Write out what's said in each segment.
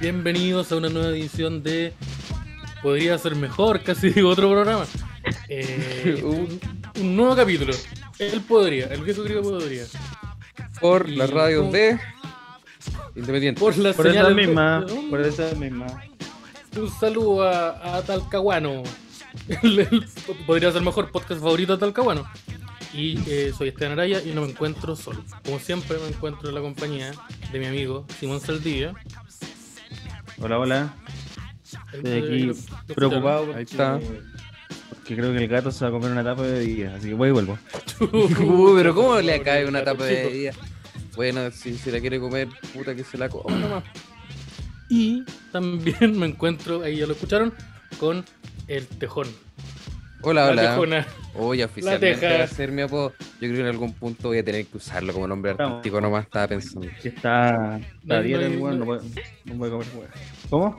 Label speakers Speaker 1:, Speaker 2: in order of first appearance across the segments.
Speaker 1: Bienvenidos a una nueva edición de Podría ser mejor, casi digo otro programa. Eh,
Speaker 2: Uh.
Speaker 1: un, un nuevo capítulo. Él podría, el que creo podría.
Speaker 3: Por
Speaker 1: Y
Speaker 3: la radio
Speaker 1: tú-
Speaker 3: de Independiente.
Speaker 1: Por la
Speaker 2: Por
Speaker 1: señal
Speaker 2: esa
Speaker 1: del-
Speaker 2: misma,
Speaker 1: pues, ¿De dónde?
Speaker 2: por esa misma.
Speaker 1: Un saludo a, a Talcahuano. El- el- podría ser mejor podcast favorito de Talcahuano. Y eh, soy Esteban Araya y no me encuentro solo. Como siempre, me encuentro en la compañía de mi amigo Simón Saldivia.
Speaker 2: Hola, hola.
Speaker 1: El-
Speaker 2: Estoy
Speaker 1: el-
Speaker 2: aquí
Speaker 1: lo- lo
Speaker 2: preocupado porque,
Speaker 3: Ahí está.
Speaker 2: porque creo que el gato se va a comer una tapa de bebida, así que voy y vuelvo.
Speaker 1: escucharon.
Speaker 3: Uy, pero ¿cómo le cae una tapa de
Speaker 1: Chico.
Speaker 3: bebida? Bueno, si se la quiere comer, puta que se la coma nomás.
Speaker 1: Y también me encuentro, ahí ya lo escucharon, con el Tejón.
Speaker 3: Hola,
Speaker 1: La
Speaker 3: hola.
Speaker 1: Tejona.
Speaker 3: Hoy oficialmente
Speaker 1: teja.
Speaker 3: va a ser mi apodo. Yo creo que en algún punto voy a tener que usarlo como nombre
Speaker 2: Vamos.
Speaker 3: artístico nomás, estaba pensando.
Speaker 2: Que está,
Speaker 1: No,
Speaker 2: está bien
Speaker 1: no,
Speaker 2: el
Speaker 1: no.
Speaker 2: weón, no, puede, no puede comer weón. ¿Cómo?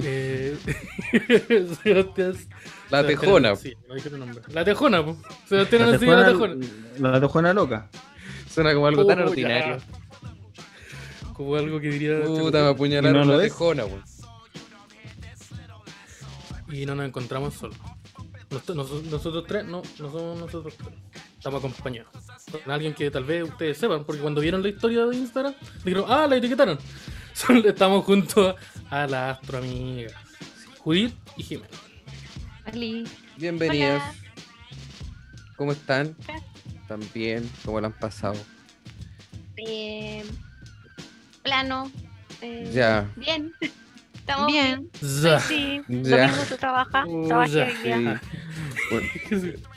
Speaker 1: Eh, Sebastián-
Speaker 3: La
Speaker 1: Sebastián-
Speaker 3: tejona.
Speaker 1: Sí, no dije tu nombre. La Tejona, po. Sebastián
Speaker 2: La
Speaker 1: Arancibia, la
Speaker 2: tejona,
Speaker 1: Tejona.
Speaker 2: la tejona loca.
Speaker 3: Suena como algo tan
Speaker 1: Oh, ya.
Speaker 3: ordinario.
Speaker 1: Como algo que diría.
Speaker 3: Puta, me
Speaker 2: ¿Y no
Speaker 3: apuñalaron
Speaker 2: lo
Speaker 3: la
Speaker 2: es?
Speaker 3: tejona, weón.
Speaker 1: Y no nos encontramos solos. Nos- nos- Nosotros tres, no, no somos nosotros tres. Estamos acompañados. Con alguien que tal vez ustedes sepan, porque cuando vieron la historia de Instagram, dijeron, ah, la etiquetaron. Son- Estamos junto a la astroamiga. Judith y Jimena.
Speaker 4: Ali.
Speaker 3: Bienvenidos.
Speaker 4: Hola.
Speaker 3: ¿Cómo están?
Speaker 4: Hola.
Speaker 3: También, ¿cómo la han pasado?
Speaker 4: eh, plano. eh,
Speaker 3: Ya.
Speaker 4: Bien. Estamos
Speaker 5: Bien.
Speaker 4: bien.
Speaker 1: Ya.
Speaker 4: Sí.
Speaker 3: Ya.
Speaker 4: Domingo tú trabajas.
Speaker 1: Uh,
Speaker 4: Trabajé
Speaker 1: ya.
Speaker 4: hoy
Speaker 3: Sí.
Speaker 4: día.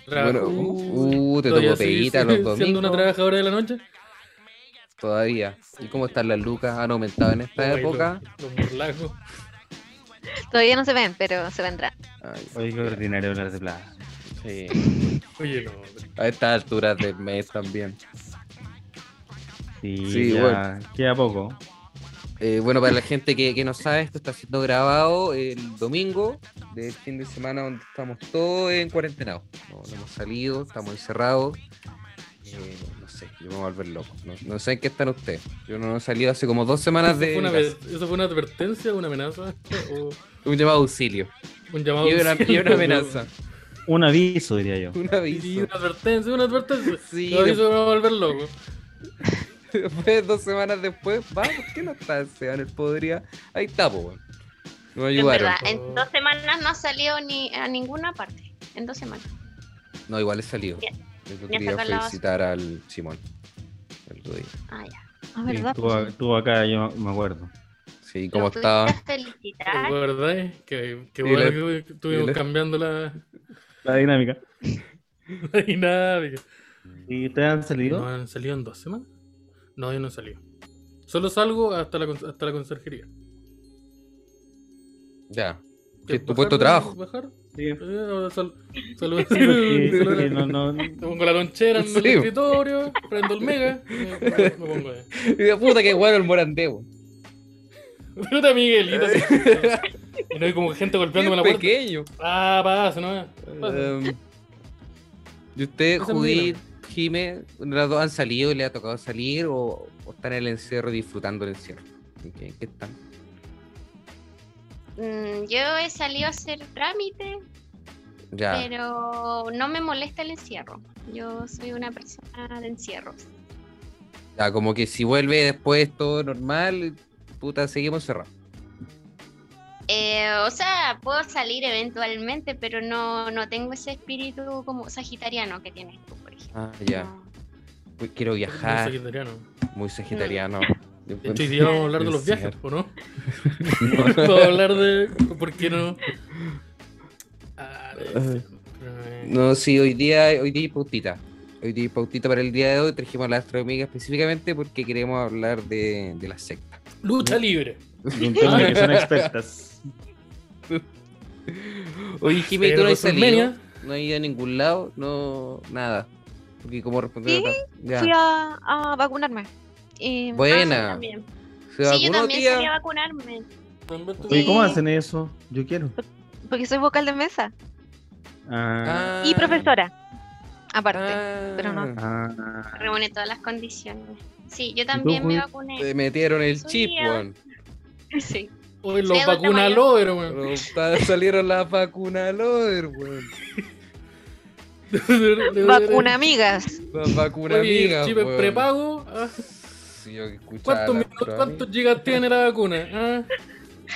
Speaker 3: Bueno,
Speaker 1: Trabajo.
Speaker 3: uh, uh, te
Speaker 1: Estoy
Speaker 3: tocó
Speaker 1: así,
Speaker 3: peguita
Speaker 1: sí,
Speaker 3: los
Speaker 1: Siendo
Speaker 3: domingos
Speaker 1: una trabajadora de la noche.
Speaker 3: todavía. ¿Y cómo están las lucas? ¿Han aumentado en esta
Speaker 1: Ay,
Speaker 3: época?
Speaker 1: Los, los morlacos.
Speaker 5: Todavía no se ven, pero se vendrán.
Speaker 3: Ay,
Speaker 2: Oye, qué ordinario hablar de plata.
Speaker 3: sí.
Speaker 1: Oye, no.
Speaker 3: A estas alturas del mes también.
Speaker 2: Sí,
Speaker 3: Sí,
Speaker 2: ya,
Speaker 3: bueno.
Speaker 2: queda poco.
Speaker 3: Eh, bueno, para la gente que, que no sabe, esto está siendo grabado el domingo del fin de semana donde estamos todos en cuarentena. No, no hemos salido, estamos encerrados. Eh, no sé, yo me voy a volver loco. No, no sé en qué están ustedes. Yo no he salido hace como dos semanas
Speaker 1: ¿Eso
Speaker 3: de
Speaker 1: fue, una,
Speaker 3: mi casa.
Speaker 1: adver- ¿Eso fue una advertencia, una amenaza? ¿O
Speaker 3: un llamado a auxilio.
Speaker 1: un llamado?
Speaker 3: Y una, y una amenaza.
Speaker 2: Un aviso, diría yo.
Speaker 3: Un
Speaker 1: Y
Speaker 3: aviso.
Speaker 1: una advertencia, una advertencia.
Speaker 3: Sí,
Speaker 1: Lo aviso que me va a volver loco.
Speaker 3: Después, dos semanas después, va, ¿por qué no está Esteban? Él podría. Ahí está, po, weón. Nos
Speaker 4: En
Speaker 3: ayudaron.
Speaker 4: verdad, en dos semanas no ha salido ni a ninguna parte. En dos semanas.
Speaker 3: No, igual he salido.
Speaker 4: Bien.
Speaker 3: Yo
Speaker 4: Ya
Speaker 3: quería
Speaker 4: sacó la
Speaker 3: felicitar al Simón. El otro día.
Speaker 4: Ah, ya.
Speaker 5: Ah,
Speaker 2: Sí,
Speaker 5: ¿verdad?
Speaker 2: estuvo, estuvo acá, yo me acuerdo.
Speaker 3: Sí, ¿cómo
Speaker 4: Lo
Speaker 3: estaba?
Speaker 4: pudiste Felicitar.
Speaker 1: La verdad es que, que
Speaker 3: Y
Speaker 1: bueno
Speaker 3: la-
Speaker 1: que que estuvimos
Speaker 3: y la-
Speaker 1: cambiando la,
Speaker 2: La dinámica.
Speaker 1: la dinámica.
Speaker 2: ¿Y ustedes han
Speaker 1: ¿No
Speaker 2: salido?
Speaker 1: han salido en dos semanas? No, yo no he salido. Solo salgo hasta la, cons- hasta la conserjería.
Speaker 3: Ya.
Speaker 1: ¿Qué
Speaker 3: ¿Qué es tu puesto de trabajo?
Speaker 1: ¿Bajar?
Speaker 2: Sí.
Speaker 1: Eh, ahora sal- saludo.
Speaker 2: Porque-
Speaker 1: Saludo.
Speaker 2: porque no, no,
Speaker 1: Me pongo la lonchera en el
Speaker 3: Sí.
Speaker 1: escritorio, prendo el mega, me, me pongo ahí.
Speaker 3: Y de puta que bueno el morandeo.
Speaker 1: Puta Miguelito. Y no hay como gente golpeándome la puerta.
Speaker 3: pequeño.
Speaker 1: Ah, pasa, no. Pasa.
Speaker 3: Um, ¿Y usted,
Speaker 1: Esa es mi
Speaker 3: Judith,
Speaker 1: dinámica.
Speaker 3: Jimé, las dos han salido, le ha tocado salir o, o están en el encierro disfrutando el encierro? ¿En qué, en qué están?
Speaker 4: Mm, yo he salido a hacer trámite,
Speaker 3: Ya.
Speaker 4: pero no me molesta el encierro. Yo soy una persona de encierros.
Speaker 3: Ya, como que si vuelve después todo normal, puta, seguimos cerrados.
Speaker 4: Eh, o sea, puedo salir eventualmente, pero no, no tengo ese espíritu como sagitariano que tienes tú, por ejemplo.
Speaker 3: Ah, ya.
Speaker 4: No.
Speaker 3: Uy, Quiero
Speaker 1: Muy
Speaker 3: viajar,
Speaker 1: sagitariano.
Speaker 3: muy sagitariano.
Speaker 1: De hecho, hoy día vamos a hablar de los
Speaker 3: Sí,
Speaker 1: viajes, ¿o no?
Speaker 3: No.
Speaker 1: Vamos a hablar de. ¿Por qué no? Ah, de- eh,
Speaker 3: No, sí, hoy día, hoy día hay pautita. Hoy día hay pautita para el día de hoy. Trajimos a la astroamiga específicamente porque queremos hablar de, de la secta.
Speaker 1: Lucha libre.
Speaker 2: de un tema que son expertas.
Speaker 3: Oye, Jimmy, tú no
Speaker 1: Pero
Speaker 3: has salido.
Speaker 1: WrestleMania.
Speaker 3: No has ido a ningún lado, no, nada. Porque como responder
Speaker 5: Sí,
Speaker 3: acá. Ya.
Speaker 5: Fui a, a vacunarme. Y
Speaker 4: Ah, sí,
Speaker 3: Buena.
Speaker 4: también.
Speaker 3: Se
Speaker 4: Sí, yo
Speaker 3: vacunó,
Speaker 4: también
Speaker 3: tía.
Speaker 4: salí a vacunarme.
Speaker 2: Oye, ¿cómo
Speaker 5: Sí.
Speaker 2: hacen eso? Yo quiero.
Speaker 5: porque soy vocal de mesa
Speaker 2: Ah,
Speaker 3: Ah,
Speaker 5: y profesora. Aparte.
Speaker 3: ah,
Speaker 5: pero no.
Speaker 2: ah.
Speaker 4: Reúne todas las condiciones. Sí, yo también me
Speaker 2: Judith?
Speaker 4: vacuné.
Speaker 3: Te metieron el
Speaker 4: Soy
Speaker 3: chip,
Speaker 4: día.
Speaker 3: weón.
Speaker 4: Sí.
Speaker 1: Hoy los
Speaker 4: Luego
Speaker 1: vacuna
Speaker 4: tamaño.
Speaker 1: Lover, weón.
Speaker 3: Pero ta- salieron las vacunas Lover, weón.
Speaker 5: Vacuna amigas.
Speaker 3: Las vacunas
Speaker 1: Oye,
Speaker 3: amigas,
Speaker 1: chip
Speaker 3: weón.
Speaker 1: prepago. ah,
Speaker 3: Sí, yo que escuchaba
Speaker 1: ¿Cuántos,
Speaker 3: las
Speaker 1: minutos,
Speaker 3: pro-
Speaker 1: cuántos gigas tiene la vacuna? Ah,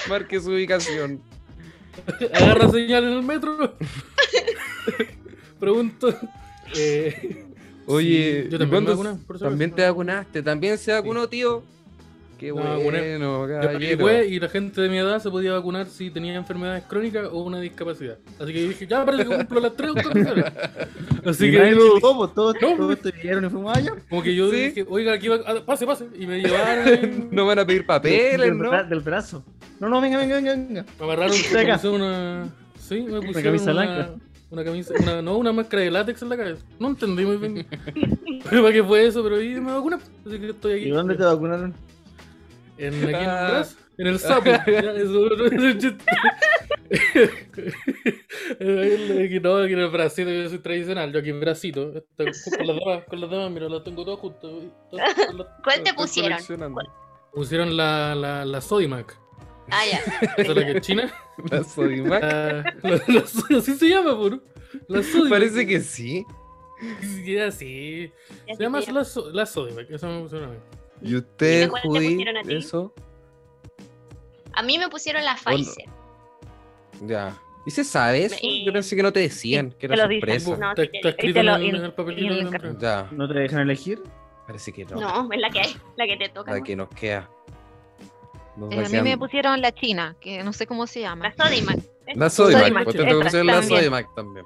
Speaker 3: Marque su ubicación.
Speaker 1: Agarra señal en el metro. Pregunto. eh,
Speaker 3: Oye,
Speaker 1: sí,
Speaker 3: ¿y
Speaker 1: yo también me
Speaker 3: cuándo-
Speaker 1: vacuné, por eso-
Speaker 3: también te vacunaste, también se vacunó, tío. Qué
Speaker 1: No,
Speaker 3: bueno,
Speaker 1: vacuné. Yo
Speaker 3: caballero.
Speaker 1: averigüé y la gente de mi edad se podía vacunar si tenía enfermedades crónicas o una discapacidad. Así que yo dije, ya parece que cumplo las tres condiciones. Así
Speaker 2: Y
Speaker 1: que
Speaker 2: nadie
Speaker 1: ahí
Speaker 2: lo
Speaker 1: lo-
Speaker 2: dudó, pues, todos,
Speaker 1: No.
Speaker 2: todos te vieron y fuimos allá.
Speaker 1: como que yo
Speaker 3: Sí.
Speaker 1: dije, oiga, aquí va, ah, pase, pase. Y me llevaron,
Speaker 3: No van a pedir papeles,
Speaker 2: del,
Speaker 3: ¿no?
Speaker 2: bra- del brazo. No, no, venga, venga, venga, venga.
Speaker 1: me agarraron,
Speaker 2: Saca.
Speaker 1: me pusieron una... Sí, me pusieron
Speaker 2: camisa
Speaker 1: una-
Speaker 2: blanca.
Speaker 1: Una camisa, una, no, una máscara de látex en la cabeza. No entendí muy bien. pero para qué fue eso, pero ahí me vacuné. Así que estoy aquí.
Speaker 2: ¿Y dónde te vacunaron?
Speaker 1: En, aquí en el
Speaker 3: Ah.
Speaker 1: brazo, en el sapo. Ya, eso no es un chiste. Ahí le dije, No, aquí en el bracito, yo soy tradicional, yo aquí en bracito. Esto, Con las demás, con las demás, mira, las tengo todas juntas. y todas- con las-
Speaker 4: ¿Cuál te
Speaker 3: Estoy
Speaker 4: pusieron?
Speaker 3: coleccionando.
Speaker 1: Pusieron la, la, la Sodimac,
Speaker 4: Ah, ya.
Speaker 1: esa es la que es china.
Speaker 3: La Sodimac.
Speaker 1: La, la- la- así se llama, por La Sodimac.
Speaker 3: Parece que sí.
Speaker 1: Sí, así.
Speaker 4: ya
Speaker 1: Se llama
Speaker 4: te
Speaker 1: la, So- la Sodimac, esa me pusieron a mí.
Speaker 3: ¿Y usted,
Speaker 4: cuál te
Speaker 3: Judy,
Speaker 4: pusieron a ti?
Speaker 3: eso?
Speaker 4: digo. A mí me pusieron la
Speaker 3: Bueno,
Speaker 4: Pfizer.
Speaker 3: Ya. ¿Y se sabe eso?
Speaker 5: Me-
Speaker 3: Yo pensé que no te decían,
Speaker 4: eh,
Speaker 3: que era
Speaker 5: te lo dicen,
Speaker 3: sorpresa.
Speaker 1: está,
Speaker 5: No, sí te-
Speaker 1: está
Speaker 5: ahí te
Speaker 1: escrito en
Speaker 5: lo-
Speaker 1: el,
Speaker 5: en-
Speaker 1: en el papelito.
Speaker 5: en el
Speaker 1: de
Speaker 5: car-
Speaker 1: dentro.
Speaker 3: Ya,
Speaker 2: ¿No te dejan elegir?
Speaker 3: parece que no.
Speaker 4: No, es la que hay, la que te toca.
Speaker 3: La
Speaker 4: ¿no?
Speaker 3: que nos queda. Nos
Speaker 5: Eh,
Speaker 3: va
Speaker 5: a mí me
Speaker 3: quedando.
Speaker 5: pusieron la china, que no sé cómo se llama.
Speaker 4: La Sodimac.
Speaker 3: La Sodimac,
Speaker 5: Sodimac,
Speaker 3: pues te tengo que
Speaker 5: entra,
Speaker 3: hacer la
Speaker 5: también.
Speaker 3: Sodimac también.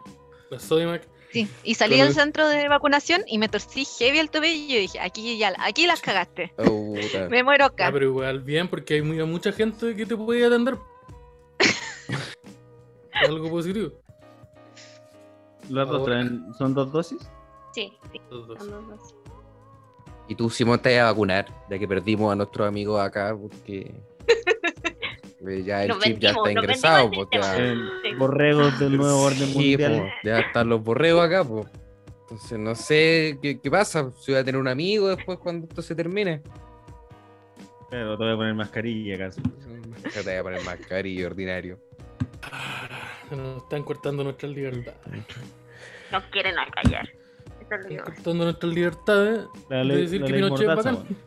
Speaker 1: La Sodimac.
Speaker 5: Sí, y salí
Speaker 3: Pero-
Speaker 5: del centro de vacunación y me torcí heavy el tobillo y dije, aquí ya, aquí las cagaste.
Speaker 3: Oh, puta.
Speaker 5: Me muero
Speaker 1: Ya,
Speaker 5: acá.
Speaker 1: pero igual bien, porque hay muy- mucha gente que te puede atender. Algo positivo.
Speaker 2: ¿Los dos
Speaker 1: Ahora.
Speaker 2: traen- ¿Son dos dosis?
Speaker 4: Sí, sí,
Speaker 1: Los dos.
Speaker 4: son los dos.
Speaker 3: Y tú, Simón, te vas a vacunar, ya que perdimos a nuestros amigos acá, porque eh, ya el
Speaker 4: Nos
Speaker 3: chip ya
Speaker 4: vendimos,
Speaker 3: está
Speaker 4: nos
Speaker 3: ingresado.
Speaker 4: vendimos
Speaker 3: Pues, ya,
Speaker 4: al
Speaker 2: El
Speaker 4: Sí.
Speaker 2: borregos del nuevo orden
Speaker 3: Sí,
Speaker 2: mundial.
Speaker 3: po, ya están los borregos acá. pues. Entonces, no sé qué, qué pasa. Si voy a tener un amigo después cuando esto se termine.
Speaker 2: Pero te voy a poner mascarilla, acaso.
Speaker 3: Ya te voy a poner mascarilla, ordinario.
Speaker 1: Ah, Nos están cortando nuestras libertades.
Speaker 4: Nos quieren acallar. Eso es lo que
Speaker 1: Están cortando nuestras libertades.
Speaker 2: La
Speaker 1: de
Speaker 2: ley,
Speaker 1: decir
Speaker 2: la
Speaker 1: que
Speaker 2: ley
Speaker 1: Pinochet es
Speaker 2: mordaza,
Speaker 1: bacán.
Speaker 2: weón.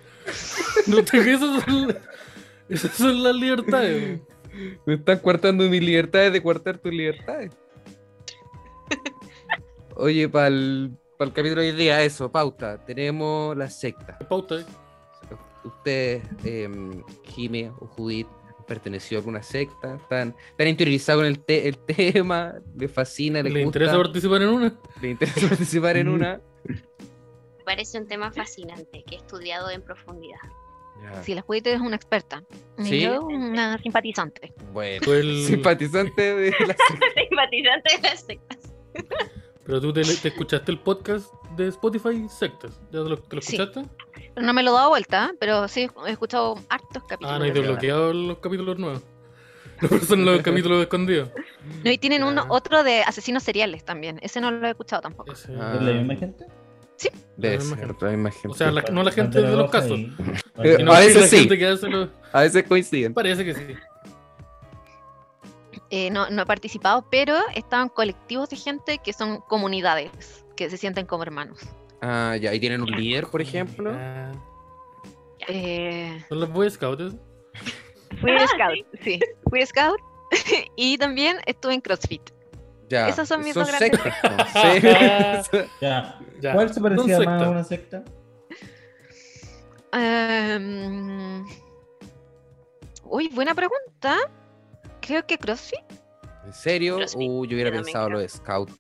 Speaker 1: No te- esas, son, esas son las libertades.
Speaker 3: Me están cuartando mis libertades de cuartar tus libertades. Oye, para el capítulo de hoy día, eso, pauta. Tenemos la secta.
Speaker 1: Pauta, ¿eh?
Speaker 3: Ustedes, eh, Jime o Judith, perteneció a alguna secta, están, están interiorizados con el, te- el tema, les fascina, les
Speaker 1: ¿Le
Speaker 3: gusta,
Speaker 1: interesa participar en una?
Speaker 3: les interesa participar en
Speaker 2: Mm.
Speaker 3: una.
Speaker 4: Me parece un tema fascinante que he estudiado en profundidad.
Speaker 5: Si la Judith es una experta. Y
Speaker 3: Sí.
Speaker 5: Yo una simpatizante.
Speaker 3: Bueno,
Speaker 1: Fue el-
Speaker 3: simpatizante de la secta.
Speaker 4: Simpatizante de la secta.
Speaker 1: Pero tú te, te escuchaste el podcast de Spotify Sectas. ¿Ya te lo, te lo
Speaker 5: Sí.
Speaker 1: escuchaste?
Speaker 5: Pero no me lo he dado vuelta, ¿eh? pero sí he escuchado hartos
Speaker 1: Ah,
Speaker 5: capítulos.
Speaker 1: no, hay
Speaker 3: de
Speaker 1: desbloqueado los capítulos nuevos. No son los capítulos escondidos.
Speaker 5: No, y tienen uno,
Speaker 1: Ya.
Speaker 5: otro de asesinos seriales también. Ese no lo he escuchado tampoco.
Speaker 1: Ese-
Speaker 3: Ah.
Speaker 2: ¿Es la misma gente?
Speaker 3: Debe
Speaker 1: La misma
Speaker 3: ser,
Speaker 1: gente.
Speaker 3: la misma gente.
Speaker 1: O sea, la- Ah, no la gente de los casos.
Speaker 3: Eh,
Speaker 1: sino
Speaker 3: a
Speaker 1: que
Speaker 3: veces
Speaker 1: la
Speaker 3: sí.
Speaker 1: gente que hace los-
Speaker 3: A veces coinciden.
Speaker 1: Parece que sí.
Speaker 5: Eh, no, no he participado, pero están colectivos de gente que son comunidades, que se sienten como hermanos.
Speaker 3: Ah, ya, y tienen un líder, por ejemplo.
Speaker 1: Ah,
Speaker 5: Eh,
Speaker 1: Son los Boy Scouts.
Speaker 5: Fui
Speaker 4: Ah,
Speaker 5: scout, sí. Fui scout y también estuve en CrossFit.
Speaker 3: Ya.
Speaker 5: Esas son mis dos grandes
Speaker 3: sectas. ¿no? Sí.
Speaker 6: Ya.
Speaker 1: Ya.
Speaker 6: ¿Cuál se parecía
Speaker 1: Son
Speaker 6: más
Speaker 1: sectas.
Speaker 6: a una secta?
Speaker 5: Em, uy, buena pregunta. Creo que CrossFit.
Speaker 3: ¿En serio?
Speaker 4: Crossfit,
Speaker 3: Uh, yo hubiera
Speaker 4: que no me
Speaker 3: pensado lo de Scout.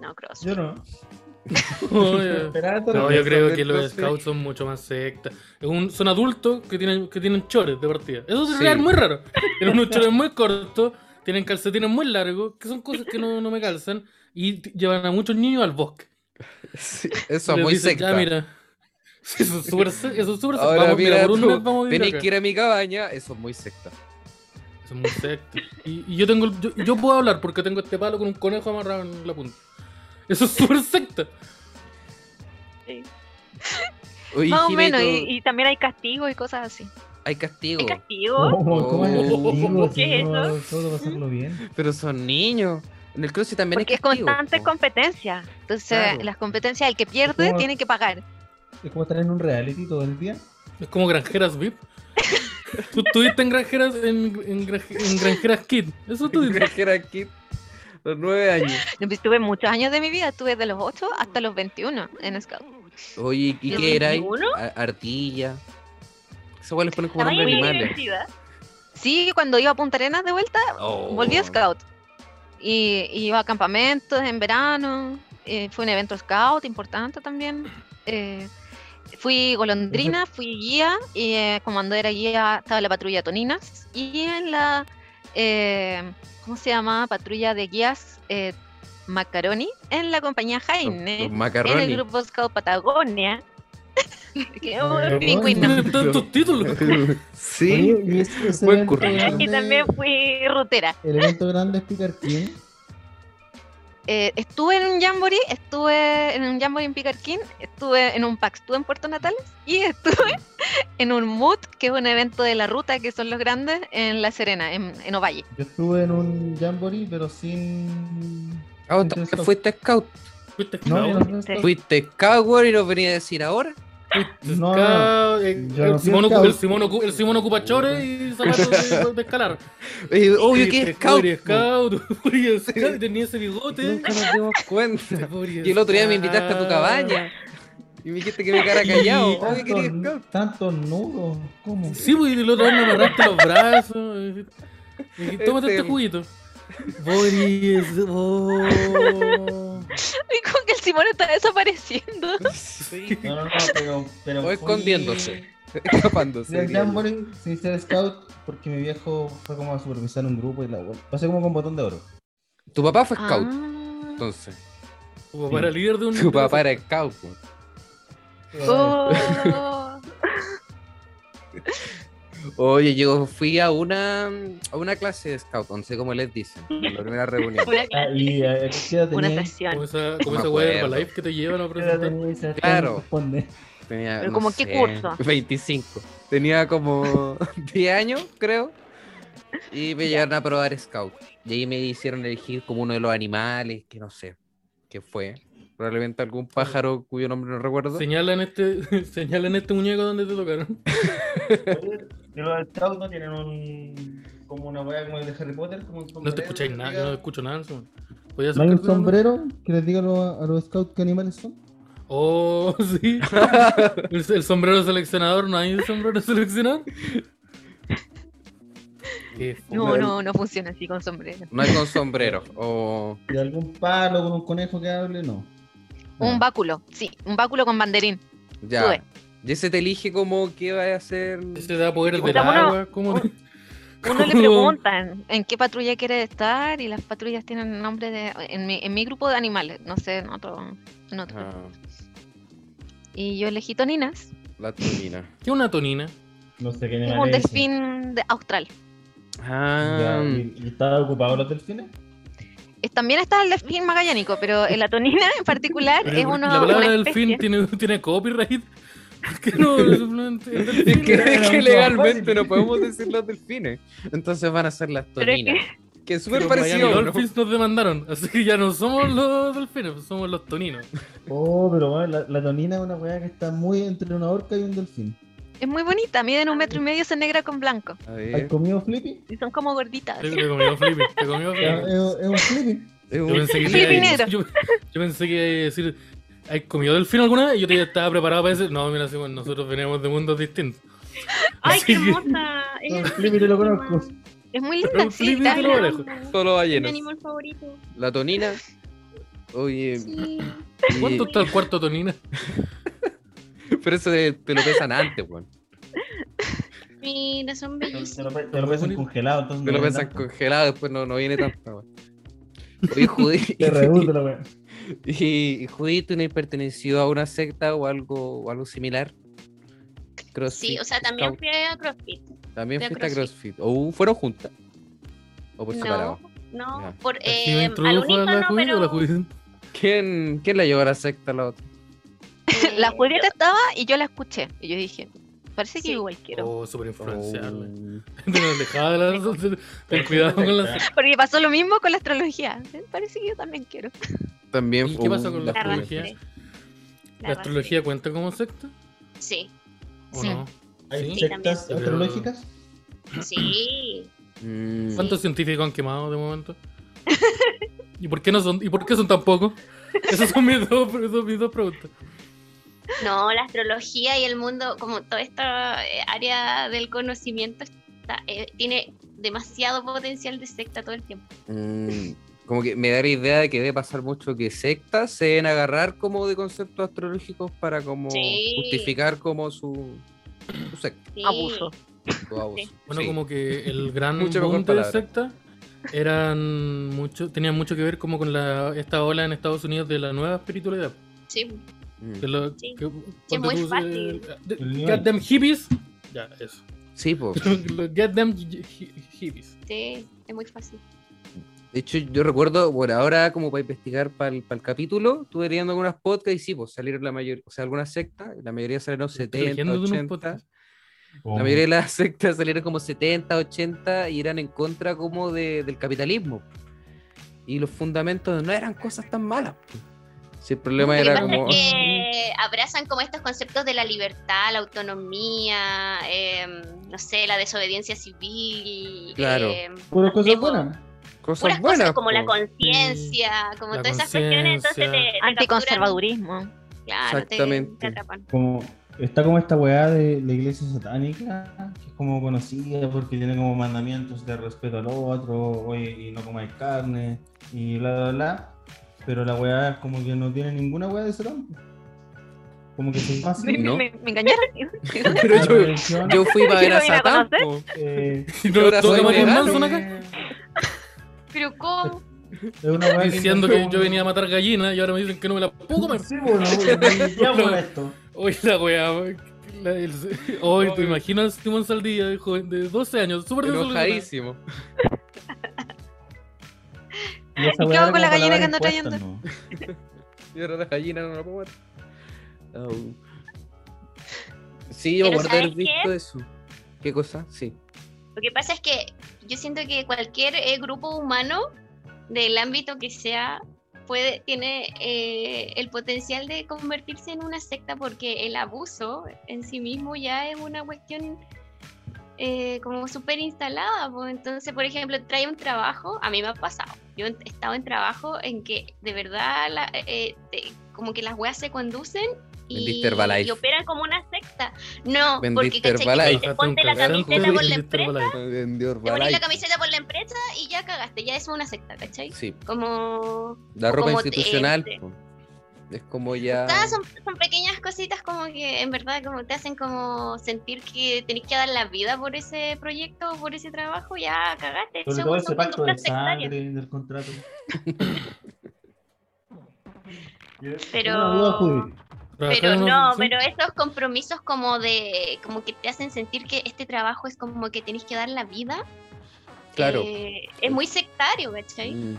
Speaker 4: No, cross.
Speaker 6: Yo no.
Speaker 1: Oye.
Speaker 6: Esperaba todo
Speaker 1: Oh, No,
Speaker 6: el-
Speaker 1: yo creo
Speaker 3: del
Speaker 1: que los
Speaker 3: CrossFit.
Speaker 1: Scouts son mucho más sectas. Es un- son adultos que tienen, que tienen chores de partida. Eso es
Speaker 3: Sí.
Speaker 1: real, muy raro. Tienen unos chores muy cortos, tienen calcetines muy largos, que son cosas que no, no me calzan. Y t- llevan a muchos niños al bosque.
Speaker 3: Sí, eso es
Speaker 1: Les
Speaker 3: muy
Speaker 1: dicen,
Speaker 3: secta.
Speaker 1: Ya, mira. Sí, Eso es súper se- eso es súper secta.
Speaker 3: Ahora
Speaker 1: Vamos, mira,
Speaker 3: mira,
Speaker 1: por un
Speaker 3: tú,
Speaker 1: mes vamos a vivir
Speaker 3: Tenéis
Speaker 1: acá.
Speaker 3: que ir a mi cabaña, eso es muy secta.
Speaker 1: Eso es muy secta. Y, y yo tengo el- yo, yo puedo hablar porque tengo este palo con un conejo amarrado en la punta. Eso es súper secta.
Speaker 3: Oye,
Speaker 5: Más o
Speaker 3: Jime,
Speaker 5: menos.
Speaker 3: tú-
Speaker 5: Y, y también hay castigos y cosas así.
Speaker 3: Hay castigo.
Speaker 4: ¿Es castigo?
Speaker 6: ¿Cómo, cómo es
Speaker 1: Oh.
Speaker 6: castigo?
Speaker 4: ¿Qué
Speaker 6: Si
Speaker 4: es
Speaker 6: uno- Solo pasarlo bien.
Speaker 3: Pero son niños. En el cruce también
Speaker 5: Porque
Speaker 3: hay
Speaker 5: es
Speaker 3: castigo.
Speaker 5: constante
Speaker 3: po.
Speaker 5: competencia. Entonces,
Speaker 3: Claro.
Speaker 5: las competencias, el que pierde
Speaker 6: ¿Cómo?
Speaker 5: tiene que pagar.
Speaker 6: Es como estar en un reality todo el día.
Speaker 1: Es como granjeras VIP. Tú estuviste en granjeras, en, en, granje- en granjeras Kid. Eso tú dices.
Speaker 3: Era Kid, los nueve años.
Speaker 5: Yo Estuve muchos años de mi vida, estuve de los 8 hasta los 21 en Scout.
Speaker 3: Oye, ¿y
Speaker 4: ¿Los
Speaker 3: qué era ahí?
Speaker 4: 21?
Speaker 3: A- Artilla. Esos igual les ponen como
Speaker 4: ¿Estaba en
Speaker 3: nombre
Speaker 4: la
Speaker 5: muy
Speaker 3: animales.
Speaker 4: universidad?
Speaker 5: Sí, cuando iba a Punta Arenas de vuelta,
Speaker 3: Oh.
Speaker 5: volví a Scout. Y, y iba a campamentos en verano. eh, fue un evento Scout importante también. eh, fui golondrina, fui guía. Y eh, como cuando era guía estaba en la patrulla Toninas. Y en la. eh, ¿Cómo se llama? Patrulla de guías eh, Macaroni. En la compañía
Speaker 3: Los-
Speaker 5: Jaime.
Speaker 3: los
Speaker 5: ¿eh? en el
Speaker 3: macarrones.
Speaker 5: grupo Scout Patagonia. que oh, es un
Speaker 6: Macaroni.
Speaker 5: pingüino.
Speaker 1: Tienen tantos títulos.
Speaker 3: sí.
Speaker 6: Oye, y ese- ese
Speaker 3: Buen
Speaker 6: evento
Speaker 3: currículum.
Speaker 6: grande-
Speaker 5: Y también fui rutera.
Speaker 6: El evento grande es Peter King.
Speaker 5: Eh, estuve en un jamboree, estuve en un jamboree en Picarquín, estuve en un PAX, estuve en Puerto Natales y estuve en un MUT, que es un evento de la ruta que son los grandes, en La Serena, en, en Ovalle.
Speaker 6: Yo estuve en un jamboree, pero sin.
Speaker 3: Ah, vos también fuiste scout.
Speaker 1: Fuiste
Speaker 6: No,
Speaker 1: scout,
Speaker 6: yo no fui-
Speaker 3: Eh. Fuiste cowboy y nos venía a decir ahora.
Speaker 1: fuiste
Speaker 6: no,
Speaker 1: scout, este eh,
Speaker 6: yo no
Speaker 1: el
Speaker 6: fui
Speaker 1: Simón ocu-
Speaker 6: scout.
Speaker 1: el Simón ocu- El Simón ocupa chores y zapatos de, de escalar.
Speaker 3: Eh, obvio que
Speaker 1: Fuiste
Speaker 3: es scout.
Speaker 1: Fuiste
Speaker 3: po.
Speaker 1: scout, fuiste scout, tenía ese bigote.
Speaker 3: Nunca nos dimos cuenta.
Speaker 1: Fuiste
Speaker 3: Y el otro día me invitaste a tu
Speaker 1: scout.
Speaker 3: cabaña. Y me dijiste que me quedara callado. Obvio que eres scout.
Speaker 6: Tantos tantos nudos. ¿Cómo?
Speaker 1: Sí, pues y el otro día me amarraste los brazos. y dijiste, y dijiste, Tómate
Speaker 3: Este-
Speaker 1: este juguito. Boris, oh.
Speaker 5: Dijo que el Simón está desapareciendo.
Speaker 3: Sí.
Speaker 6: No, no, no, pero. pero
Speaker 3: O
Speaker 6: fui-
Speaker 3: escondiéndose. Escapándose.
Speaker 6: El
Speaker 3: diría yo.
Speaker 6: jamboree sin ser scout, porque mi viejo fue como a supervisar un grupo y la web. Pasé como con botón de oro.
Speaker 3: Tu papá fue scout,
Speaker 5: Ah.
Speaker 3: entonces.
Speaker 1: Tu papá era líder de un.
Speaker 3: Tu papá era scout. po.
Speaker 5: Oh.
Speaker 3: Oye, yo fui a una, a una clase de scout, no sé cómo les dicen, en la primera reunión.
Speaker 4: Una
Speaker 6: Ah,
Speaker 4: clase,
Speaker 6: y eh, ¿qué edad
Speaker 5: Una
Speaker 6: tenía?
Speaker 1: Como
Speaker 5: estación.
Speaker 1: esa,
Speaker 3: No
Speaker 1: como
Speaker 3: me
Speaker 1: esa wea de
Speaker 3: acuerdo.
Speaker 1: Herbalife que te llevan a
Speaker 6: ¿Qué edad
Speaker 1: presentar.
Speaker 6: tenía Sebastián?
Speaker 3: Claro.
Speaker 6: Responde.
Speaker 3: Tenía,
Speaker 5: Pero
Speaker 3: no
Speaker 5: ¿como qué
Speaker 3: sé,
Speaker 5: curso?
Speaker 3: 25. Tenía como 10 años, creo. Y me llevaron a probar scout. Y ahí me hicieron elegir como uno de los animales, que no sé qué fue. Probablemente algún pájaro cuyo nombre no recuerdo.
Speaker 1: Señala en este, señala en este muñeco donde te tocaron.
Speaker 6: Y los scouts no tienen un. como una wea como el de Harry Potter. Como un
Speaker 1: No
Speaker 6: sombrero
Speaker 1: te escucháis
Speaker 6: que
Speaker 1: nada,
Speaker 6: diga-
Speaker 1: yo no escucho nada. Nelson. Voy a
Speaker 6: ¿No hay
Speaker 1: acercarte,
Speaker 6: un
Speaker 1: ¿no?
Speaker 6: sombrero que les diga a los, a los scouts qué animales son?
Speaker 1: Oh, sí. El, el sombrero seleccionador, ¿no hay un sombrero seleccionador? Qué
Speaker 5: No, no, no funciona así con sombrero.
Speaker 3: No hay con sombrero. O
Speaker 6: ¿De algún palo con un conejo que hable? No.
Speaker 5: Un
Speaker 6: No.
Speaker 5: báculo, sí, un báculo con banderín.
Speaker 3: ya.
Speaker 5: Tuve.
Speaker 3: Y ese te elige como qué va a hacer.
Speaker 1: Ese da poder del
Speaker 5: O sea, uno-
Speaker 1: agua. ¿Cómo te-
Speaker 5: Uno le
Speaker 1: cómo-
Speaker 5: preguntan en qué patrulla quiere estar y las patrullas tienen nombre de... En mi, en mi grupo de animales, no sé, en otro... En otro.
Speaker 3: Ah,
Speaker 5: Y yo elegí toninas.
Speaker 3: la tonina.
Speaker 1: ¿Qué es una tonina?
Speaker 6: No sé qué
Speaker 5: Es
Speaker 6: animal
Speaker 5: un
Speaker 6: es ese.
Speaker 5: delfín de austral.
Speaker 3: Ah,
Speaker 6: Ya, ¿Y, y estaban ocupados los delfines?
Speaker 5: Es- También está el delfín magallánico, pero en la tonina en particular
Speaker 1: Pero
Speaker 5: es uno,
Speaker 1: la palabra
Speaker 5: una
Speaker 1: delfín
Speaker 5: especie.
Speaker 1: tiene, tiene copyright. ¿Por qué no? Simplemente el delfín.
Speaker 3: que, es que
Speaker 6: Era
Speaker 3: legalmente
Speaker 6: fácil.
Speaker 3: no podemos decir los delfines. Entonces van a ser las
Speaker 5: Pero es que-
Speaker 3: toninas. Que es súper
Speaker 1: Los Miami
Speaker 3: parecido. ¿no?
Speaker 1: Dolphins nos demandaron, así que ya no somos los delfines, somos los toninos.
Speaker 6: Oh, pero bueno, la, la tonina es una weá que está muy entre una orca y un delfín.
Speaker 5: Es muy bonita, miden un metro y medio, son negra con blanco.
Speaker 3: A
Speaker 6: ¿Has
Speaker 3: ver,
Speaker 6: comido flippy?
Speaker 5: Y son como gorditas.
Speaker 1: Te te comió Flippy, te comió
Speaker 6: Es,
Speaker 1: Flippy.
Speaker 6: es- es un eh, flippy.
Speaker 3: es
Speaker 1: Yo
Speaker 3: un-
Speaker 1: pensé que te
Speaker 5: Flippy
Speaker 1: iba a-
Speaker 5: negro.
Speaker 1: yo, yo pensé que iba a decir, ¿has comido delfín alguna vez? Y yo te- estaba preparado para decir, no, mira, sí, bueno, nosotros venimos de mundos distintos.
Speaker 4: Ay, qué
Speaker 1: Así que-
Speaker 4: hermosa.
Speaker 6: No,
Speaker 4: Ella
Speaker 6: el flippy te lo conozco.
Speaker 5: Es muy
Speaker 1: Pero
Speaker 5: linda,
Speaker 1: un
Speaker 5: sí.
Speaker 1: flippy
Speaker 5: está-
Speaker 1: te lo alejo.
Speaker 3: Solo
Speaker 4: Mi
Speaker 3: ballenas.
Speaker 4: animal favorito.
Speaker 3: La tonina.
Speaker 1: Eh,
Speaker 3: Oye,
Speaker 4: Sí.
Speaker 3: y-
Speaker 1: ¿Cuánto está el cuarto tonina?
Speaker 3: pero eso de- te lo pesan antes, weón.
Speaker 4: Mira, son
Speaker 6: Te
Speaker 4: bellísimos.
Speaker 6: te lo, pe- te lo pesan congelado, entonces.
Speaker 3: Te lo
Speaker 6: no
Speaker 3: pesan
Speaker 6: tanto.
Speaker 3: congelado, después no, no viene tanto, weón. Oye, Judí,
Speaker 6: Te reduce la weá.
Speaker 3: y, y Judí, ¿tú no has pertenecido a una secta o algo, o algo similar? CrossFit,
Speaker 4: Sí, o sea, también
Speaker 3: Scout.
Speaker 4: fui a CrossFit.
Speaker 3: También
Speaker 4: fui a
Speaker 3: fuiste a CrossFit. ¿O fueron juntas? ¿O por separado?
Speaker 4: No, no,
Speaker 3: Ya.
Speaker 4: por
Speaker 1: ¿Así me
Speaker 4: eh, al
Speaker 1: introdujo a la
Speaker 4: unísono,
Speaker 1: Judy o la
Speaker 4: pero eh,
Speaker 1: Judy?
Speaker 3: ¿Quién, ¿Quién la llevó a la secta a la otra?
Speaker 4: eh,
Speaker 5: La Julieta estaba y yo la escuché. Y yo dije, Parece que
Speaker 4: Sí.
Speaker 5: igual quiero.
Speaker 1: Oh, súper influenciable.
Speaker 2: Oh.
Speaker 1: Pero alejada de la- Ten cuidado con las.
Speaker 5: Porque pasó lo mismo con la astrología. ¿eh? Parece que yo también quiero.
Speaker 3: También.
Speaker 1: ¿Y qué pasa con la
Speaker 4: La
Speaker 1: astrología?
Speaker 4: arrastré. La
Speaker 1: ¿La astrología cuenta como secta?
Speaker 4: arrastré. Sí,
Speaker 1: ¿O
Speaker 5: Sí.
Speaker 1: no?
Speaker 6: ¿Hay
Speaker 1: Sí.
Speaker 6: sectas
Speaker 1: Pero-
Speaker 6: astrológicas?
Speaker 4: sí.
Speaker 3: Mm,
Speaker 1: ¿Cuántos científicos han quemado de momento? ¿Y por qué no son, y por qué son tan pocos? Esas son mis dos, esas son mis dos preguntas.
Speaker 4: No, la astrología y el mundo, como toda esta eh, área del conocimiento, está, eh, tiene demasiado potencial de secta todo el tiempo.
Speaker 3: mm, como que me da la idea de que debe pasar mucho que sectas se deben agarrar como de conceptos astrológicos para como
Speaker 4: Sí.
Speaker 3: justificar como su, su secta,
Speaker 4: Sí.
Speaker 5: Abuso.
Speaker 3: su abuso.
Speaker 1: Bueno,
Speaker 3: Sí.
Speaker 1: como que el gran
Speaker 3: Mucho mejor
Speaker 1: boom de
Speaker 3: palabra.
Speaker 1: secta eran mucho, tenían mucho que ver como con la, esta ola en Estados Unidos de la nueva espiritualidad.
Speaker 4: Sí,
Speaker 3: Mm.
Speaker 1: De lo,
Speaker 4: Sí.
Speaker 1: que,
Speaker 4: es muy fácil.
Speaker 1: Get them hippies. Ya, eso.
Speaker 3: Sí, pues.
Speaker 1: Los Get them hi- hi- hippies.
Speaker 4: sí, es muy fácil.
Speaker 3: De hecho, yo recuerdo, bueno, ahora como para investigar para el, capítulo, estuve leyendo algunas podcasts y sí, pues salieron la mayoría, o sea, algunas sectas, la mayoría salieron
Speaker 1: Estoy
Speaker 3: 70,
Speaker 1: leyendo de unos
Speaker 3: 80.
Speaker 1: podcasts.
Speaker 3: La mayoría de las sectas salieron como 70, 80 y eran en contra como de- del capitalismo. Y los fundamentos no eran cosas tan malas. pues. Si el problema
Speaker 4: Lo que
Speaker 3: era
Speaker 4: pasa
Speaker 3: como...
Speaker 4: es que abrazan como estos conceptos de la libertad, la autonomía, eh, no sé, la desobediencia civil.
Speaker 3: Claro.
Speaker 4: eh,
Speaker 6: Puras cosas
Speaker 4: Debo-
Speaker 6: buenas.
Speaker 4: puras
Speaker 3: Cosas
Speaker 4: cosas
Speaker 3: buenas.
Speaker 4: como la
Speaker 3: pues.
Speaker 4: conciencia, como
Speaker 1: La
Speaker 4: todas esas cuestiones. Entonces te,
Speaker 1: conciencia.
Speaker 4: te capturan,
Speaker 5: Anticonservadurismo.
Speaker 4: Claro, te-
Speaker 3: Exactamente.
Speaker 4: te atrapan.
Speaker 6: Como, está como esta weá de la iglesia satánica, que es como conocida porque tiene como mandamientos de respeto al otro, oye, y no comáis carne, y bla, bla, bla. Pero la weá es como que no tiene ninguna weá de satán. Como que se pasa.
Speaker 5: Me,
Speaker 3: ¿No?
Speaker 5: me- me engañaron.
Speaker 3: Pero
Speaker 6: La
Speaker 3: yo,
Speaker 6: religión,
Speaker 3: yo fui para ver a
Speaker 5: Quiero ir a
Speaker 3: Satán.
Speaker 5: conocer.
Speaker 3: pues.
Speaker 6: eh,
Speaker 1: Y no
Speaker 3: Ahora
Speaker 1: toca
Speaker 3: soy
Speaker 1: Marilyn
Speaker 3: vegano.
Speaker 1: Manson acá.
Speaker 6: eh,
Speaker 4: Pero ¿cómo?
Speaker 6: es una weá
Speaker 1: Diciendo que yo venía a
Speaker 6: más.
Speaker 1: matar gallinas y ahora me dicen que no me la puedo comer.
Speaker 6: Sí, bueno, ya por esto.
Speaker 1: Oye, la weá. wey. La- el- Hoy te imaginas Timón Saldía, de joven de 12 años, súper desolado.
Speaker 3: Enojadísimo.
Speaker 6: Y esa
Speaker 5: ¿Y qué
Speaker 6: weá
Speaker 5: hago con la
Speaker 6: era como para
Speaker 5: gallina que
Speaker 6: lavar
Speaker 5: ando
Speaker 6: impuestos,
Speaker 5: trayendo?
Speaker 6: ¿no?
Speaker 3: Y ahora la gallina no la puedo matar. Au. Sí, yo me
Speaker 4: Pero
Speaker 3: acuerdo de haber
Speaker 4: ¿sabes qué?
Speaker 3: visto eso. ¿Qué cosa? Sí.
Speaker 4: Lo que pasa es que yo siento que cualquier eh, grupo humano, del ámbito que sea, puede, tiene eh, el potencial de convertirse en una secta porque el abuso en sí mismo ya es una cuestión eh, como súper instalada. po. Entonces, por ejemplo, trae un trabajo, a mí me ha pasado. Yo he estado en trabajo en que de verdad la- eh, te- como que las weas se conducen. Y,
Speaker 3: Vendiste Herbalife.
Speaker 4: y operan como una secta. No,
Speaker 3: Vendiste
Speaker 4: porque ¿cachai?
Speaker 3: Herbalife.
Speaker 4: te ponte la camiseta por la empresa te pones la camiseta por la empresa y ya cagaste, ya es una secta, ¿cachai?
Speaker 3: Sí,
Speaker 4: Como...
Speaker 6: Ah.
Speaker 3: la ropa
Speaker 4: como
Speaker 3: institucional.
Speaker 4: te-
Speaker 3: po. Es como ya.
Speaker 4: todas son, son pequeñas cositas como que en verdad como te hacen como sentir que tenés que dar la vida por ese proyecto, por ese trabajo, ya cagaste.
Speaker 6: Sobre
Speaker 4: son-
Speaker 6: todo
Speaker 4: son
Speaker 6: ese pacto de
Speaker 4: conductas sectarias.
Speaker 6: sangre del contrato.
Speaker 4: Pero-
Speaker 6: Una duda, Judy.
Speaker 4: Pero no, pero estos compromisos como de, como que te hacen sentir que este trabajo es como que tenés que dar la vida.
Speaker 3: Claro.
Speaker 4: eh, es muy sectario, ¿cachai?
Speaker 3: Mm,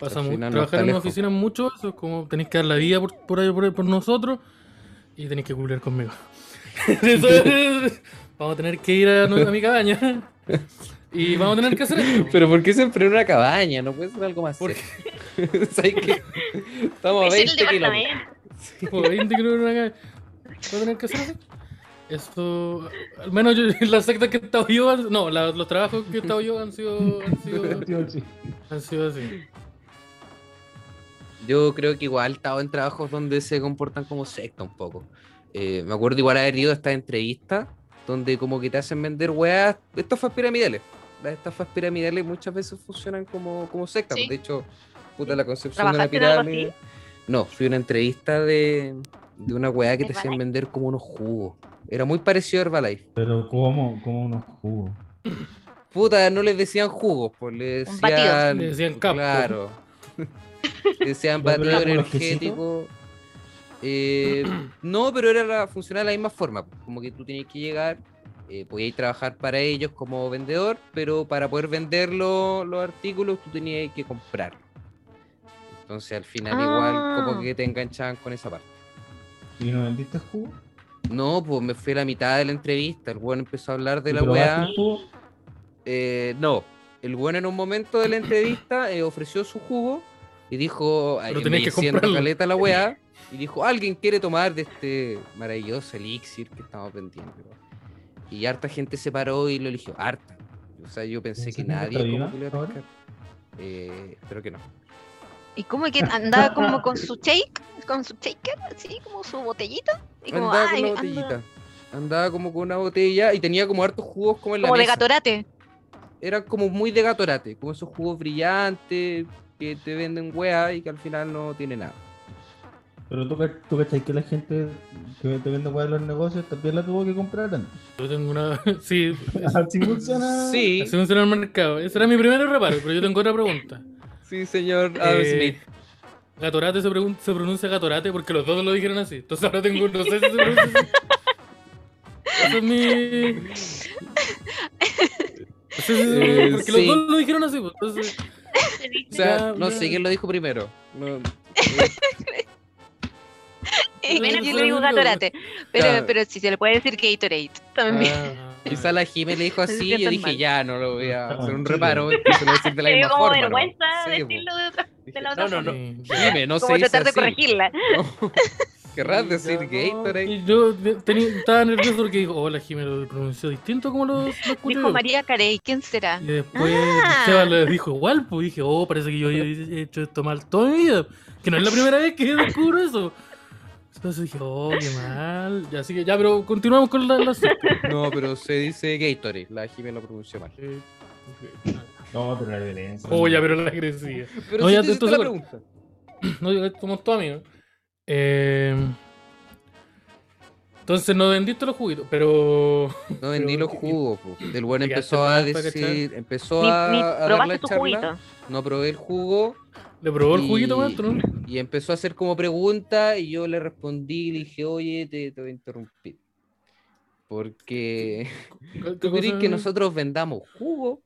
Speaker 1: Pasa
Speaker 3: Al
Speaker 1: mu-
Speaker 3: final no está
Speaker 1: trabajar en una
Speaker 3: lejos.
Speaker 1: oficina es mucho eso, es como tenéis que dar la vida por, por, ahí, por, por nosotros y tenéis que cumplir conmigo. Eso es- vamos a tener que ir a, nu- a mi cabaña y vamos a tener que hacer esto.
Speaker 3: Pero ¿por qué siempre en una cabaña? No puede ser algo más.
Speaker 1: ¿Por
Speaker 3: cerca. ¿Sabes qué? Estamos a
Speaker 4: es el
Speaker 3: 20 kilómetros.
Speaker 4: departamento.
Speaker 1: Como 20 kilómetros en una cabaña. Vamos a tener que hacer así. Eso, al menos yo, las sectas que he estado yo, han- no, la- los trabajos que he estado yo han sido, han sido, han sido así.
Speaker 3: Yo creo que igual he estado en trabajos donde se comportan como secta un poco. Eh, me acuerdo igual haber ido a estas entrevistas donde como que te hacen vender weas, estafas piramidales. Las estafas piramidales muchas veces funcionan como, como secta.
Speaker 4: Sí.
Speaker 3: De hecho, puta la concepción de una
Speaker 5: ¿Trabajaste en algo
Speaker 3: pirámide. No, fui a una entrevista de, de una wea que te hacían
Speaker 4: Herbalife.
Speaker 3: vender como unos jugos. Era muy parecido a Herbalife.
Speaker 6: Pero como, como unos jugos.
Speaker 3: Puta, no les decían jugos, pues les
Speaker 5: Un batido.
Speaker 3: decían.
Speaker 1: Le decían capo.
Speaker 3: Claro. Le decían
Speaker 6: Ya, pero
Speaker 3: batido
Speaker 6: era como los
Speaker 3: energético. Eh, no, pero era la, funcionaba de la misma forma. pues, Como que tú tenías que llegar, eh, podías trabajar para ellos como vendedor, pero para poder vender lo- los artículos tú tenías que comprarlos. Entonces al final igual
Speaker 5: Ah.
Speaker 3: como que te enganchaban con esa parte.
Speaker 6: ¿Y no vendiste jugo?
Speaker 3: No, pues me fui a la mitad de la entrevista. El weón empezó a hablar de
Speaker 6: ¿Y
Speaker 3: la
Speaker 6: probaste
Speaker 3: weá.
Speaker 6: tú?
Speaker 3: Eh, no, el weón en un momento de la entrevista eh, ofreció su jugo y dijo, ay,
Speaker 1: Pero
Speaker 3: me
Speaker 1: tenés que
Speaker 3: haciendo
Speaker 1: comprarlo.
Speaker 3: caleta la weá, y dijo, alguien quiere tomar de este maravilloso elixir que estamos vendiendo. Y harta gente se paró y lo eligió, harta. O sea, yo pensé
Speaker 6: ¿En
Speaker 3: que
Speaker 6: serio?
Speaker 3: nadie
Speaker 6: ¿Está
Speaker 3: como
Speaker 6: viva
Speaker 3: que lo iba a
Speaker 6: ahora?
Speaker 3: pescar. Eh, espero que no.
Speaker 5: Y como que andaba como con su shake, con su shaker, así como su botellita. Y como,
Speaker 3: Andaba
Speaker 5: "Ay,
Speaker 3: con una
Speaker 5: ando
Speaker 3: botellita. Andaba como con una botella y tenía como hartos jugos como en la
Speaker 5: como de
Speaker 3: mesa.
Speaker 5: gatorate.
Speaker 3: era como muy de gatorate, como esos jugos brillantes que te venden weá y que al final no tiene nada.
Speaker 6: Pero tú, cach- tú cachai que la gente que te vende weá en los negocios también la tuvo que comprar antes.
Speaker 1: Yo tengo una. Sí,
Speaker 6: Así funciona.
Speaker 3: Sí,
Speaker 1: así funciona el mercado. Ese era mi primer reparo, pero yo tengo otra pregunta.
Speaker 3: Ah, pues sí, señor Adam
Speaker 1: Eh,
Speaker 3: Smith.
Speaker 1: Gatorate se, pregun- se pronuncia Gatorate porque los dos lo dijeron así. Entonces ahora tengo. No sé si se pronuncia así. Eso es mi. No sé si se pronuncia-
Speaker 3: Eh,
Speaker 1: porque
Speaker 3: sí.
Speaker 1: los dos lo dijeron así. pues, Entonces,
Speaker 4: Se dice-
Speaker 3: O sea,
Speaker 1: ya,
Speaker 3: no
Speaker 1: ya.
Speaker 3: sé quién lo dijo primero. No,
Speaker 5: Y
Speaker 1: Bueno,
Speaker 5: yo
Speaker 1: pero
Speaker 5: le digo
Speaker 1: bueno.
Speaker 5: gatorate. Pero,
Speaker 3: Claro.
Speaker 5: pero sí se le puede decir gatorade también.
Speaker 1: ah,
Speaker 3: quizá la Jimé le dijo
Speaker 5: Se
Speaker 3: así y
Speaker 5: sienten
Speaker 3: yo dije,
Speaker 5: mal.
Speaker 3: ya, no lo voy a
Speaker 6: Está
Speaker 3: hacer un
Speaker 6: tranquilo.
Speaker 3: reparo. Se lo voy a decir de la
Speaker 4: Me dio
Speaker 3: misma
Speaker 4: como
Speaker 3: forma. ¿no?
Speaker 4: vergüenza
Speaker 3: Sí,
Speaker 4: decirlo de otra,
Speaker 3: po.
Speaker 4: de la
Speaker 3: No,
Speaker 4: otra
Speaker 3: no, no.
Speaker 1: sí, ya.
Speaker 3: Jimé, no
Speaker 5: como
Speaker 3: se dice
Speaker 5: tratar de
Speaker 3: así.
Speaker 5: corregirla.
Speaker 3: No. Querrás decir Gatorade.
Speaker 1: Y yo de- tenía, estaba nervioso porque dijo, hola Jimé, lo pronunció distinto como lo, lo escuché
Speaker 5: Dijo
Speaker 1: yo".
Speaker 5: María Carey, ¿quién será?
Speaker 1: Y después
Speaker 5: Ah.
Speaker 1: Seba le dijo igual, pues dije, oh, parece que yo he hecho esto mal toda mi vida. Que no es la primera vez que descubro eso. Entonces dije, oh, qué mal. Y así que ya, pero continuamos con la... la secta.
Speaker 3: No, pero se dice Gatorade. La Jimé lo pronunció mal.
Speaker 1: Eh,
Speaker 6: No, pero la violencia.
Speaker 1: oh, ya, pero la agresiva.
Speaker 3: Pero
Speaker 1: No,
Speaker 3: sí
Speaker 1: ya
Speaker 3: te
Speaker 1: te-
Speaker 3: hiciste
Speaker 1: tú
Speaker 3: la
Speaker 1: seguro.
Speaker 3: pregunta.
Speaker 1: No, yo como todo amigo. Eh, entonces no vendiste los juguitos, pero...
Speaker 3: No vendí
Speaker 1: Pero-
Speaker 3: los jugos, po. El buen
Speaker 1: Llegaste
Speaker 3: pues. empezó a
Speaker 1: para- para
Speaker 3: decir, empezó
Speaker 5: Ni,
Speaker 3: a,
Speaker 5: ni
Speaker 3: a dar la
Speaker 5: probaste tu
Speaker 3: charla.
Speaker 5: juguito.
Speaker 3: No probé el jugo
Speaker 1: Le probó el
Speaker 3: Y-
Speaker 1: juguito, maestro, ¿no?
Speaker 3: y empezó a hacer como preguntas y yo le respondí y le dije, oye, te, te voy a interrumpir. Porque tú querés que nosotros vendamos jugo,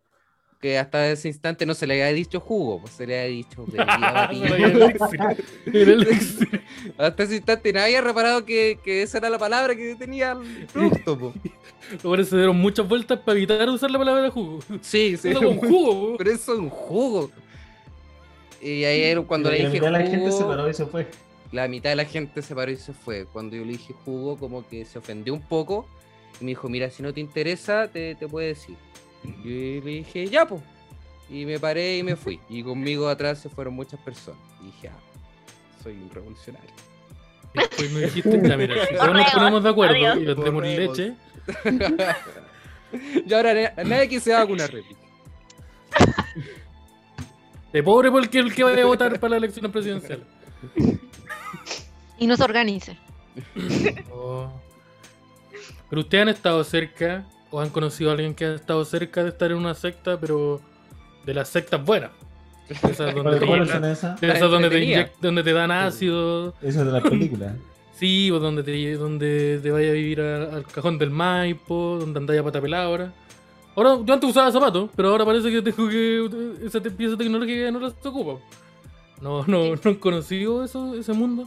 Speaker 3: que hasta ese instante no se le había dicho jugo, pues, se le había dicho bebida, batida.
Speaker 1: Era el elixir.
Speaker 3: Hasta ese instante nadie ha reparado que, que esa era la palabra que tenía el producto. po.
Speaker 1: Ahora se dieron muchas vueltas para evitar usar la palabra jugo.
Speaker 3: Sí, sí.
Speaker 1: Solo con jugo.
Speaker 3: Pero eso es un jugo. Y ahí era cuando le
Speaker 6: la
Speaker 3: dije "Uh".
Speaker 6: mitad de la gente se
Speaker 3: jugo,
Speaker 6: paró y se fue.
Speaker 3: la mitad de la gente se paró y se fue. Cuando yo le dije jugo, como que se ofendió un poco. Y me dijo, mira, si no te interesa, te, te puede decir. Y le dije, ya, pues. Y me paré y me fui. Y conmigo atrás se fueron muchas personas. Y dije, ah, soy un revolucionario.
Speaker 1: Después Pues me dijiste, ya mira, si todos nos ponemos de acuerdo
Speaker 4: Adiós.
Speaker 1: y vendemos
Speaker 3: Borregos.
Speaker 1: leche,
Speaker 3: y ahora na- nadie que se va con una réplica.
Speaker 1: de pobre porque el que vaya a votar para las elecciones presidenciales.
Speaker 5: Y no se organice.
Speaker 1: Oh. Pero ustedes han estado cerca, o han conocido a alguien que ha estado cerca de estar en una secta, pero de las sectas buenas. Esas donde
Speaker 6: ¿Cuáles
Speaker 1: te,
Speaker 6: cuáles
Speaker 1: inyectan-
Speaker 6: son esas?
Speaker 1: de esas donde te,
Speaker 3: Entretenida.
Speaker 1: inyect- donde te dan ácido,
Speaker 6: Esas de la película.
Speaker 1: sí, o donde te, donde te vaya a vivir a- al cajón del Maipo, donde andáis a pata pelada ahora. Ahora, yo antes usaba zapatos, pero ahora parece que tengo que. Esa te- pieza tecnológica ya no las ocupa. No, no, no he conocido eso, ese mundo.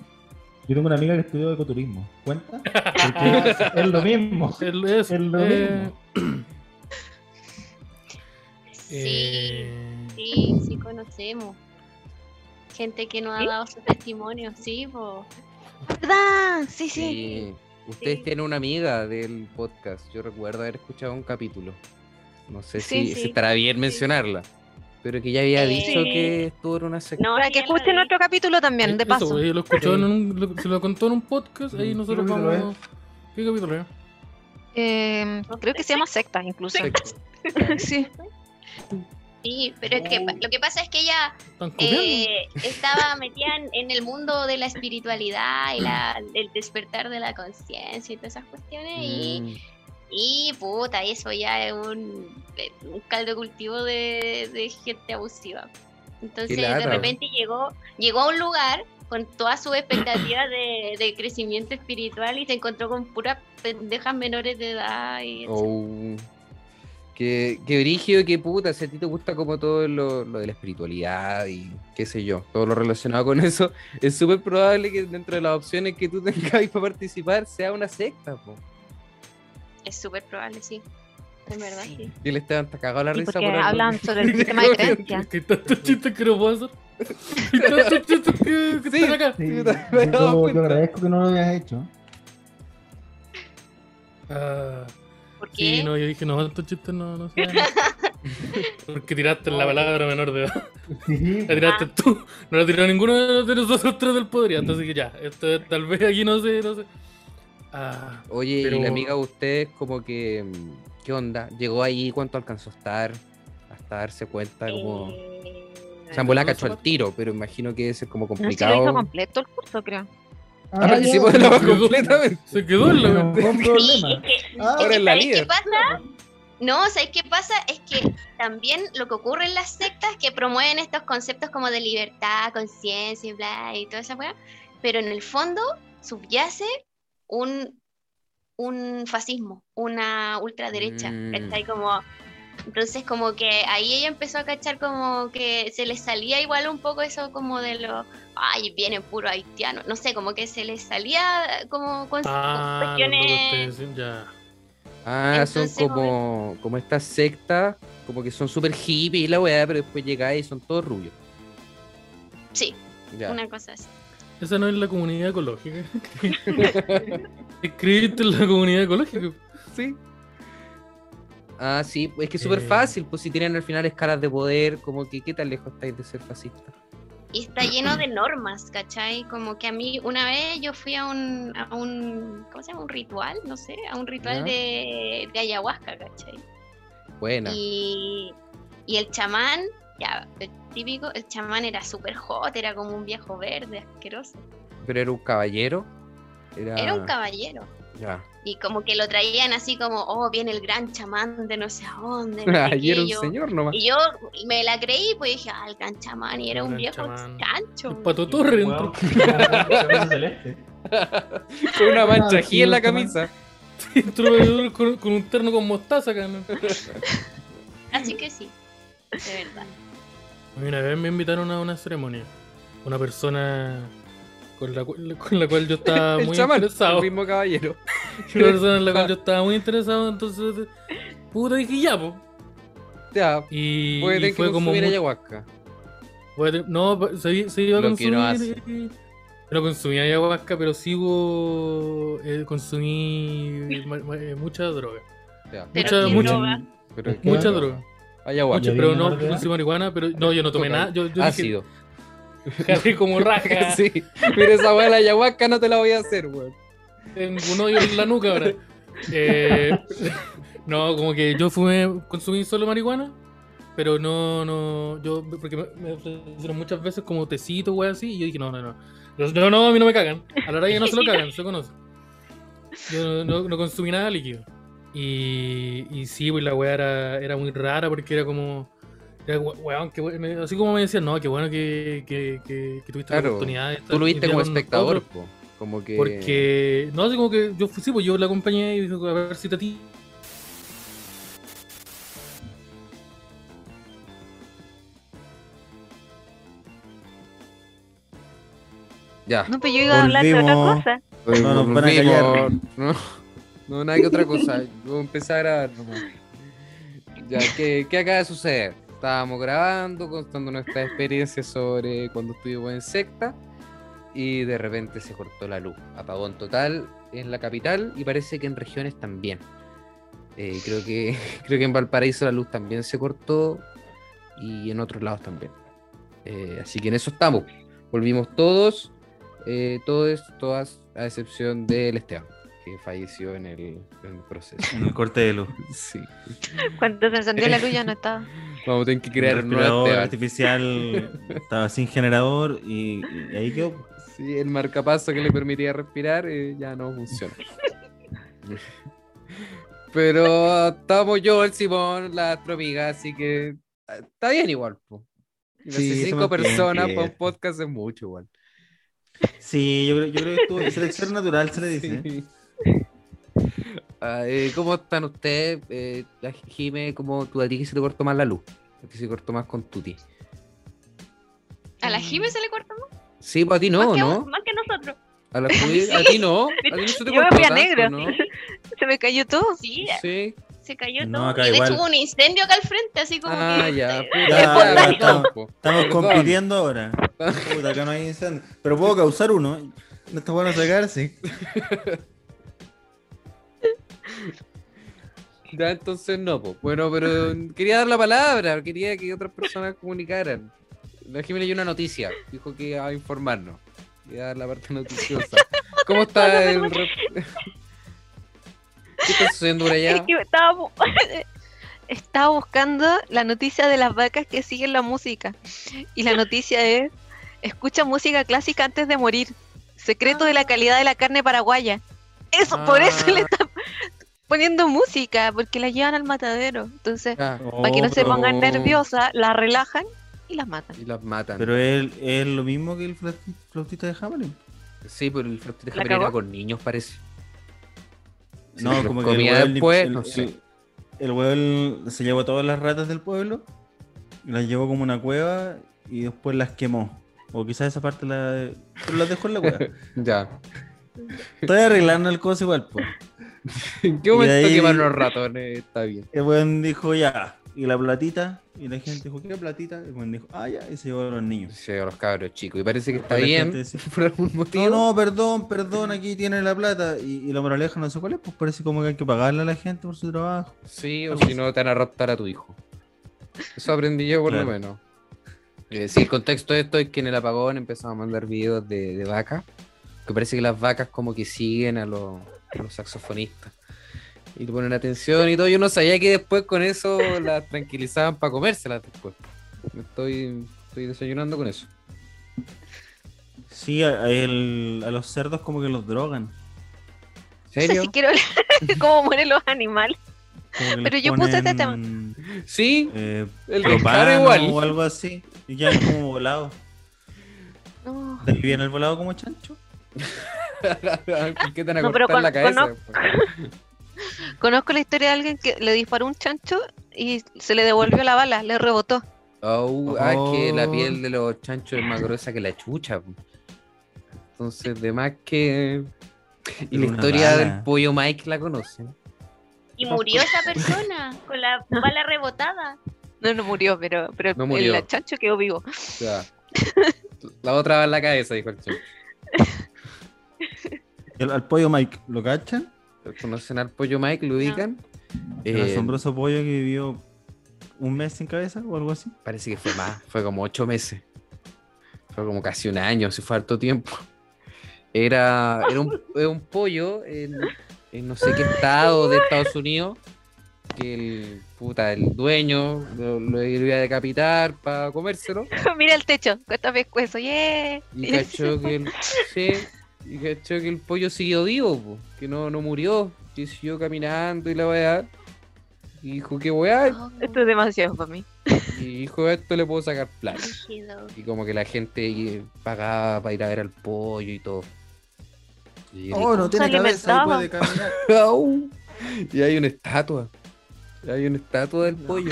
Speaker 6: Yo tengo una amiga que estudió ecoturismo. ¿Cuenta? Porque es lo mismo.
Speaker 1: El, es,
Speaker 6: Es lo
Speaker 1: eh,
Speaker 4: Sí,
Speaker 1: eh,
Speaker 4: sí, sí conocemos. Gente que no ha dado su testimonio, sí, po.
Speaker 5: ¿Verdad? Sí, sí.
Speaker 3: Sí. Ustedes
Speaker 4: Sí.
Speaker 3: tienen una amiga del podcast. Yo recuerdo haber escuchado un capítulo. No sé
Speaker 5: Sí,
Speaker 3: si, si
Speaker 4: sí.
Speaker 3: estará bien mencionarla. Pero que ya había
Speaker 4: Eh,
Speaker 3: dicho
Speaker 4: sí.
Speaker 3: que estuvo en una secta.
Speaker 4: No,
Speaker 5: Para
Speaker 4: sí,
Speaker 5: que
Speaker 4: ya lo
Speaker 5: escuchen
Speaker 4: vi.
Speaker 5: nuestro capítulo también, de
Speaker 1: eh, eso,
Speaker 5: paso.
Speaker 1: ella lo escuchó
Speaker 3: Sí.
Speaker 1: en un- lo- se lo contó en un podcast, ahí
Speaker 6: ¿Qué
Speaker 1: nosotros
Speaker 6: capítulo
Speaker 1: vamos. ¿Qué capítulo es?
Speaker 5: Eh, creo que se llama secta incluso.
Speaker 3: Secta.
Speaker 5: Sí.
Speaker 4: Sí, pero es
Speaker 5: Oh.
Speaker 4: que pa- lo que pasa es que ella
Speaker 1: ¿Están comiendo?
Speaker 4: eh, estaba metida en, en el mundo de la espiritualidad y la, el despertar de la conciencia y todas esas cuestiones. Y,
Speaker 3: Mm.
Speaker 4: y puta, eso ya es un, eh, un caldo de cultivo de, de gente abusiva. Entonces, de
Speaker 3: lata.
Speaker 4: repente llegó, llegó a un lugar con todas sus expectativas de, de crecimiento espiritual y se encontró con puras pendejas menores de edad. Y
Speaker 3: Oh. Que, que brígido, que puta, si a ti te gusta como todo lo, lo de la espiritualidad y qué sé yo, todo lo relacionado con eso, es súper probable que dentro de las opciones que tú tengáis para participar sea una secta, po.
Speaker 4: Es súper probable, sí. Es verdad, sí.
Speaker 3: Y el Esteban está cagado la
Speaker 5: Sí,
Speaker 3: risa
Speaker 5: porque
Speaker 3: por algo.
Speaker 5: hablan sobre el sistema de creencias.
Speaker 1: Que tantos chistes que no puedo hacer. Y tantos chistes que, que
Speaker 3: Sí.
Speaker 1: están acá.
Speaker 6: Sí,
Speaker 3: Sí,
Speaker 6: yo,
Speaker 3: me he dado
Speaker 6: yo
Speaker 3: cuenta.
Speaker 6: agradezco que no lo hayas hecho.
Speaker 1: Ah,
Speaker 4: ¿Por qué?
Speaker 1: sí, no, yo dije, no, tantos chistes no, no sé. Porque tiraste la palabra menor de edad.
Speaker 6: Sí,
Speaker 1: La tiraste tú. No la tiró ninguno de de nosotros tres del podría. Entonces que ya, esto, tal vez aquí no sé, no sé. Ah,
Speaker 3: Oye,
Speaker 1: Pero-
Speaker 3: y la amiga de ustedes, como que. mm, ¿Qué onda? ¿Llegó ahí? ¿Cuánto alcanzó a estar? Hasta darse cuenta, como.
Speaker 4: Eh,
Speaker 3: O sea, en volada
Speaker 1: ¿no?
Speaker 3: cachó al tiro, pero imagino que ese es como
Speaker 5: No sé si lo hizo
Speaker 3: complicado.
Speaker 5: completo el curso, creo.
Speaker 3: Ah,
Speaker 6: ya.
Speaker 3: participó de la
Speaker 1: Yo-
Speaker 3: completamente.
Speaker 1: se quedó en la
Speaker 6: Pero con
Speaker 4: Sí,
Speaker 6: problema.
Speaker 4: es que,
Speaker 6: Ah,
Speaker 4: es
Speaker 3: Ahora
Speaker 4: que
Speaker 3: es la
Speaker 4: ¿sabéis qué
Speaker 3: líder.
Speaker 4: pasa? No, ¿sabéis qué pasa? Es que también lo que ocurre en las sectas que promueven estos conceptos como de libertad, conciencia y bla, y toda esa weá, pero en el fondo subyace un, un fascismo, una ultraderecha,
Speaker 3: Mm.
Speaker 4: ¿cachai? Como, entonces como que ahí ella empezó a cachar como que se les salía igual un poco eso como de lo, ay, vienen puro haitiano, no sé, como que se les salía como con
Speaker 1: Ah, lo que
Speaker 4: cuestiones...
Speaker 1: ustedes dicen, ya.
Speaker 3: Ah,
Speaker 4: Entonces,
Speaker 3: son como, como estas sectas, como que son súper hippies y la weá, pero después llegáis y son todos rubios.
Speaker 4: Sí,
Speaker 3: Ya.
Speaker 4: una cosa así.
Speaker 1: Esa no es la comunidad ecológica. Escribiste en la comunidad ecológica.
Speaker 3: Sí. Ah, sí, pues es que es súper
Speaker 1: Eh.
Speaker 3: fácil, pues si tienen al final escalas de poder, como que qué tan lejos estáis de ser fascista.
Speaker 4: Y está lleno de normas, ¿cachai? Como que a mí, una vez yo fui a un, a un ¿cómo se llama? Un ritual, no sé, a un ritual
Speaker 3: Ya.
Speaker 4: de, de ayahuasca, ¿cachai?
Speaker 3: Buena.
Speaker 4: Y, y el chamán, ya, el típico, el chamán era súper hot, era como un viejo verde, asqueroso.
Speaker 3: Pero era un caballero. Era,
Speaker 4: Era un caballero.
Speaker 3: Ya.
Speaker 4: Y como que lo traían así como, oh, viene el gran chamán de no sé a dónde. no sé
Speaker 3: Ayer
Speaker 4: qué,
Speaker 3: un
Speaker 4: yo-
Speaker 3: señor nomás.
Speaker 4: Y yo me la creí, pues dije, ah, el gran chamán, y era
Speaker 1: El
Speaker 4: un
Speaker 1: gran
Speaker 4: viejo
Speaker 1: chamán.
Speaker 4: chancho.
Speaker 1: Un pato torre entró.
Speaker 6: Wow. Cabeza celeste.
Speaker 3: Con una mancha
Speaker 6: Ah,
Speaker 3: aquí en la
Speaker 6: sí, un
Speaker 3: camisa.
Speaker 1: Entró con, con un terno con mostaza acá. ¿no?
Speaker 4: Así que sí, de verdad.
Speaker 1: A mí Una vez me invitaron a una ceremonia. Una persona con la, cual- con la cual yo estaba
Speaker 3: El
Speaker 1: muy
Speaker 3: chamán,
Speaker 1: interesado.
Speaker 3: el mismo caballero.
Speaker 1: Una persona en la cual yo estaba muy interesado. Entonces, puta, dije ya, po.
Speaker 3: Ya,
Speaker 1: Y,
Speaker 3: puede
Speaker 1: y
Speaker 3: tener que
Speaker 1: fue como.
Speaker 3: consumir
Speaker 1: mu-
Speaker 3: ayahuasca.
Speaker 1: puede tener- no, pa- se, se iba a
Speaker 3: Lo que no
Speaker 1: consumir. eh, No consumí ayahuasca, pero sí hubo. eh, consumí ma- ma- eh, mucha droga.
Speaker 3: Ya,
Speaker 1: Mucha-
Speaker 4: Pero qué
Speaker 1: mucha-
Speaker 4: droga.
Speaker 3: pero es que-
Speaker 1: Mucha droga.
Speaker 3: Ayahuasca.
Speaker 1: Mucha,
Speaker 6: ¿Ya
Speaker 1: pero
Speaker 6: viene
Speaker 1: no
Speaker 6: la droga?
Speaker 1: consumí marihuana, pero no, yo no tomé
Speaker 3: Cocaína.
Speaker 1: nada. Yo, yo dije,
Speaker 3: Ácido.
Speaker 1: jalé como raja.
Speaker 3: Sí. Mira esa weá de la ayahuasca no te la voy a hacer, weón.
Speaker 1: Tengo un hoyo en la nuca ahora. Eh, no, como que yo fumé, consumí solo marihuana, pero no, no, yo, porque me, me ofrecieron muchas veces como tecito, wey, así, y yo dije, no, no, no, Yo, no, no, a mí no me cagan, a la hora que no se lo cagan, se conoce. Yo no, no- no consumí nada líquido. Y, y sí, pues la weá era, era muy rara porque era como, era, we- weón, que, me- así como me decían, no, qué bueno que, que, que, que tuviste la
Speaker 3: Claro,
Speaker 1: oportunidad. de estar-
Speaker 3: Tú lo viste
Speaker 1: de
Speaker 3: como
Speaker 1: hablar con
Speaker 3: espectador,
Speaker 1: nosotros".
Speaker 3: po. Como que.
Speaker 1: Porque, no, así como que yo fui, sí, pues yo la acompañé y dije, a ver si te ti.
Speaker 3: Ya.
Speaker 5: No, pero yo iba a hablar de otra
Speaker 2: Volvimos.
Speaker 5: cosa.
Speaker 3: Pues,
Speaker 6: No nos van a
Speaker 3: Volvimos.
Speaker 6: callar.
Speaker 3: No, no, nada que otra cosa. Yo empecé a grabar nomás. Ya, ¿qué, ¿qué acaba de suceder? Estábamos grabando, contando nuestras experiencias sobre cuando estuvimos en secta y de repente se cortó la luz. Apagón total en la capital y parece que en regiones también. Eh, creo, que, creo que en Valparaíso la luz también se cortó y en otros lados también. Eh, así que en eso estamos. Volvimos todos, eh, todos, todas, a excepción del Esteban, que falleció en el, en el proceso.
Speaker 2: En el corte de luz.
Speaker 3: Sí.
Speaker 5: Cuando se encendió la luz ya no estaba.
Speaker 3: Vamos a tener que crear
Speaker 2: el
Speaker 3: un nuevo
Speaker 2: respirador
Speaker 3: Esteban.
Speaker 2: artificial estaba sin generador y, y ahí quedó.
Speaker 3: Sí, el marcapaso que le permitía respirar eh, ya no funciona. Pero estamos yo, el Simón, la astroamiga, así que ah, está bien igual. po. Y no sé,
Speaker 2: Sí, se
Speaker 3: cinco
Speaker 2: mantiene
Speaker 3: personas
Speaker 2: bien.
Speaker 3: para un podcast es mucho igual.
Speaker 2: Sí, yo creo, yo creo que tuvo selección natural, se le dice.
Speaker 3: Sí. Ah, eh, ¿Cómo están ustedes? Eh, la Jime, ¿cómo tú a ti que se te cortó más la luz? A ti se cortó más con Tuti.
Speaker 4: A la Jime se le corta más,
Speaker 3: Sí, pues a ti no,
Speaker 4: que,
Speaker 3: ¿no?
Speaker 4: más que nosotros.
Speaker 3: A, la Juli- a ti no. A ti no se te
Speaker 5: Yo me
Speaker 3: cortó
Speaker 5: fui a
Speaker 3: tanto,
Speaker 5: negro.
Speaker 3: ¿no?
Speaker 5: Se me cayó todo.
Speaker 4: Sí,
Speaker 3: Sí.
Speaker 4: se cayó
Speaker 2: No,
Speaker 4: todo.
Speaker 2: acá
Speaker 4: y de
Speaker 2: igual.
Speaker 4: hecho hubo un incendio acá al frente, así como
Speaker 3: Ah,
Speaker 4: que.
Speaker 3: ya. puta,
Speaker 2: ya,
Speaker 3: ya,
Speaker 2: estamos-
Speaker 3: tampoco.
Speaker 2: Estamos
Speaker 3: Perdón.
Speaker 2: compitiendo ahora. Puta, acá no hay incendio. Pero puedo causar uno. No está bueno sacarse.
Speaker 3: Ya, entonces no, pues. Bueno, pero quería dar la palabra, quería que otras personas comunicaran. La Jimena dio una noticia, dijo que iba a informarnos. Iba a dar la parte noticiosa. ¿Cómo está el... re- ¿Qué está sucediendo por allá?
Speaker 5: Es que estaba, bu- estaba buscando la noticia de las vacas que siguen la música. Y la noticia es, escucha música clásica antes de morir. Secreto de la calidad de la carne paraguaya. Eso, por eso le
Speaker 3: Ah.
Speaker 5: están poniendo música, porque la llevan al matadero. Entonces,
Speaker 3: Ya,
Speaker 6: Oh,
Speaker 5: para que no se
Speaker 3: pero-
Speaker 5: pongan nerviosas, la relajan y las matan.
Speaker 3: Y las matan.
Speaker 2: Pero es, es lo mismo que el flauti- flautista de Hamelin.
Speaker 3: Sí, pero el frasquito de
Speaker 5: ¿La
Speaker 3: Hammer era
Speaker 5: cagó?
Speaker 3: con niños, parece. Sí,
Speaker 2: No,
Speaker 3: los
Speaker 2: como que
Speaker 3: comía
Speaker 2: el weón
Speaker 3: después,
Speaker 2: lim-
Speaker 3: no sé.
Speaker 2: el- el weón se llevó a todas las ratas del pueblo, las llevó como a una cueva y después las quemó. O quizás esa parte la. Pero las dejó en la cueva.
Speaker 3: Ya.
Speaker 2: Estoy arreglando el coso igual, pues.
Speaker 3: ¿En qué
Speaker 2: Y de
Speaker 3: momento
Speaker 2: ahí-
Speaker 3: quemaron los ratones? Está bien.
Speaker 2: El weón dijo ya. Y la platita. Y la gente dijo, ¿qué platita? El weón dijo, ah, ya. Y se llevó a los niños.
Speaker 3: Sí, a los cabros chicos. Y parece que está
Speaker 2: La
Speaker 3: bien.
Speaker 2: gente decía,
Speaker 3: Por algún motivo.
Speaker 2: No, no, perdón, perdón, aquí tiene la plata. Y, y la moraleja no sé cuál es, pues parece como que hay que pagarle a la gente por su trabajo.
Speaker 3: Sí, o si no, te van a raptar a tu hijo. Eso aprendí yo, por lo
Speaker 2: Claro.
Speaker 3: menos. Eh, sí, el contexto de esto es que en el apagón empezamos a mandar videos de, de vacas. Que parece que las vacas, como que siguen a los, a los saxofonistas. Y le ponen atención y todo. Yo no sabía que después con eso las tranquilizaban para comérselas después. Me estoy, estoy desayunando con eso.
Speaker 2: Sí, a, a el- a los cerdos como que los drogan.
Speaker 3: ¿En
Speaker 5: No sé
Speaker 3: serio?
Speaker 5: si quiero hablar cómo mueren los animales.
Speaker 2: como que les
Speaker 5: Pero yo puse este tema.
Speaker 2: ponen,
Speaker 3: Sí,
Speaker 2: eh,
Speaker 3: el
Speaker 2: propano
Speaker 3: disparo
Speaker 2: o
Speaker 3: igual.
Speaker 2: algo así. Y quedan como volados.
Speaker 5: No.
Speaker 2: ¿Te viene el volado como chancho?
Speaker 3: ¿Por qué te van a
Speaker 5: No, pero
Speaker 3: cortar la
Speaker 5: con-
Speaker 3: cabeza? pues?
Speaker 5: Conozco la historia de alguien que le disparó un chancho y se le devolvió la bala, le rebotó.
Speaker 3: Oh, ah, es que la
Speaker 2: Oh.
Speaker 3: piel de los chanchos es más gruesa que la chucha. po. Entonces, de más que. Y
Speaker 2: Pero
Speaker 3: la
Speaker 2: una
Speaker 3: historia del
Speaker 2: bala.
Speaker 3: pollo Mike la conocen.
Speaker 4: Y murió esa persona con la bala rebotada.
Speaker 5: No, no murió, pero, pero
Speaker 3: No murió.
Speaker 5: el chancho quedó vivo.
Speaker 3: O sea, la otra va en la cabeza, dijo el chancho.
Speaker 2: El, al pollo Mike, ¿lo cachan?
Speaker 3: ¿Conocen al pollo Mike? ¿Lo ubican?
Speaker 2: El
Speaker 3: Eh,
Speaker 2: asombroso pollo que vivió un mes sin cabeza o algo así.
Speaker 3: Parece que fue más, fue como ocho meses. Fue como casi un año, se fue harto tiempo. Era, era, un, era un pollo en, en no sé qué estado de Estados Unidos que el, puta, el dueño lo, lo iba a decapitar para comérselo
Speaker 5: Mira el techo, con estos pescuezos, ¡yeah!
Speaker 3: y cachó que el, sí, y cachó que el pollo siguió vivo, po, que no, no murió, que siguió caminando y la weá. Y dijo, qué weá.
Speaker 4: Oh,
Speaker 5: Esto es demasiado para mí.
Speaker 3: Y dijo, a esto le puedo sacar plata.
Speaker 4: Rígido.
Speaker 3: Y como que la gente eh, pagaba para ir a ver al pollo y todo. Y,
Speaker 2: Oh, no tiene
Speaker 5: Se
Speaker 2: cabeza,
Speaker 5: alimentaba.
Speaker 2: no puede caminar.
Speaker 3: ¡Au! Y hay una estatua. Hay una estatua del pollo.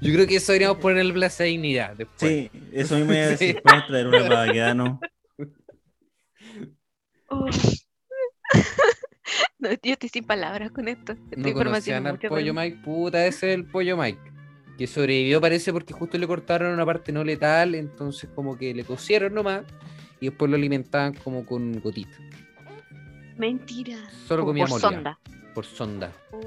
Speaker 3: Yo creo que eso deberíamos poner en el Plaza de Dignidad después.
Speaker 2: Sí, eso mismo iba a decir.
Speaker 3: Sí.
Speaker 2: Vamos a traer una para quedarnos.
Speaker 5: Oh. No, yo estoy sin palabras con esto. Esta
Speaker 3: no
Speaker 5: información
Speaker 3: conocían
Speaker 5: es
Speaker 3: al
Speaker 5: mucho
Speaker 3: pollo
Speaker 5: para mí.
Speaker 3: Mike. Puta, ese es el pollo Mike. Que sobrevivió parece porque justo le cortaron una parte no letal, entonces como que le cosieron nomás y después lo alimentaban como con gotitas.
Speaker 4: Mentira.
Speaker 3: Solo
Speaker 5: Como
Speaker 3: comía
Speaker 5: por
Speaker 3: molida,
Speaker 5: sonda.
Speaker 3: Por sonda.
Speaker 4: Oh,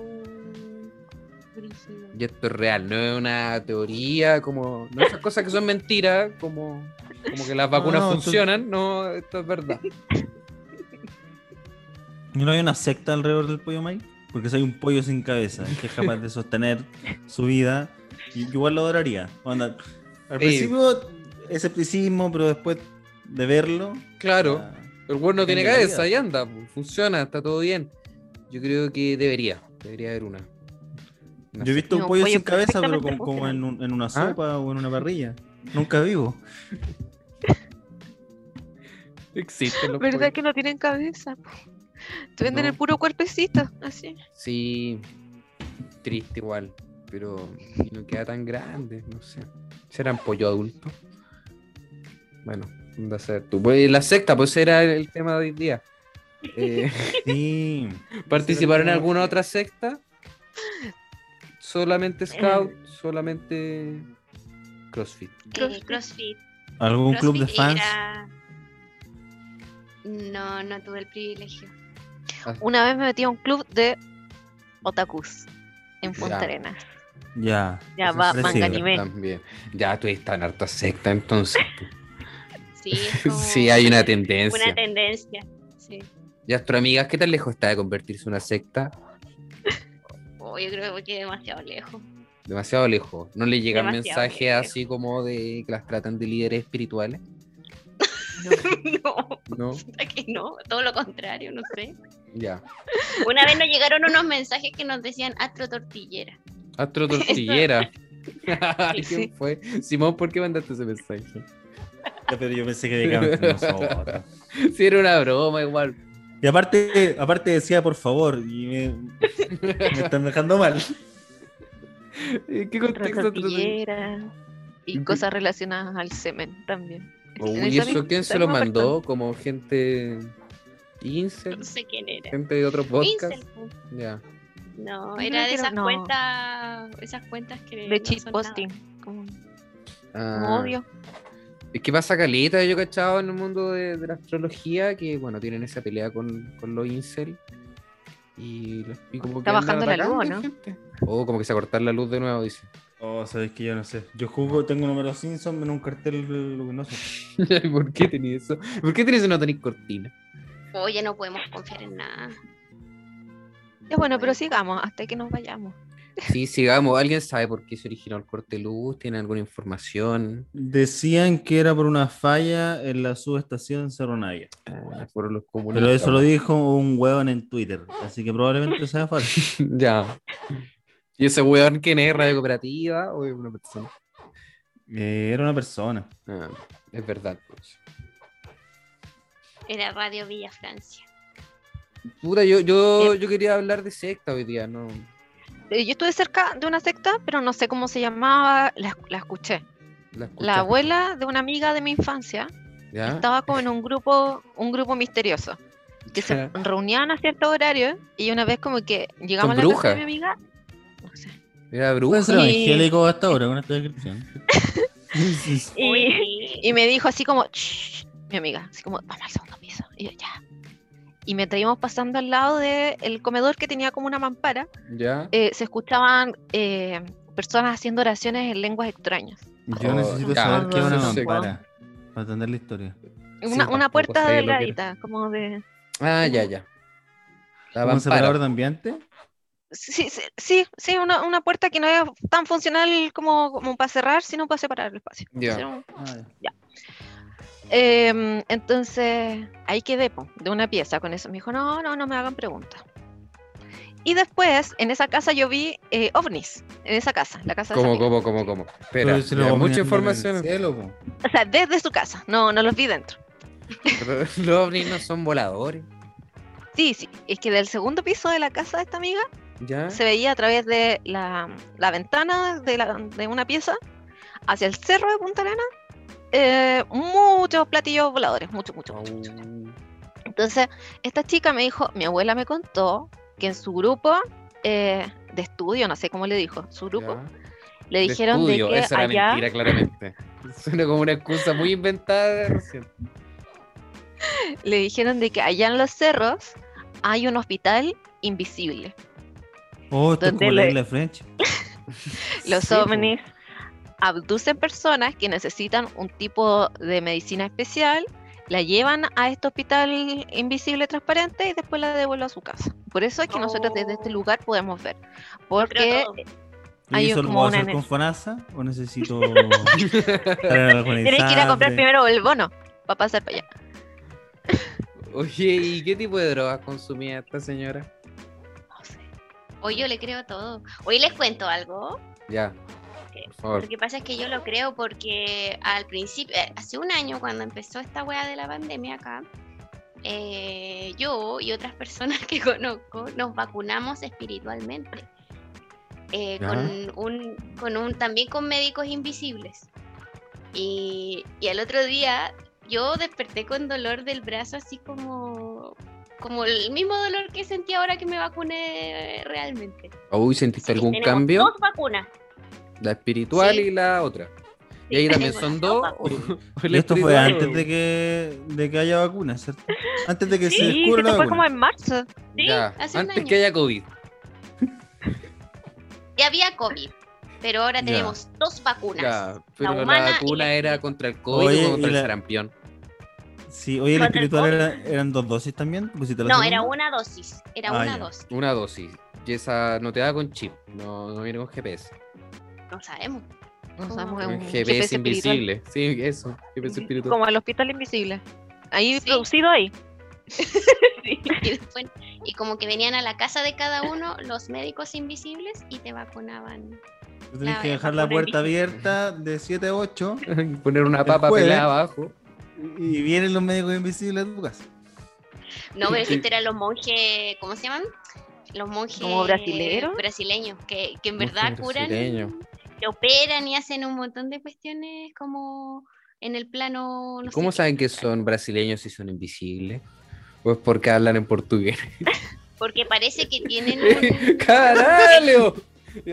Speaker 4: brígido.
Speaker 3: Y esto es real, no es una teoría, como. No esas cosas que son mentiras, como, como que las vacunas
Speaker 2: no, esto-
Speaker 3: funcionan, no, esto es verdad.
Speaker 2: ¿Y no hay una secta alrededor del pollo Mike? Porque si hay un pollo sin cabeza que es capaz de sostener su vida, y- yo igual lo adoraría. Onda, al
Speaker 3: Sí.
Speaker 2: principio, escepticismo, pero después de verlo.
Speaker 3: Claro,
Speaker 2: ah,
Speaker 3: el güey no tiene
Speaker 2: Tiene
Speaker 3: cabeza,
Speaker 2: cabida.
Speaker 3: ahí anda, pues, funciona, está todo bien. Yo creo que debería, debería haber una. una
Speaker 2: yo he visto
Speaker 5: No,
Speaker 2: un pollo,
Speaker 5: pollo
Speaker 2: sin cabeza, pero como,
Speaker 5: perfectamente
Speaker 2: como en, un- en una
Speaker 3: funcional.
Speaker 2: sopa o en una parrilla. Nunca vivo.
Speaker 3: secta. Existen los
Speaker 5: ¿Verdad
Speaker 3: pollos.
Speaker 5: que no tienen cabeza? Te venden
Speaker 3: No.
Speaker 5: el puro cuerpecito, así.
Speaker 3: Sí, triste igual, pero no queda tan grande, no sé. ¿Serán pollo adulto? Bueno, anda a ser tú. Pues, la secta, pues era el- el tema de hoy día. Eh,
Speaker 2: Sí.
Speaker 3: ¿Participaron en
Speaker 2: tema.
Speaker 3: alguna otra secta? Solamente Scout, solamente CrossFit.
Speaker 4: Eh, CrossFit.
Speaker 2: ¿Algún club de
Speaker 4: CrossFit
Speaker 2: fans?
Speaker 4: era- No, no tuve el privilegio.
Speaker 5: Una vez me metí a un club de otakus en
Speaker 3: Ya.
Speaker 5: Punta Arenas.
Speaker 2: Ya.
Speaker 5: Ya
Speaker 3: Eso
Speaker 5: va,
Speaker 3: es
Speaker 5: manga
Speaker 2: predecible.
Speaker 5: anime.
Speaker 3: También. Ya tú estás en harta secta, entonces. pues.
Speaker 4: Sí, es como
Speaker 3: sí, hay una tendencia.
Speaker 4: Oh. Una tendencia. Sí.
Speaker 3: ¿Y Astroamigas qué tan lejos está de convertirse en una secta?
Speaker 4: Oh, yo creo que demasiado lejos.
Speaker 3: Demasiado lejos. ¿No le llegan
Speaker 4: Demasiado
Speaker 3: mensajes
Speaker 4: lejos.
Speaker 3: así como de que las tratan de líderes espirituales?
Speaker 4: no,
Speaker 3: No,
Speaker 4: puta que no, todo lo contrario, no sé.
Speaker 3: ya.
Speaker 4: Una vez nos llegaron unos mensajes que nos decían astro tortillera.
Speaker 3: Astro Tortillera. Ay,
Speaker 5: Sí, sí.
Speaker 3: ¿Quién fue? Simón, ¿por qué mandaste ese mensaje?
Speaker 2: Ya, Pero yo pensé que llegaban entre nosotros.
Speaker 3: Si era una broma, igual.
Speaker 2: Y aparte, aparte decía, por favor, y me, me están dejando mal.
Speaker 3: ¿En ¿Qué
Speaker 5: Otra
Speaker 3: contexto?
Speaker 5: tortillera y cosas relacionadas al semen también.
Speaker 3: Uy, ¿eso quién se lo mandó? Como gente. Incel,
Speaker 4: No sé quién era.
Speaker 3: gente de otro podcast.
Speaker 4: Incel, po.
Speaker 3: Ya.
Speaker 4: No,
Speaker 5: Yo
Speaker 4: era
Speaker 5: creo
Speaker 4: de
Speaker 5: que
Speaker 4: esas
Speaker 5: no.
Speaker 4: cuentas, esas cuentas que
Speaker 5: De
Speaker 4: no
Speaker 5: cheat
Speaker 4: son nada.
Speaker 5: posting. Como, como
Speaker 3: Ah.
Speaker 5: odio.
Speaker 3: Es que pasa caleta, yo cachado en el mundo de, de la astrología, que bueno, tienen esa pelea con, con los incel. Y, los- y como
Speaker 5: Está
Speaker 3: que andan
Speaker 5: bajando la luz,
Speaker 3: atacando
Speaker 5: ¿no?
Speaker 3: gente. Oh, como que se va a cortar la luz de nuevo, dice.
Speaker 2: Oh, sabes que yo no sé. Yo jugo, tengo números Simpson en un cartel luminoso.
Speaker 3: ¿Por qué tenés eso? ¿Por qué tenés eso y no tenés cortina?
Speaker 4: Oye, no podemos confiar en nada.
Speaker 5: Ya bueno, pero sigamos hasta que nos vayamos.
Speaker 3: Sí, sigamos. ¿Alguien sabe por qué se originó el corte de luz? ¿Tiene alguna información?
Speaker 2: Decían que era por una falla en la subestación Cerronaya.
Speaker 3: Ah, fueron los comunistas.
Speaker 2: Pero eso lo dijo un hueón en Twitter. Así que probablemente sea falso.
Speaker 3: Ya. ¿Y ese weón quién es? ¿Radio Cooperativa o es una persona?
Speaker 2: Eh, era una persona.
Speaker 3: Ah, es verdad. pues.
Speaker 4: Era Radio Villa Francia.
Speaker 3: Puta, yo, yo, yo quería hablar de secta hoy día, ¿no?
Speaker 5: Eh, Yo estuve cerca de una secta, pero no sé cómo se llamaba, la, la escuché.
Speaker 3: La,
Speaker 5: La
Speaker 3: escuchaste,
Speaker 5: abuela de una amiga de mi infancia
Speaker 3: ¿ya?
Speaker 5: estaba con un grupo, un grupo misterioso, que se
Speaker 3: Ya.
Speaker 5: reunían a cierto horario y una vez como que llegamos a
Speaker 3: Son
Speaker 5: la casa
Speaker 3: brujas.
Speaker 5: de mi amiga, no sé,
Speaker 3: Era
Speaker 2: Puede ser
Speaker 3: bruja.
Speaker 5: Sí.
Speaker 2: evangélico hasta ahora con esta descripción.
Speaker 5: y,
Speaker 4: Oye,
Speaker 5: y me dijo así como, "Shh", mi amiga, así como, vamos al segundo piso, y yo ya. Y me traímos pasando al lado del comedor que tenía como una mampara,
Speaker 3: ¿Ya?
Speaker 5: eh, se escuchaban eh, personas haciendo oraciones en lenguas extrañas.
Speaker 2: Yo
Speaker 3: Oh,
Speaker 2: necesito
Speaker 3: ya,
Speaker 2: saber qué es una
Speaker 3: no sé.
Speaker 2: mampara. Para entender la historia.
Speaker 5: Una, una
Speaker 3: tampoco
Speaker 5: puerta
Speaker 3: sé pues, lo que era.
Speaker 5: delgadita, como de...
Speaker 3: Ah, ya, ya. La
Speaker 2: ¿Un separador
Speaker 3: vampara.
Speaker 2: de ambiente?
Speaker 5: Sí, sí, sí, sí, una, una puerta que no es tan funcional como, como para cerrar, sino para separar el espacio.
Speaker 3: Ya.
Speaker 5: Hacer un-
Speaker 2: Ah, ya.
Speaker 5: Em, entonces, ahí quedé po, de una pieza con eso. Me dijo, no, no, no me hagan preguntas. Y después, en esa casa yo vi eh, ovnis, en esa casa, la casa de esa
Speaker 3: ¿Cómo,
Speaker 5: amiga.
Speaker 3: cómo, cómo, cómo? Espera,
Speaker 2: Pero si lo
Speaker 3: ya,
Speaker 2: vamos
Speaker 3: mucha
Speaker 2: poniendo en el
Speaker 3: información.
Speaker 2: cielo, po.
Speaker 5: O sea, desde su casa, no, no los vi dentro.
Speaker 3: Pero Los ovnis no son voladores.
Speaker 5: Sí, sí, es que del segundo piso de la casa de esta amiga
Speaker 3: ¿Ya?
Speaker 5: se veía a través de la, la ventana de, la- de una pieza hacia el cerro de Punta Arena eh, muchos platillos voladores, mucho, mucho,
Speaker 3: Au.
Speaker 5: mucho, mucho. Entonces, esta chica me dijo, mi abuela me contó que en su grupo eh, de estudio, no sé cómo le dijo, su grupo,
Speaker 3: Ya.
Speaker 5: le
Speaker 3: De
Speaker 5: dijeron de,
Speaker 3: estudio,
Speaker 5: que
Speaker 3: Esa era
Speaker 5: allá,
Speaker 3: mentira, claramente. Suena como una excusa muy inventada de recién.
Speaker 5: le dijeron de que allá en los cerros hay un hospital invisible.
Speaker 2: Oh, esto es
Speaker 5: Donde
Speaker 2: como
Speaker 5: le-
Speaker 2: la isla French.
Speaker 5: Los
Speaker 3: Sí, po.
Speaker 5: ovnis abducen personas que necesitan un tipo de medicina especial, la llevan a este hospital invisible transparente y después la devuelven a su casa. Por eso es que nosotros desde este
Speaker 4: Oh.
Speaker 5: lugar podemos ver.
Speaker 4: creo
Speaker 5: Porque
Speaker 4: todo.
Speaker 5: Hay
Speaker 2: ¿Y eso lo
Speaker 5: como
Speaker 2: puedo
Speaker 5: una
Speaker 2: hacer con
Speaker 5: energía.
Speaker 2: Fonasa? ¿O necesito.? Tienes
Speaker 5: tienes que ir a comprar primero el bono para pasar para allá.
Speaker 3: Oye, ¿y qué tipo de drogas consumía esta señora?
Speaker 5: No sé.
Speaker 4: Hoy yo le creo todo. Hoy les cuento algo.
Speaker 3: Ya. Por favor.
Speaker 4: Lo que pasa es que yo lo creo porque al principio, eh, hace un año cuando empezó esta wea de la pandemia acá, eh, yo y otras personas que conozco nos vacunamos espiritualmente. eh,
Speaker 2: Ya.
Speaker 4: con un, con un, también con médicos invisibles. Y, y al otro día yo desperté con dolor del brazo así como, como el mismo dolor que sentí ahora que me vacuné eh, realmente.
Speaker 3: Uy, ¿sentiste
Speaker 4: Así que
Speaker 3: algún
Speaker 4: tenemos
Speaker 3: cambio?
Speaker 4: Dos vacunas.
Speaker 3: La espiritual
Speaker 4: Sí.
Speaker 3: y la otra. ¿Y ahí
Speaker 4: Sí,
Speaker 3: también
Speaker 4: tenemos
Speaker 3: son
Speaker 4: las
Speaker 3: dos?
Speaker 4: vacunas.
Speaker 3: o
Speaker 2: Y
Speaker 3: la
Speaker 2: esto fue
Speaker 3: espiritual?
Speaker 2: antes de que, de que haya vacunas, ¿cierto? Antes de que se
Speaker 5: Sí,
Speaker 2: descubra
Speaker 5: esto
Speaker 2: la
Speaker 5: fue como
Speaker 2: vacuna.
Speaker 5: en marzo.
Speaker 4: Sí,
Speaker 3: Ya,
Speaker 4: hace un
Speaker 3: antes
Speaker 4: año.
Speaker 3: que haya COVID.
Speaker 4: Ya había COVID, pero ahora
Speaker 2: Ya.
Speaker 4: tenemos dos vacunas.
Speaker 3: Ya, pero la,
Speaker 4: humana y la
Speaker 3: vacuna era
Speaker 4: espiritual.
Speaker 3: contra el COVID
Speaker 2: Oye,
Speaker 3: o contra
Speaker 2: y
Speaker 3: el
Speaker 2: la-
Speaker 3: sarampión.
Speaker 2: Sí, oye, el
Speaker 4: Contra el
Speaker 2: espiritual era- eran dos dosis también. ¿Pusiste la
Speaker 4: No,
Speaker 2: segunda?
Speaker 4: era una dosis, era
Speaker 2: Ah,
Speaker 4: una
Speaker 2: ya.
Speaker 4: dosis,
Speaker 3: Una dosis. Y esa no te da con chip, no, no viene con GPS.
Speaker 4: no sabemos.
Speaker 5: No sabemos, es
Speaker 3: Con
Speaker 5: un
Speaker 3: GPS,
Speaker 5: GPS espiritual.
Speaker 3: invisible. Sí, eso. GPS espiritual.
Speaker 5: Como el hospital invisible. Ahí
Speaker 4: Sí.
Speaker 5: producido ahí.
Speaker 4: Y, después- y como que venían a la casa de cada uno los médicos invisibles y te vacunaban.
Speaker 2: Tú tenés
Speaker 4: la
Speaker 2: que dejar la
Speaker 4: vacuna
Speaker 2: puerta
Speaker 4: indígena.
Speaker 2: abierta de 7 a 8
Speaker 3: Poner una papa
Speaker 2: jueves.
Speaker 3: pelada abajo.
Speaker 2: y vienen los médicos invisibles a tu casa.
Speaker 4: No, pero es que esto eran los monjes, ¿cómo se llaman? Los monjes
Speaker 5: ¿Como brasileros?
Speaker 4: brasileños, que, que en
Speaker 3: Monjes
Speaker 4: verdad curan,
Speaker 3: brasileños.
Speaker 4: que operan y hacen un montón de cuestiones como en el plano... No sé
Speaker 3: ¿Cómo
Speaker 4: qué.
Speaker 3: saben que son brasileños si son invisibles? Pues porque hablan en portugués.
Speaker 4: Porque parece que tienen... un-
Speaker 3: ¡Caralho!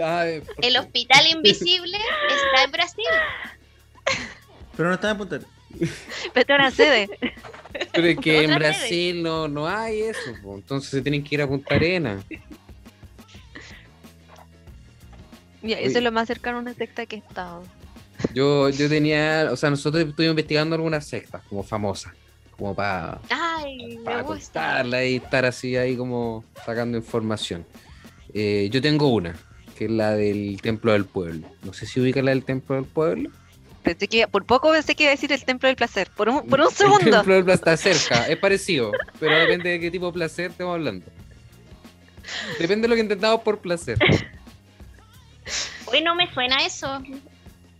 Speaker 3: Ay, por-
Speaker 4: el hospital invisible está en Brasil.
Speaker 2: Pero no están en Punta Arenas.
Speaker 5: Vete a una sede.
Speaker 3: Pero es que en
Speaker 4: Otra vez.
Speaker 3: Brasil no, no hay eso. po. Entonces se tienen que ir a Punta Arenas.
Speaker 5: Ya,
Speaker 3: Oye.
Speaker 5: eso es lo más cercano a una secta que he estado.
Speaker 3: Yo, yo tenía, o sea, nosotros estuvimos investigando algunas sectas como famosas, como para
Speaker 4: Ay, me
Speaker 3: para
Speaker 4: gusta.
Speaker 3: contarla y estar así ahí como sacando información. Eh, yo tengo una, que es la del Templo del Pueblo. No sé si ubica la del Templo del Pueblo.
Speaker 5: Pensé que, por poco pensé que iba a decir el templo del placer. Por un, por un
Speaker 3: El
Speaker 5: segundo.
Speaker 3: Templo del Pueblo está cerca, es parecido, pero depende de qué tipo de placer estemos hablando. Depende de lo que intentamos por placer.
Speaker 4: Hoy no me suena eso.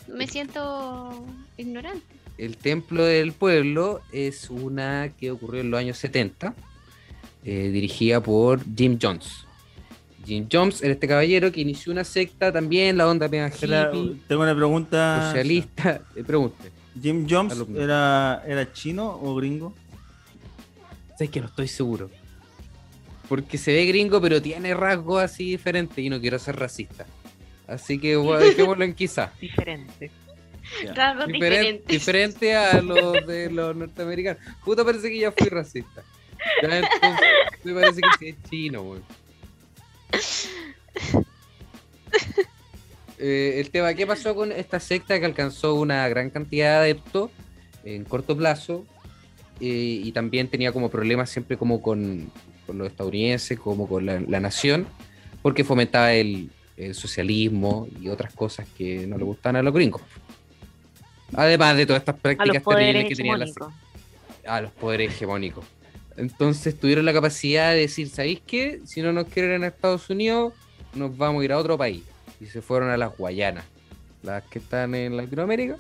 Speaker 4: Me siento ignorante.
Speaker 3: El Templo del Pueblo es una que ocurrió en los años 70, eh, dirigida por Jim Jones. Jim Jones era este caballero que inició una secta también, la onda mega
Speaker 2: Era-
Speaker 3: hippie,
Speaker 2: Tengo una pregunta.
Speaker 3: socialista. Eh, pregunte.
Speaker 2: ¿Jim Jones
Speaker 3: Alumno.
Speaker 2: era, era chino o gringo?
Speaker 3: Sabes que no estoy seguro. Porque se ve gringo, pero tiene rasgos así diferentes y no quiero ser racista. Así que bueno, dejémoslo en quizás.
Speaker 5: Diferente.
Speaker 4: Rasgos
Speaker 3: Diferente,
Speaker 4: diferentes.
Speaker 3: diferente a los de los norteamericanos. Puta, parece que ya fui racista. Ya, entonces, me parece que sí es chino, weón. Eh, el tema, ¿qué pasó con esta secta que alcanzó una gran cantidad de adeptos en corto plazo eh, y también tenía como problemas siempre como con, con los estadounidenses, como con la, la nación, porque fomentaba el, el socialismo y otras cosas que no le gustaban a los gringos. Además de todas estas
Speaker 5: A los
Speaker 3: prácticas terribles
Speaker 5: poderes
Speaker 3: que tenían las
Speaker 5: hegemónicos.
Speaker 3: a los poderes hegemónicos. Entonces tuvieron la capacidad de decir, ¿sabéis qué? Si no nos quieren en Estados Unidos, nos vamos a ir a otro país. Y se fueron a las Guayanas, las que están en Latinoamérica.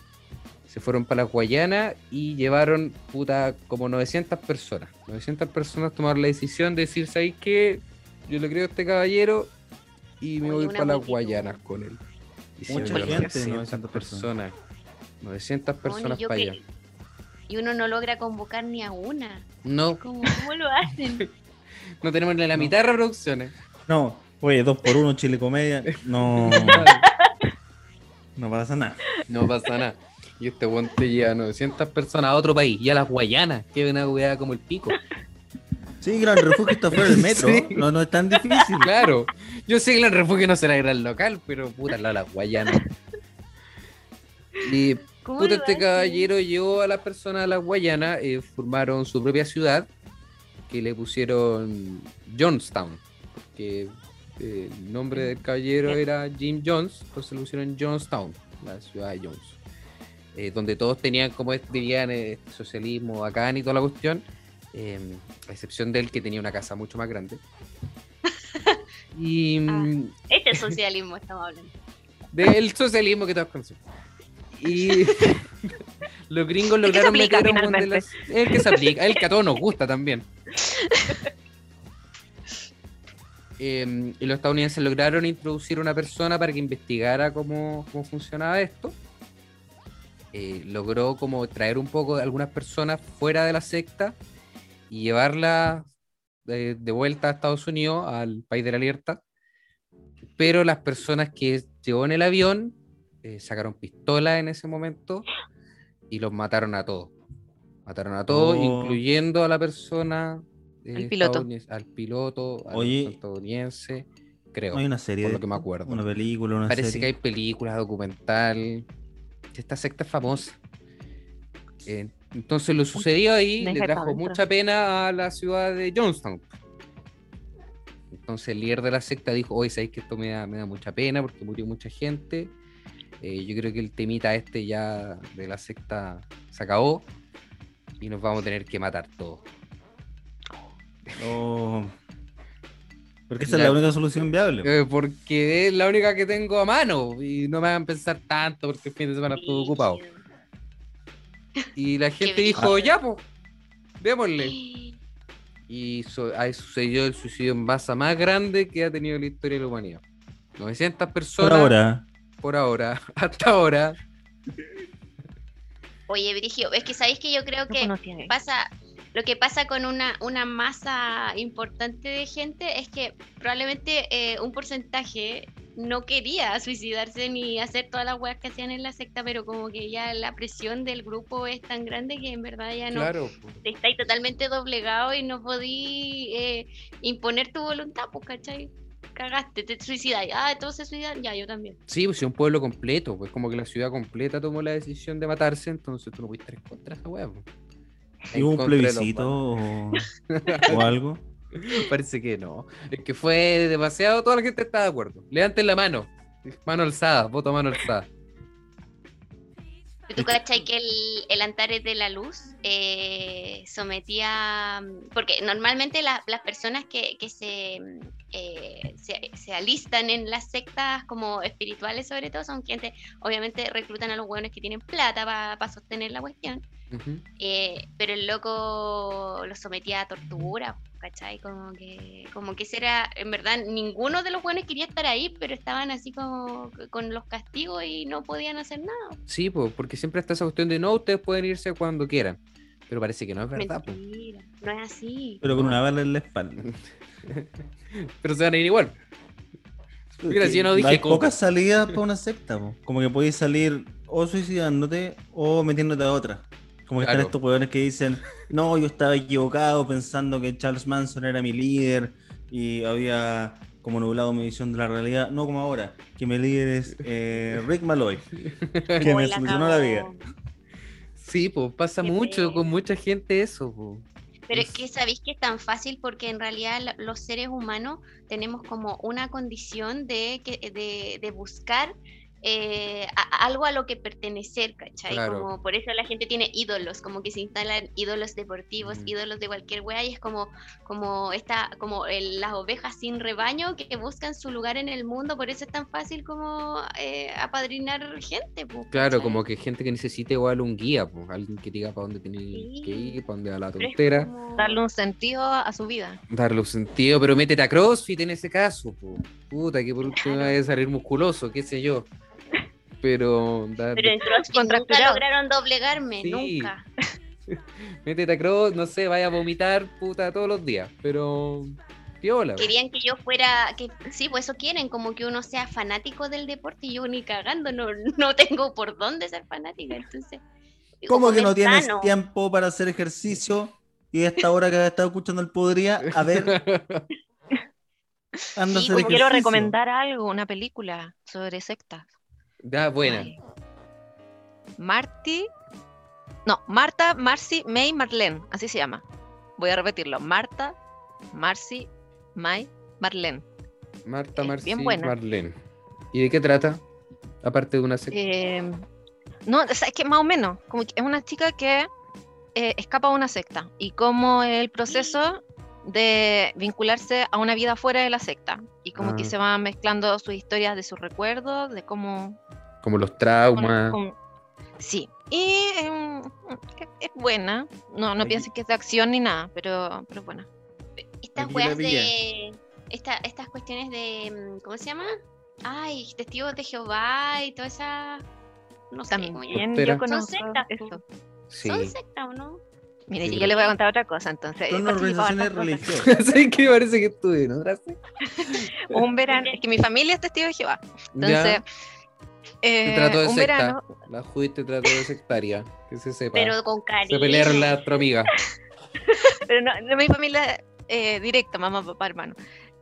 Speaker 3: Se fueron para las Guayanas y llevaron, puta, como 900 personas. 900 personas tomaron la decisión de decir, ¿sabéis qué? Yo le creo a este caballero y me
Speaker 4: Oye,
Speaker 3: voy
Speaker 4: una
Speaker 3: para las
Speaker 4: multitud.
Speaker 3: Guayanas con él. Y se
Speaker 2: Mucha
Speaker 3: fueron
Speaker 2: gente,
Speaker 3: 900
Speaker 2: 900
Speaker 3: personas.
Speaker 2: personas.
Speaker 3: 900
Speaker 4: Bueno,
Speaker 3: personas
Speaker 4: yo
Speaker 3: para
Speaker 4: que-
Speaker 3: allá.
Speaker 4: Y uno no logra convocar ni a una.
Speaker 3: No,
Speaker 4: ¿Cómo, cómo lo hacen?
Speaker 3: no tenemos ni la
Speaker 2: No.
Speaker 3: mitad de reproducciones.
Speaker 2: No, oye, dos por uno, Chile Comedia. No, no pasa nada.
Speaker 3: No pasa nada. Y este weón te lleva a 900 personas a otro país y a las Guayanas, que es una weá como el pico.
Speaker 2: Sí, Gran Refugio está fuera del metro.
Speaker 3: Sí.
Speaker 2: No, no es tan difícil.
Speaker 3: Claro, yo sé que el refugio no será gran local, pero puta, la las Guayanas. Y
Speaker 4: ¿Cómo
Speaker 3: puta,
Speaker 4: lo
Speaker 3: este
Speaker 4: hacen?
Speaker 3: caballero llevó a las personas a las Guayanas, eh, formaron su propia ciudad, que le pusieron Johnstown, porque eh, el nombre del caballero era Jim Jones, entonces le pusieron Johnstown, la ciudad de Jones, eh, donde todos tenían, como es- dirían, eh, socialismo bacán y toda la cuestión, eh, a excepción de él que tenía una casa mucho más grande. Y mm,
Speaker 4: Este socialismo estamos hablando.
Speaker 3: del socialismo que todos conocemos. Y Los gringos
Speaker 5: que se
Speaker 3: lograron
Speaker 5: aplica
Speaker 3: meter a un weón de
Speaker 5: finalmente.
Speaker 3: las- El que se aplica, el que a todos nos gusta también. Eh, y los estadounidenses lograron introducir una persona para que investigara cómo, cómo funcionaba esto. Eh, logró como traer un poco de algunas personas fuera de la secta y llevarla eh, de vuelta a Estados Unidos, al país de la libertad. Pero las personas que llevó en el avión eh, sacaron pistolas en ese momento y los mataron a todos. Mataron a todos,
Speaker 2: Oh.
Speaker 3: incluyendo a la persona. eh,
Speaker 5: Al piloto.
Speaker 3: estadounidense- Al piloto, al
Speaker 2: Oye.
Speaker 3: estadounidense, creo.
Speaker 2: No hay una serie.
Speaker 3: por lo
Speaker 2: de
Speaker 3: que me acuerdo.
Speaker 2: Una película, una
Speaker 3: Parece que hay
Speaker 2: serie.
Speaker 3: películas, documental. Esta secta es famosa. Eh, entonces lo sucedió ahí
Speaker 5: Deja
Speaker 3: le
Speaker 5: el
Speaker 3: trajo
Speaker 5: pavento.
Speaker 3: mucha pena a la ciudad de Johnstown. Entonces el líder de la secta dijo, oye, sabéis que esto me da, me da mucha pena porque murió mucha gente. Eh, yo creo que el temita este ya de la secta se acabó y nos vamos a tener que matar todos.
Speaker 2: Oh. Porque esa
Speaker 3: La-
Speaker 2: es la única solución viable.
Speaker 3: Eh, porque es la única que tengo a mano y no me hagan pensar tanto porque el fin de semana estuve ocupado. Y la gente dijo,
Speaker 4: brillo.
Speaker 3: ya, pues, démosle. Y so- ahí sucedió el suicidio en masa más grande que ha tenido la historia de la humanidad. 900 personas
Speaker 2: Por ahora.
Speaker 3: por ahora, hasta ahora.
Speaker 4: Oye, Brigio, es que sabéis que yo creo
Speaker 5: No
Speaker 4: que
Speaker 5: conocía eso.
Speaker 4: pasa lo que pasa con una, una masa importante de gente es que probablemente eh, un porcentaje no quería suicidarse ni hacer todas las weas que hacían en la secta, pero como que ya la presión del grupo es tan grande que en verdad ya no
Speaker 3: Claro.
Speaker 4: te estáis totalmente doblegado y no podí eh, imponer tu voluntad, pues, ¿cachai? Cagaste, te suicidas. Ah, todos se suicidan, ya, yo también.
Speaker 3: Sí, pues es un pueblo completo, pues como que la ciudad completa tomó la decisión de matarse, entonces tú no puedes estar en contra de esa hueá. pues.
Speaker 2: ¿Y
Speaker 3: En
Speaker 2: hubo un
Speaker 3: contra de los
Speaker 2: plebiscito o, o algo?
Speaker 3: Parece que no. Es que fue demasiado, toda la gente está de acuerdo. Levanten la mano. Mano alzada, voto a mano alzada.
Speaker 4: ¿Tú cachai que el, el Antares de la Luz eh, sometía. Porque normalmente la- las personas que, que se, eh, se, se alistan en las sectas, como espirituales sobre todo, son gente. Obviamente reclutan a los hueones que tienen plata para sostener la cuestión.
Speaker 3: Ujú.
Speaker 4: Eh, pero el loco lo sometía a tortura, ¿cachai? Como que, como que ese era, en verdad, ninguno de los buenos quería estar ahí, pero estaban así como c- con los castigos y no podían hacer nada.
Speaker 3: Sí, po, porque siempre está esa cuestión de no, ustedes pueden irse cuando quieran. Pero parece que no es verdad, po.
Speaker 4: Mentira, no es así.
Speaker 2: Pero con una bala en la espalda.
Speaker 3: Pero se van a ir igual. Mira, si yo no
Speaker 2: Hay
Speaker 3: dije cómo.
Speaker 2: pocas salidas para una secta, po. como que podéis salir o suicidándote o metiéndote a otra. Como que
Speaker 3: Claro.
Speaker 2: están estos hueones que dicen, no, yo estaba equivocado pensando que Charles Manson era mi líder y había como nublado mi visión de la realidad. No como ahora, que mi líder es eh, Rick Malloy, que me
Speaker 4: Hoy la
Speaker 2: solucionó la vida.
Speaker 4: cagó.
Speaker 3: Sí, pues pasa
Speaker 4: Qué
Speaker 3: mucho
Speaker 4: feo.
Speaker 3: con mucha gente eso, po.
Speaker 4: Pero
Speaker 3: Es-
Speaker 4: es que sabéis que es tan fácil porque en realidad la- los seres humanos tenemos como una condición de, que, de, de buscar eh, a- algo a lo que pertenecer, ¿cachai?
Speaker 3: Claro.
Speaker 4: Como por eso la gente tiene ídolos, como que se instalan ídolos deportivos,
Speaker 3: Mm.
Speaker 4: ídolos de cualquier wea, y es como, como, esta, como el- las ovejas sin rebaño que buscan su lugar en el mundo, por eso es tan fácil como eh, apadrinar gente. pues,
Speaker 3: Claro,
Speaker 4: ¿cachai?
Speaker 3: como que gente que necesite igual un guía, po. Alguien que diga para dónde tiene que
Speaker 4: Sí.
Speaker 3: ir, para dónde va la
Speaker 4: Pero es
Speaker 3: tontera.
Speaker 4: como-
Speaker 5: Darle un sentido a su vida.
Speaker 3: Darle un sentido, pero métete a CrossFit en ese caso, po. Puta, que por último vaya a salir musculoso, qué sé yo. Pero, dar-
Speaker 4: Pero en CrossFit nunca
Speaker 5: Contracturado.
Speaker 4: lograron doblegarme,
Speaker 3: Sí.
Speaker 4: nunca.
Speaker 3: métete a Cross, no sé, vaya a vomitar, puta, todos los días. Pero, piola. po.
Speaker 4: Querían que yo fuera, que sí, pues eso quieren, como que uno sea fanático del deporte y yo ni cagando, no, no tengo por dónde ser fanática, entonces. digo,
Speaker 2: ¿Cómo que
Speaker 4: comer
Speaker 2: no tienes
Speaker 4: sano.
Speaker 2: tiempo para hacer ejercicio? Y a esta hora que has estado escuchando el podría, a ver, anda a
Speaker 4: Sí,
Speaker 2: hacer
Speaker 4: como
Speaker 5: Quiero
Speaker 2: ejercicio.
Speaker 5: recomendar algo, una película sobre sectas.
Speaker 3: Da, buena.
Speaker 5: Ay. Marty. No, Marta, Marcy, May, Marlene. Así se llama. Voy a repetirlo. Marta, Marcy, May, Marlene.
Speaker 3: Marta
Speaker 5: Es bien
Speaker 3: Marcí
Speaker 5: buena.
Speaker 3: Marlene. ¿Y de qué trata? Aparte de una secta.
Speaker 5: Eh, no, o sea, es que más o menos, como que es una chica que eh, escapa de una secta y como el proceso de vincularse a una vida fuera de la secta y como que
Speaker 3: Ah.
Speaker 5: se van mezclando sus historias de sus recuerdos, de cómo...
Speaker 3: Como los
Speaker 5: con-
Speaker 3: traumas.
Speaker 5: con- Sí, y eh, mm, es, es buena. No, no
Speaker 2: Aquí-
Speaker 5: pienses que es de acción ni nada, pero, pero es buena.
Speaker 4: Estas
Speaker 2: Aquí la
Speaker 4: weas
Speaker 2: pilla.
Speaker 4: de. esta- estas cuestiones de. mm, ¿Cómo se llama? Ay, testigos de Jehová y toda esa. No sé cómo llaman.
Speaker 5: También
Speaker 3: Pero-
Speaker 5: yo conozco
Speaker 4: sectas, po.
Speaker 5: esto.
Speaker 3: Sí.
Speaker 4: Son secta, ¿o no?
Speaker 5: Mire,
Speaker 3: Sí.
Speaker 5: yo les voy a contar otra cosa, entonces.
Speaker 2: Son
Speaker 5: he participado en
Speaker 2: organizaciones
Speaker 5: hartas cosas.
Speaker 2: religiosas.
Speaker 3: ¿Sabes qué? Parece que estuve en otra secta.
Speaker 5: Un verano, es que mi familia es testigo de Jehová. Entonces,
Speaker 3: Ya,
Speaker 5: eh,
Speaker 3: te trató de
Speaker 5: un
Speaker 3: secta.
Speaker 5: verano,
Speaker 3: La Judith te trató de sectaria. Que se sepa.
Speaker 4: Pero con cariño.
Speaker 3: se pelearon las otra amiga.
Speaker 5: pero no, no mi familia eh, directa, mamá, papá, hermano.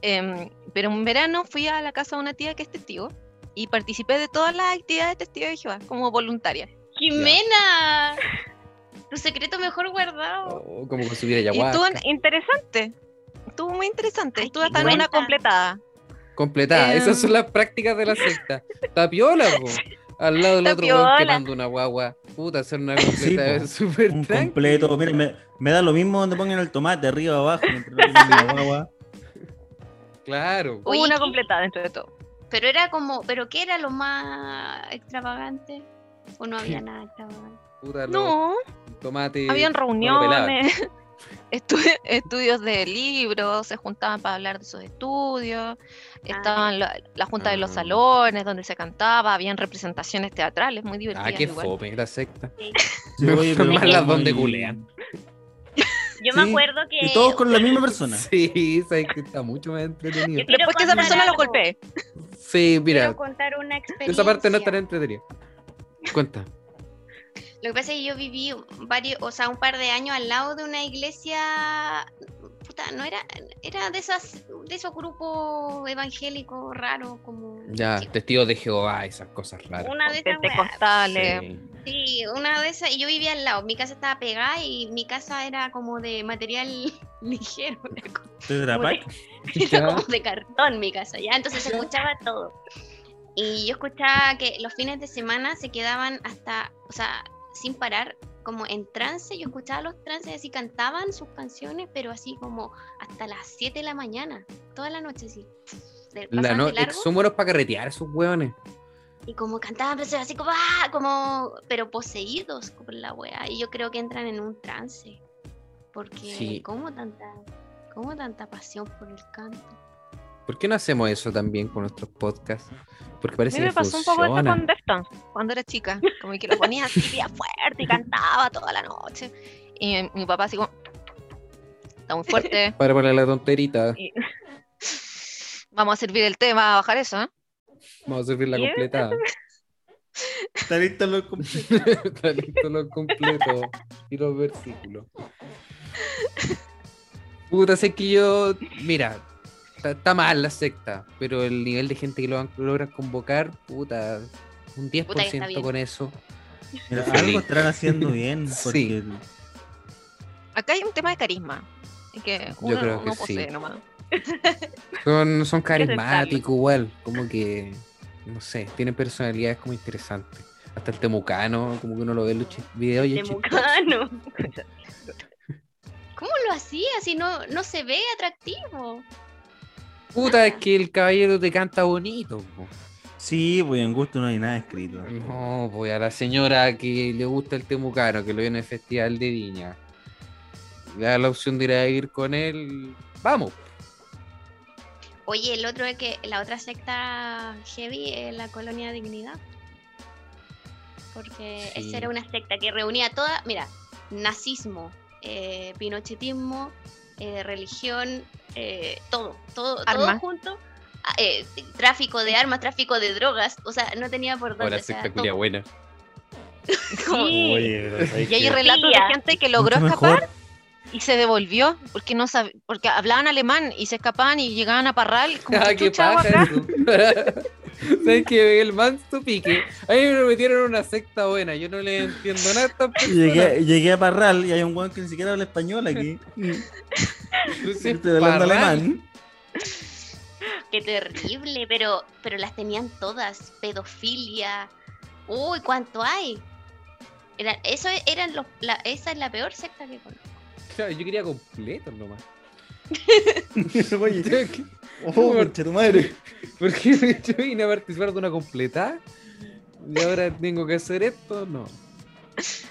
Speaker 5: Em, pero un verano fui a la casa de una tía que es testigo y participé de todas las actividades de testigo de Jehová como voluntaria.
Speaker 4: ¡Jimena! Tu secreto mejor guardado.
Speaker 3: Oh, como que subiera
Speaker 5: Y estuvo
Speaker 3: ayahuasca.
Speaker 5: en- interesante, estuvo muy interesante.
Speaker 4: Ay,
Speaker 5: Estuve
Speaker 4: qué
Speaker 5: hasta en una
Speaker 4: buena.
Speaker 5: completada.
Speaker 3: Completada. Esas
Speaker 5: em.
Speaker 3: son las prácticas de la secta. Tapiola, po. Al lado del otro weón
Speaker 5: Tapiola.
Speaker 3: quemando una guagua. Puta, hacer una completa
Speaker 2: po.
Speaker 3: es súper
Speaker 2: Un
Speaker 3: tranqui.
Speaker 2: completo. Mira, me, me da lo mismo donde pongan el tomate, arriba, abajo. mientras no tengan la guagua.
Speaker 3: Claro.
Speaker 4: Oye,
Speaker 5: Hubo una
Speaker 4: ¿qué?
Speaker 5: completada dentro de todo.
Speaker 4: Pero era como. ¿Pero qué era lo más extravagante? ¿O no había nada extravagante?
Speaker 3: Puta, no.
Speaker 5: No,
Speaker 3: tomate.
Speaker 5: habían
Speaker 3: no lo pelaban.
Speaker 5: reuniones, estu- estudios de libros, se juntaban para hablar de sus estudios,
Speaker 4: Ah,
Speaker 5: estaban la, la junta de los
Speaker 3: Ah.
Speaker 5: salones donde se cantaba, habían representaciones teatrales muy divertidas.
Speaker 3: Ah, qué
Speaker 5: igual.
Speaker 3: fome la secta.
Speaker 4: Sí.
Speaker 2: Sí,
Speaker 3: Me
Speaker 2: oye,
Speaker 3: gustan
Speaker 2: pero
Speaker 3: más las
Speaker 2: como
Speaker 3: donde
Speaker 2: el-
Speaker 3: culean.
Speaker 4: Yo
Speaker 2: Sí,
Speaker 4: me acuerdo que.
Speaker 2: Y todos con la misma persona.
Speaker 3: Sí, sabes que está mucho más entretenido.
Speaker 4: Yo quiero
Speaker 5: Después que esa
Speaker 4: contar
Speaker 5: persona lo
Speaker 4: algo,
Speaker 5: golpee.
Speaker 3: Sí, mira,
Speaker 4: Quiero contar una experiencia.
Speaker 3: esa parte no estará entretenida. Cuenta.
Speaker 4: Lo que pasa es que yo viví varios, o sea, un par de años al lado de una iglesia, puta, no era, era de esas, de esos grupos evangélicos raros como
Speaker 3: Ya,
Speaker 4: sí,
Speaker 3: testigos de Jehová, esas cosas raras.
Speaker 4: una de esas, weas,
Speaker 5: Pentecostales.
Speaker 3: Sí.
Speaker 4: sí, una de esas, y yo vivía al lado, mi casa estaba pegada y mi casa era como de material ligero, era como-
Speaker 2: Tetra Pak.
Speaker 4: era
Speaker 3: Ya.
Speaker 4: como de cartón mi casa, ya, entonces se escuchaba todo. Y yo escuchaba que los fines de semana se quedaban hasta, o sea, sin parar, como en trance, yo escuchaba los trances así, cantaban sus canciones, pero así como hasta las 7 de la mañana, toda la noche así. de-
Speaker 3: La
Speaker 4: pasaban
Speaker 3: no-
Speaker 4: de largo,
Speaker 3: Son buenos para carretear esos hueones.
Speaker 4: Y como cantaban, pero así como, ¡ah! como, pero poseídos por la wea. Y yo creo que entran en un trance. Porque,
Speaker 3: Sí.
Speaker 4: ¿cómo tanta, cómo tanta pasión por el canto?
Speaker 3: ¿Por qué no hacemos eso también con nuestros podcasts? Porque
Speaker 5: A
Speaker 3: parece
Speaker 5: mí me
Speaker 3: que
Speaker 5: pasó un poco esto
Speaker 3: funciona.
Speaker 5: con Deftones cuando era chica. Como que lo ponía así bien fuerte y cantaba toda la noche. Y mi papá así como, está muy fuerte,
Speaker 3: Para poner la tonterita,
Speaker 5: vamos a servir el tema, a bajar eso. ¿eh?".
Speaker 3: vamos a servir la
Speaker 5: ¿Y es?
Speaker 3: completada.
Speaker 2: Está listo lo completo.
Speaker 3: Está listo lo completo y los versículos. Puta, sé que yo. Mira, está, está mal la secta, pero el nivel de gente que lo han- logran convocar, puta, un 10%
Speaker 4: Puta que está bien.
Speaker 3: con eso.
Speaker 2: Mira, algo estarán haciendo bien. Porque
Speaker 3: Sí.
Speaker 5: Acá hay un tema de carisma. es Que uno
Speaker 3: creo
Speaker 5: no
Speaker 3: que sí.
Speaker 5: posee nomás.
Speaker 3: Son, son
Speaker 5: que
Speaker 3: carismáticos, igual, como que. No sé, tienen personalidades como interesantes. Hasta el temucano, como que uno lo ve en los chis- videos y es chistoso.
Speaker 4: Temucano. ¿Cómo lo hacía si no, no se ve atractivo?
Speaker 3: Puta, es que el caballero te canta bonito. po.
Speaker 2: Sí, pues en gusto no hay nada escrito.
Speaker 3: No, voy a la señora que le gusta el temucano, que lo viene al Festival de Viña. Le da la opción de ir a vivir con él. Vamos. pues,
Speaker 4: Oye, el otro es que la otra secta heavy es la colonia dignidad. Porque
Speaker 3: Sí.
Speaker 4: esa era una secta que reunía toda, mira, nazismo, eh, pinochetismo, eh, religión, eh, todo, todo, todo
Speaker 5: Armas.
Speaker 4: junto. Ah, eh, tráfico de armas, tráfico de drogas, o sea, no tenía por dónde.
Speaker 3: Ahora
Speaker 4: o sea,
Speaker 3: secta
Speaker 4: todo.
Speaker 3: culia buena.
Speaker 5: Como-
Speaker 2: Oye, pero sabes
Speaker 5: Y hay
Speaker 2: que-
Speaker 5: relatos
Speaker 4: Tía.
Speaker 5: de gente que logró
Speaker 2: mucho
Speaker 5: escapar
Speaker 2: mejor.
Speaker 5: y se devolvió porque no sab- porque hablaban alemán y se escapaban y llegaban a Parral como
Speaker 3: Ah,
Speaker 5: que
Speaker 3: qué
Speaker 5: chucha hago
Speaker 3: paja
Speaker 5: acá?
Speaker 3: eso. ¿Sabes qué? El manso pique. A mí me metieron en una secta buena. Yo no le entiendo nada a estas personas.
Speaker 2: Llegué, llegué a Parral y hay un weón que ni siquiera habla español aquí.
Speaker 3: Tú sí,
Speaker 2: Estoy hablando
Speaker 3: parral.
Speaker 2: alemán.
Speaker 4: Qué terrible, pero, pero las tenían todas. Pedofilia. Uy, ¿cuánto hay? Era- eso e- eran los, la- esa es la peor secta que conozco.
Speaker 3: Claro, yo quería completo nomás.
Speaker 2: Oye, oh,
Speaker 3: Por-
Speaker 2: concha tu madre.
Speaker 3: ¿Por qué yo vine a participar de una completada? Y ahora tengo que hacer esto, no.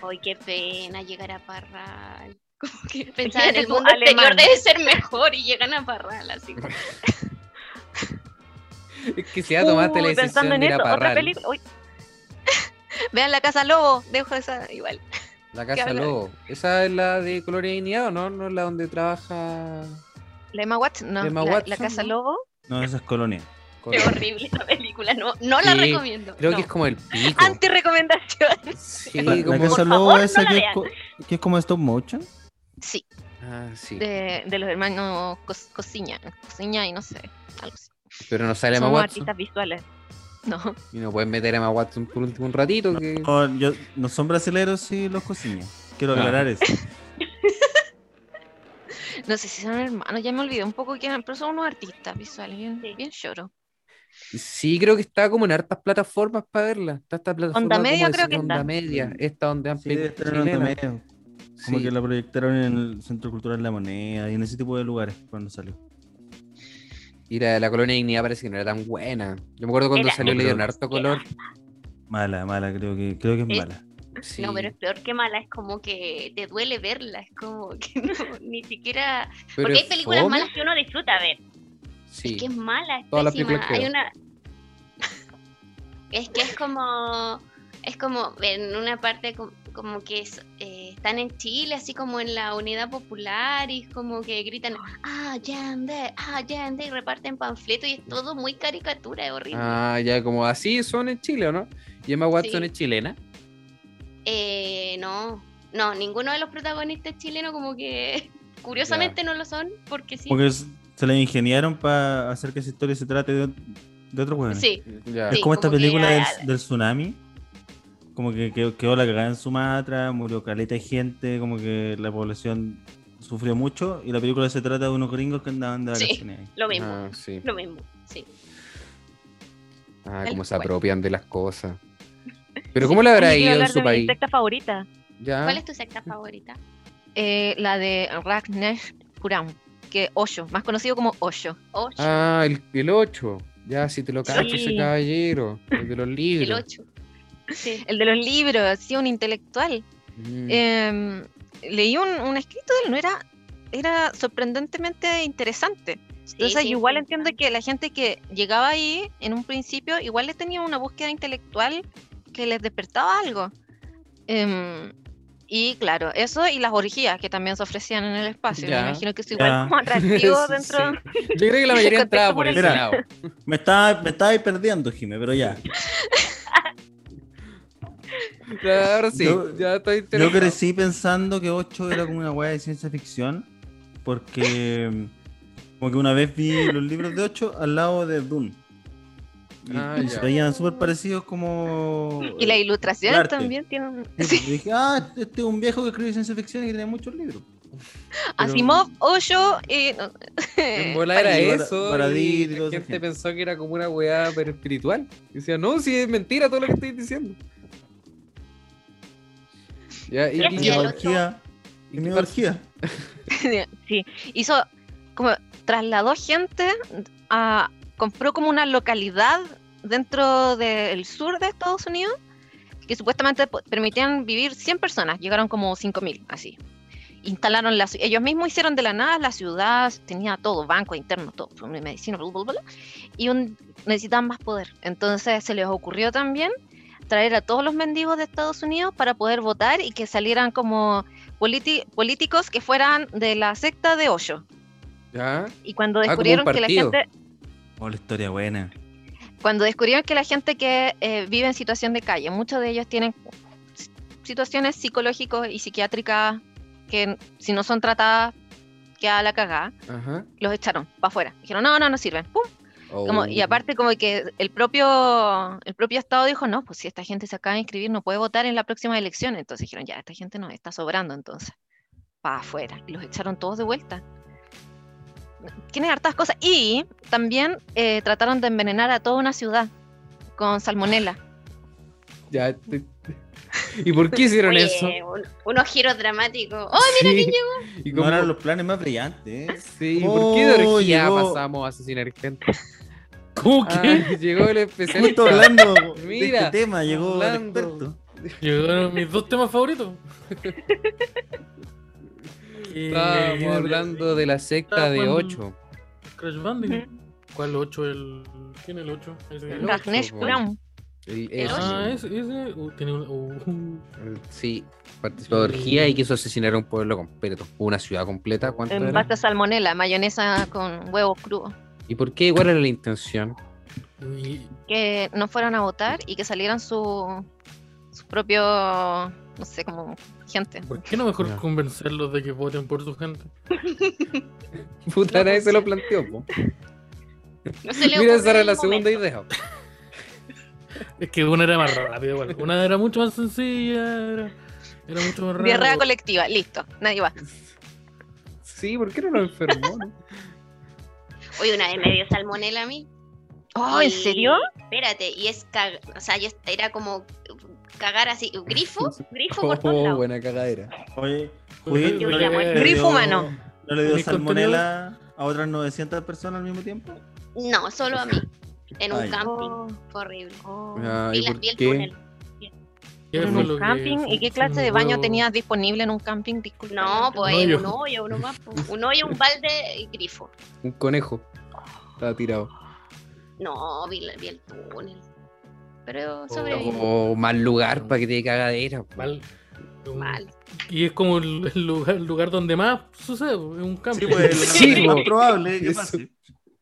Speaker 4: Ay, qué pena llegar a Parral. Como que pensaba en
Speaker 5: eres
Speaker 4: el
Speaker 5: un
Speaker 4: mundo exterior
Speaker 5: alemán.
Speaker 4: debe ser mejor y llegan a Parral así. como,
Speaker 3: Es que si ya tomaste la
Speaker 5: Uh,
Speaker 7: Uy,
Speaker 3: decisión
Speaker 7: pensando en
Speaker 3: de ir a
Speaker 7: eso, otra
Speaker 3: Parral,
Speaker 7: película. Uy,
Speaker 5: Vean la casa lobo, dejo esa igual.
Speaker 3: la Casa
Speaker 5: hablar.
Speaker 3: Lobo. Esa es la de Colonia Dignidad, ¿o ¿no? No es la donde trabaja...
Speaker 5: La Emma Watson, no,
Speaker 3: Emma
Speaker 5: la,
Speaker 3: Watson,
Speaker 5: la casa
Speaker 3: ¿no?
Speaker 5: lobo.
Speaker 2: No, esas colonias.
Speaker 4: Qué
Speaker 3: Colonia.
Speaker 4: horrible esa película. No, no la
Speaker 3: Sí,
Speaker 4: recomiendo.
Speaker 3: Creo
Speaker 4: no.
Speaker 3: que es como el pico.
Speaker 5: Anti recomendación.
Speaker 3: Sí,
Speaker 2: La- la
Speaker 3: como...
Speaker 2: Casa
Speaker 7: Por
Speaker 2: Lobo
Speaker 7: favor,
Speaker 2: esa
Speaker 7: no la
Speaker 2: que, es
Speaker 7: vean.
Speaker 2: co- que es como stop motion.
Speaker 5: Sí,
Speaker 3: Ah, sí.
Speaker 5: de, de los hermanos Cos- Cosiña, Cosiña y no sé, algo así.
Speaker 3: Pero no sale Emma
Speaker 5: Somos
Speaker 3: Watson.
Speaker 5: artistas visuales. No,
Speaker 3: Y no pueden meter a Emma Watson por último un ratito. que...
Speaker 2: No, Oh, yo- no son brasileros y los cocinas. Quiero
Speaker 3: Ah.
Speaker 2: aclarar eso.
Speaker 5: no sé si son hermanos, ya me olvidé un poco que eran, pero son unos artistas visuales, bien,
Speaker 4: Sí.
Speaker 5: bien lloro.
Speaker 3: Sí, creo que está como en hartas plataformas para verla. Está esta plataforma
Speaker 5: Onda
Speaker 3: como
Speaker 5: Media
Speaker 3: de
Speaker 5: creo que
Speaker 3: Onda
Speaker 5: está.
Speaker 3: Media, esta donde han
Speaker 2: Sí, debe estar en
Speaker 3: chilena.
Speaker 2: Antomedo. Como
Speaker 3: Sí.
Speaker 2: que la proyectaron en el Centro Cultural La Moneda y en ese tipo de lugares cuando salió.
Speaker 3: Y la de la colonia de dignidad parece que no era tan buena. Yo me acuerdo cuando
Speaker 4: Era-
Speaker 3: salió
Speaker 2: era-
Speaker 3: le dieron harto color.
Speaker 2: Mala, mala, creo que, creo que es
Speaker 4: Sí.
Speaker 2: mala.
Speaker 3: Sí.
Speaker 4: No, pero es peor que mala, es como que te duele verla, es como que no, ni siquiera...
Speaker 3: Pero
Speaker 4: Porque
Speaker 3: es
Speaker 4: hay películas
Speaker 3: fome.
Speaker 4: malas que uno disfruta ver,
Speaker 3: Sí.
Speaker 4: que es mala, es
Speaker 3: Todas las
Speaker 4: pésima.
Speaker 3: películas que
Speaker 4: Hay
Speaker 3: veo.
Speaker 4: una... Es que es como... Es como en una parte com- como que es, eh, están en Chile, así como en la Unidad Popular, y es como que gritan, ah, Yandé, ah, Yandé, y reparten panfletos, y es todo muy caricatura, es horrible.
Speaker 3: Ah, ya como así son en Chile, ¿o no? Y Emma Watson
Speaker 4: Sí.
Speaker 3: es chilena.
Speaker 4: Eh, no, no, ninguno de los protagonistas chilenos como que curiosamente no lo son, porque sí.
Speaker 2: Porque es- se la ingeniaron para hacer que esa historia se trate de, de otro hueón.
Speaker 4: Sí,
Speaker 3: Ya.
Speaker 2: Es
Speaker 4: Sí,
Speaker 2: como esta
Speaker 4: como que
Speaker 2: película
Speaker 4: a-
Speaker 2: del, del tsunami. Como que quedó, quedó la cagada en Sumatra, murió caleta de gente, como que la población sufrió mucho. Y la película se trata de unos gringos que andaban de
Speaker 4: Sí.
Speaker 2: vacaciones. ahí.
Speaker 4: lo mismo,
Speaker 3: Ah, sí.
Speaker 4: lo mismo, sí.
Speaker 3: Ah,
Speaker 4: Tal
Speaker 3: como se
Speaker 4: cual.
Speaker 3: apropian de las cosas. Pero ¿cómo le habrá
Speaker 7: yo quiero
Speaker 3: ido en
Speaker 7: hablar
Speaker 3: su
Speaker 7: de mi
Speaker 3: país?
Speaker 7: secta favorita.
Speaker 3: Ya.
Speaker 4: ¿Cuál es tu secta favorita?
Speaker 5: Eh, la de Ragnesh Kuram, que Osho, más conocido como Osho.
Speaker 4: Ocho,
Speaker 3: Ah, el, 8. Ya, si te lo cacho ese
Speaker 7: Sí.
Speaker 3: caballero. El de los
Speaker 4: el
Speaker 3: libros.
Speaker 4: ocho. Sí.
Speaker 5: El de los libros, sí, un intelectual.
Speaker 3: Mm.
Speaker 4: Eh,
Speaker 5: Em, leí un, un escrito de él, no era, era sorprendentemente interesante. Entonces,
Speaker 4: sí,
Speaker 5: yo igual
Speaker 4: sí,
Speaker 5: entiendo
Speaker 4: sí.
Speaker 5: que la gente que llegaba ahí en un principio, igual le tenía una búsqueda intelectual que les despertaba algo. Em, y claro, eso y las orgías que también se ofrecían en el espacio.
Speaker 3: Ya.
Speaker 5: Me imagino que eso igual
Speaker 2: Ya.
Speaker 5: como atractivo
Speaker 3: Sí,
Speaker 5: dentro.
Speaker 3: sí. Yo creo que la mayoría
Speaker 5: contexto
Speaker 3: entraba por
Speaker 5: por el
Speaker 3: ese
Speaker 2: que-
Speaker 3: lado.
Speaker 2: Me estaba, me estaba ahí perdiendo, Jimé, pero ya.
Speaker 3: Ya, Ahora sí,
Speaker 2: Yo-
Speaker 3: ya estoy
Speaker 2: Yo
Speaker 3: interesado.
Speaker 2: crecí pensando que 8 era como una weá de ciencia ficción, porque como que una vez vi los libros de 8 al lado de Dune. Y
Speaker 3: Ah,
Speaker 2: y
Speaker 3: ya.
Speaker 2: se veían súper parecidos como...
Speaker 5: Y la
Speaker 2: eh,
Speaker 5: ilustración
Speaker 2: Arte.
Speaker 5: también tiene.
Speaker 2: y
Speaker 5: Sí.
Speaker 2: Dije, ah, este es un viejo que escribe ciencia ficción y que tiene muchos libros. Pero-
Speaker 5: Asimov, eh, Hoyo y. Eh,
Speaker 3: En bola era
Speaker 2: Para-
Speaker 3: eso.
Speaker 2: para
Speaker 3: y
Speaker 2: dir y
Speaker 3: la
Speaker 2: todo ese
Speaker 3: gente
Speaker 2: fin.
Speaker 3: pensó que era como una weá pero espiritual. Y decía, no, si es mentira todo lo que estoy diciendo. Ya, y,
Speaker 4: Pero
Speaker 3: y-
Speaker 4: es
Speaker 2: Y
Speaker 4: que el
Speaker 2: una
Speaker 4: otro-
Speaker 2: orgía.
Speaker 3: y-
Speaker 2: Y una orgía.
Speaker 5: sí, hizo como trasladó gente a compró como una localidad dentro del sur de Estados Unidos que supuestamente po- permitían vivir 100 personas, llegaron como 5000 así. Instalaron la ci- ellos mismos hicieron de la nada la ciudad, tenía todo, banco interno, todo, medicina, bla, bla, bla, y un, necesitaban más poder. Entonces se les ocurrió también traer a todos los mendigos de Estados Unidos para poder votar y que salieran como politi- políticos que fueran de la secta de Hoyo.
Speaker 3: ya.
Speaker 5: Y cuando
Speaker 3: Ah, como un
Speaker 5: descubrieron que la
Speaker 3: partido.
Speaker 5: gente,
Speaker 2: Oh, la historia buena.
Speaker 5: cuando descubrieron que la gente que eh, vive en situación de calle, muchos de ellos tienen s- situaciones psicológicas y psiquiátricas que n- si no son tratadas queda la cagada,
Speaker 3: Ajá.
Speaker 5: los echaron para afuera. Dijeron, no, no, no sirven. ¡Pum! Como- y
Speaker 3: Oh.
Speaker 5: aparte como que el propio, el propio Estado dijo, no, pues si esta gente se acaba de inscribir no puede votar en la próxima elección. Entonces dijeron, ya, esta gente no está sobrando entonces. Para afuera. Y los echaron todos de vuelta. Tienen hartas cosas. Y también eh, trataron de envenenar a toda una ciudad con salmonela.
Speaker 3: Ya, te- ¿Y por qué hicieron
Speaker 4: Oye,
Speaker 3: eso?
Speaker 4: un- unos giros dramáticos. ¡Ay, mira
Speaker 3: Sí.
Speaker 4: quién llegó!
Speaker 3: ¿Y
Speaker 2: No
Speaker 3: cómo-
Speaker 2: eran los planes más brillantes. ¿eh?
Speaker 3: Sí, ¿y ¿por qué de
Speaker 2: Oh,
Speaker 3: orgía
Speaker 2: llegó-
Speaker 3: pasamos a asesinar gente?
Speaker 1: ¿Cómo
Speaker 3: Ah,
Speaker 1: que?
Speaker 3: llegó el especialista.
Speaker 2: Justo hablando de
Speaker 3: Mira,
Speaker 2: este tema, llegó el
Speaker 3: hablando.
Speaker 2: experto.
Speaker 1: Llegaron mis dos temas favoritos. Y-
Speaker 3: Estábamos hablando de la secta de
Speaker 1: Estábamos-
Speaker 3: 8.
Speaker 1: Crash Bandicoot. ¿Cuál 8? El... ¿Quién es el 8? Ese,
Speaker 3: El
Speaker 1: el ocho.
Speaker 5: Ragnesh
Speaker 3: po.
Speaker 5: Brown.
Speaker 3: El-
Speaker 5: El
Speaker 3: eso.
Speaker 1: Ah, ese, ese. Uh, tiene un. uh,
Speaker 3: Sí, participó de orgía y quiso asesinar a un pueblo completo, una ciudad completa. ¿Cuánto
Speaker 5: En
Speaker 3: era?
Speaker 5: pasta salmonela, mayonesa con huevos crudos.
Speaker 3: ¿Y por qué? ¿Cuál era la intención?
Speaker 1: y-
Speaker 5: Que no fueran a votar y que salieran su, su propio, no sé, como gente.
Speaker 1: ¿Por qué no mejor
Speaker 3: Ya.
Speaker 1: convencerlos de que voten por su gente?
Speaker 3: Puta,
Speaker 4: No,
Speaker 3: nadie
Speaker 4: pues,
Speaker 3: se lo
Speaker 4: sí.
Speaker 3: planteó. po.
Speaker 4: No se le
Speaker 3: Mira, esa
Speaker 4: ocurre
Speaker 3: era
Speaker 4: en
Speaker 3: la
Speaker 4: el
Speaker 3: segunda
Speaker 4: momento.
Speaker 3: idea.
Speaker 1: Es que una era más rápida, igual. Una era mucho más sencilla, era, era mucho más
Speaker 5: Diarrea
Speaker 1: rápida.
Speaker 5: colectiva, listo, nadie va.
Speaker 3: Sí, ¿por qué no lo enfermó? no?
Speaker 4: Oye, una vez me dio salmonela a mí.
Speaker 5: Oh, ¿en
Speaker 4: Y-
Speaker 5: serio?
Speaker 4: Espérate, y es cag- o sea, yo era como cagar así, grifo, grifo por todos
Speaker 3: Oh,
Speaker 4: lados.
Speaker 3: buena cagadera.
Speaker 2: Oye,
Speaker 1: Oye,
Speaker 2: Judith,
Speaker 4: Yo
Speaker 2: ¿no
Speaker 4: me
Speaker 2: le-
Speaker 4: llamo
Speaker 2: no
Speaker 4: el
Speaker 2: le
Speaker 5: grifo
Speaker 2: dio-
Speaker 5: humano.
Speaker 2: ¿No le dio
Speaker 1: ¿Mi
Speaker 2: salmonela a otras 900 personas al mismo tiempo?
Speaker 4: No, solo a mí. En un
Speaker 2: Ay.
Speaker 5: Oh.
Speaker 4: camping. Fue horrible.
Speaker 3: Ah,
Speaker 4: Vi
Speaker 3: ¿y
Speaker 4: la-
Speaker 3: por
Speaker 4: vi el
Speaker 3: qué?
Speaker 4: túnel.
Speaker 1: ¿Qué
Speaker 5: ¿En
Speaker 1: fue
Speaker 5: un
Speaker 1: lo que
Speaker 5: camping?
Speaker 1: fue-
Speaker 5: ¿Y qué
Speaker 1: fue un
Speaker 5: clase de baño
Speaker 1: huevo?
Speaker 5: tenías disponible en un camping? Disculpa.
Speaker 4: No, pues
Speaker 1: hoyo.
Speaker 4: un hoyo, uno más. pues. Un hoyo, un balde y grifo.
Speaker 3: Un conejo. Estaba tirado.
Speaker 4: No, vi, la- vi el túnel.
Speaker 3: Oh,
Speaker 4: Pero sobreviví.
Speaker 3: O mal lugar para que te dé cagadera. po.
Speaker 1: Mal. Un-
Speaker 4: Mal.
Speaker 1: Y es como el, el lugar, el lugar donde más sucede, es un camping.
Speaker 3: Sí,
Speaker 2: pues,
Speaker 3: pues.
Speaker 2: es más
Speaker 3: po.
Speaker 2: probable que
Speaker 3: Eso.
Speaker 2: pase.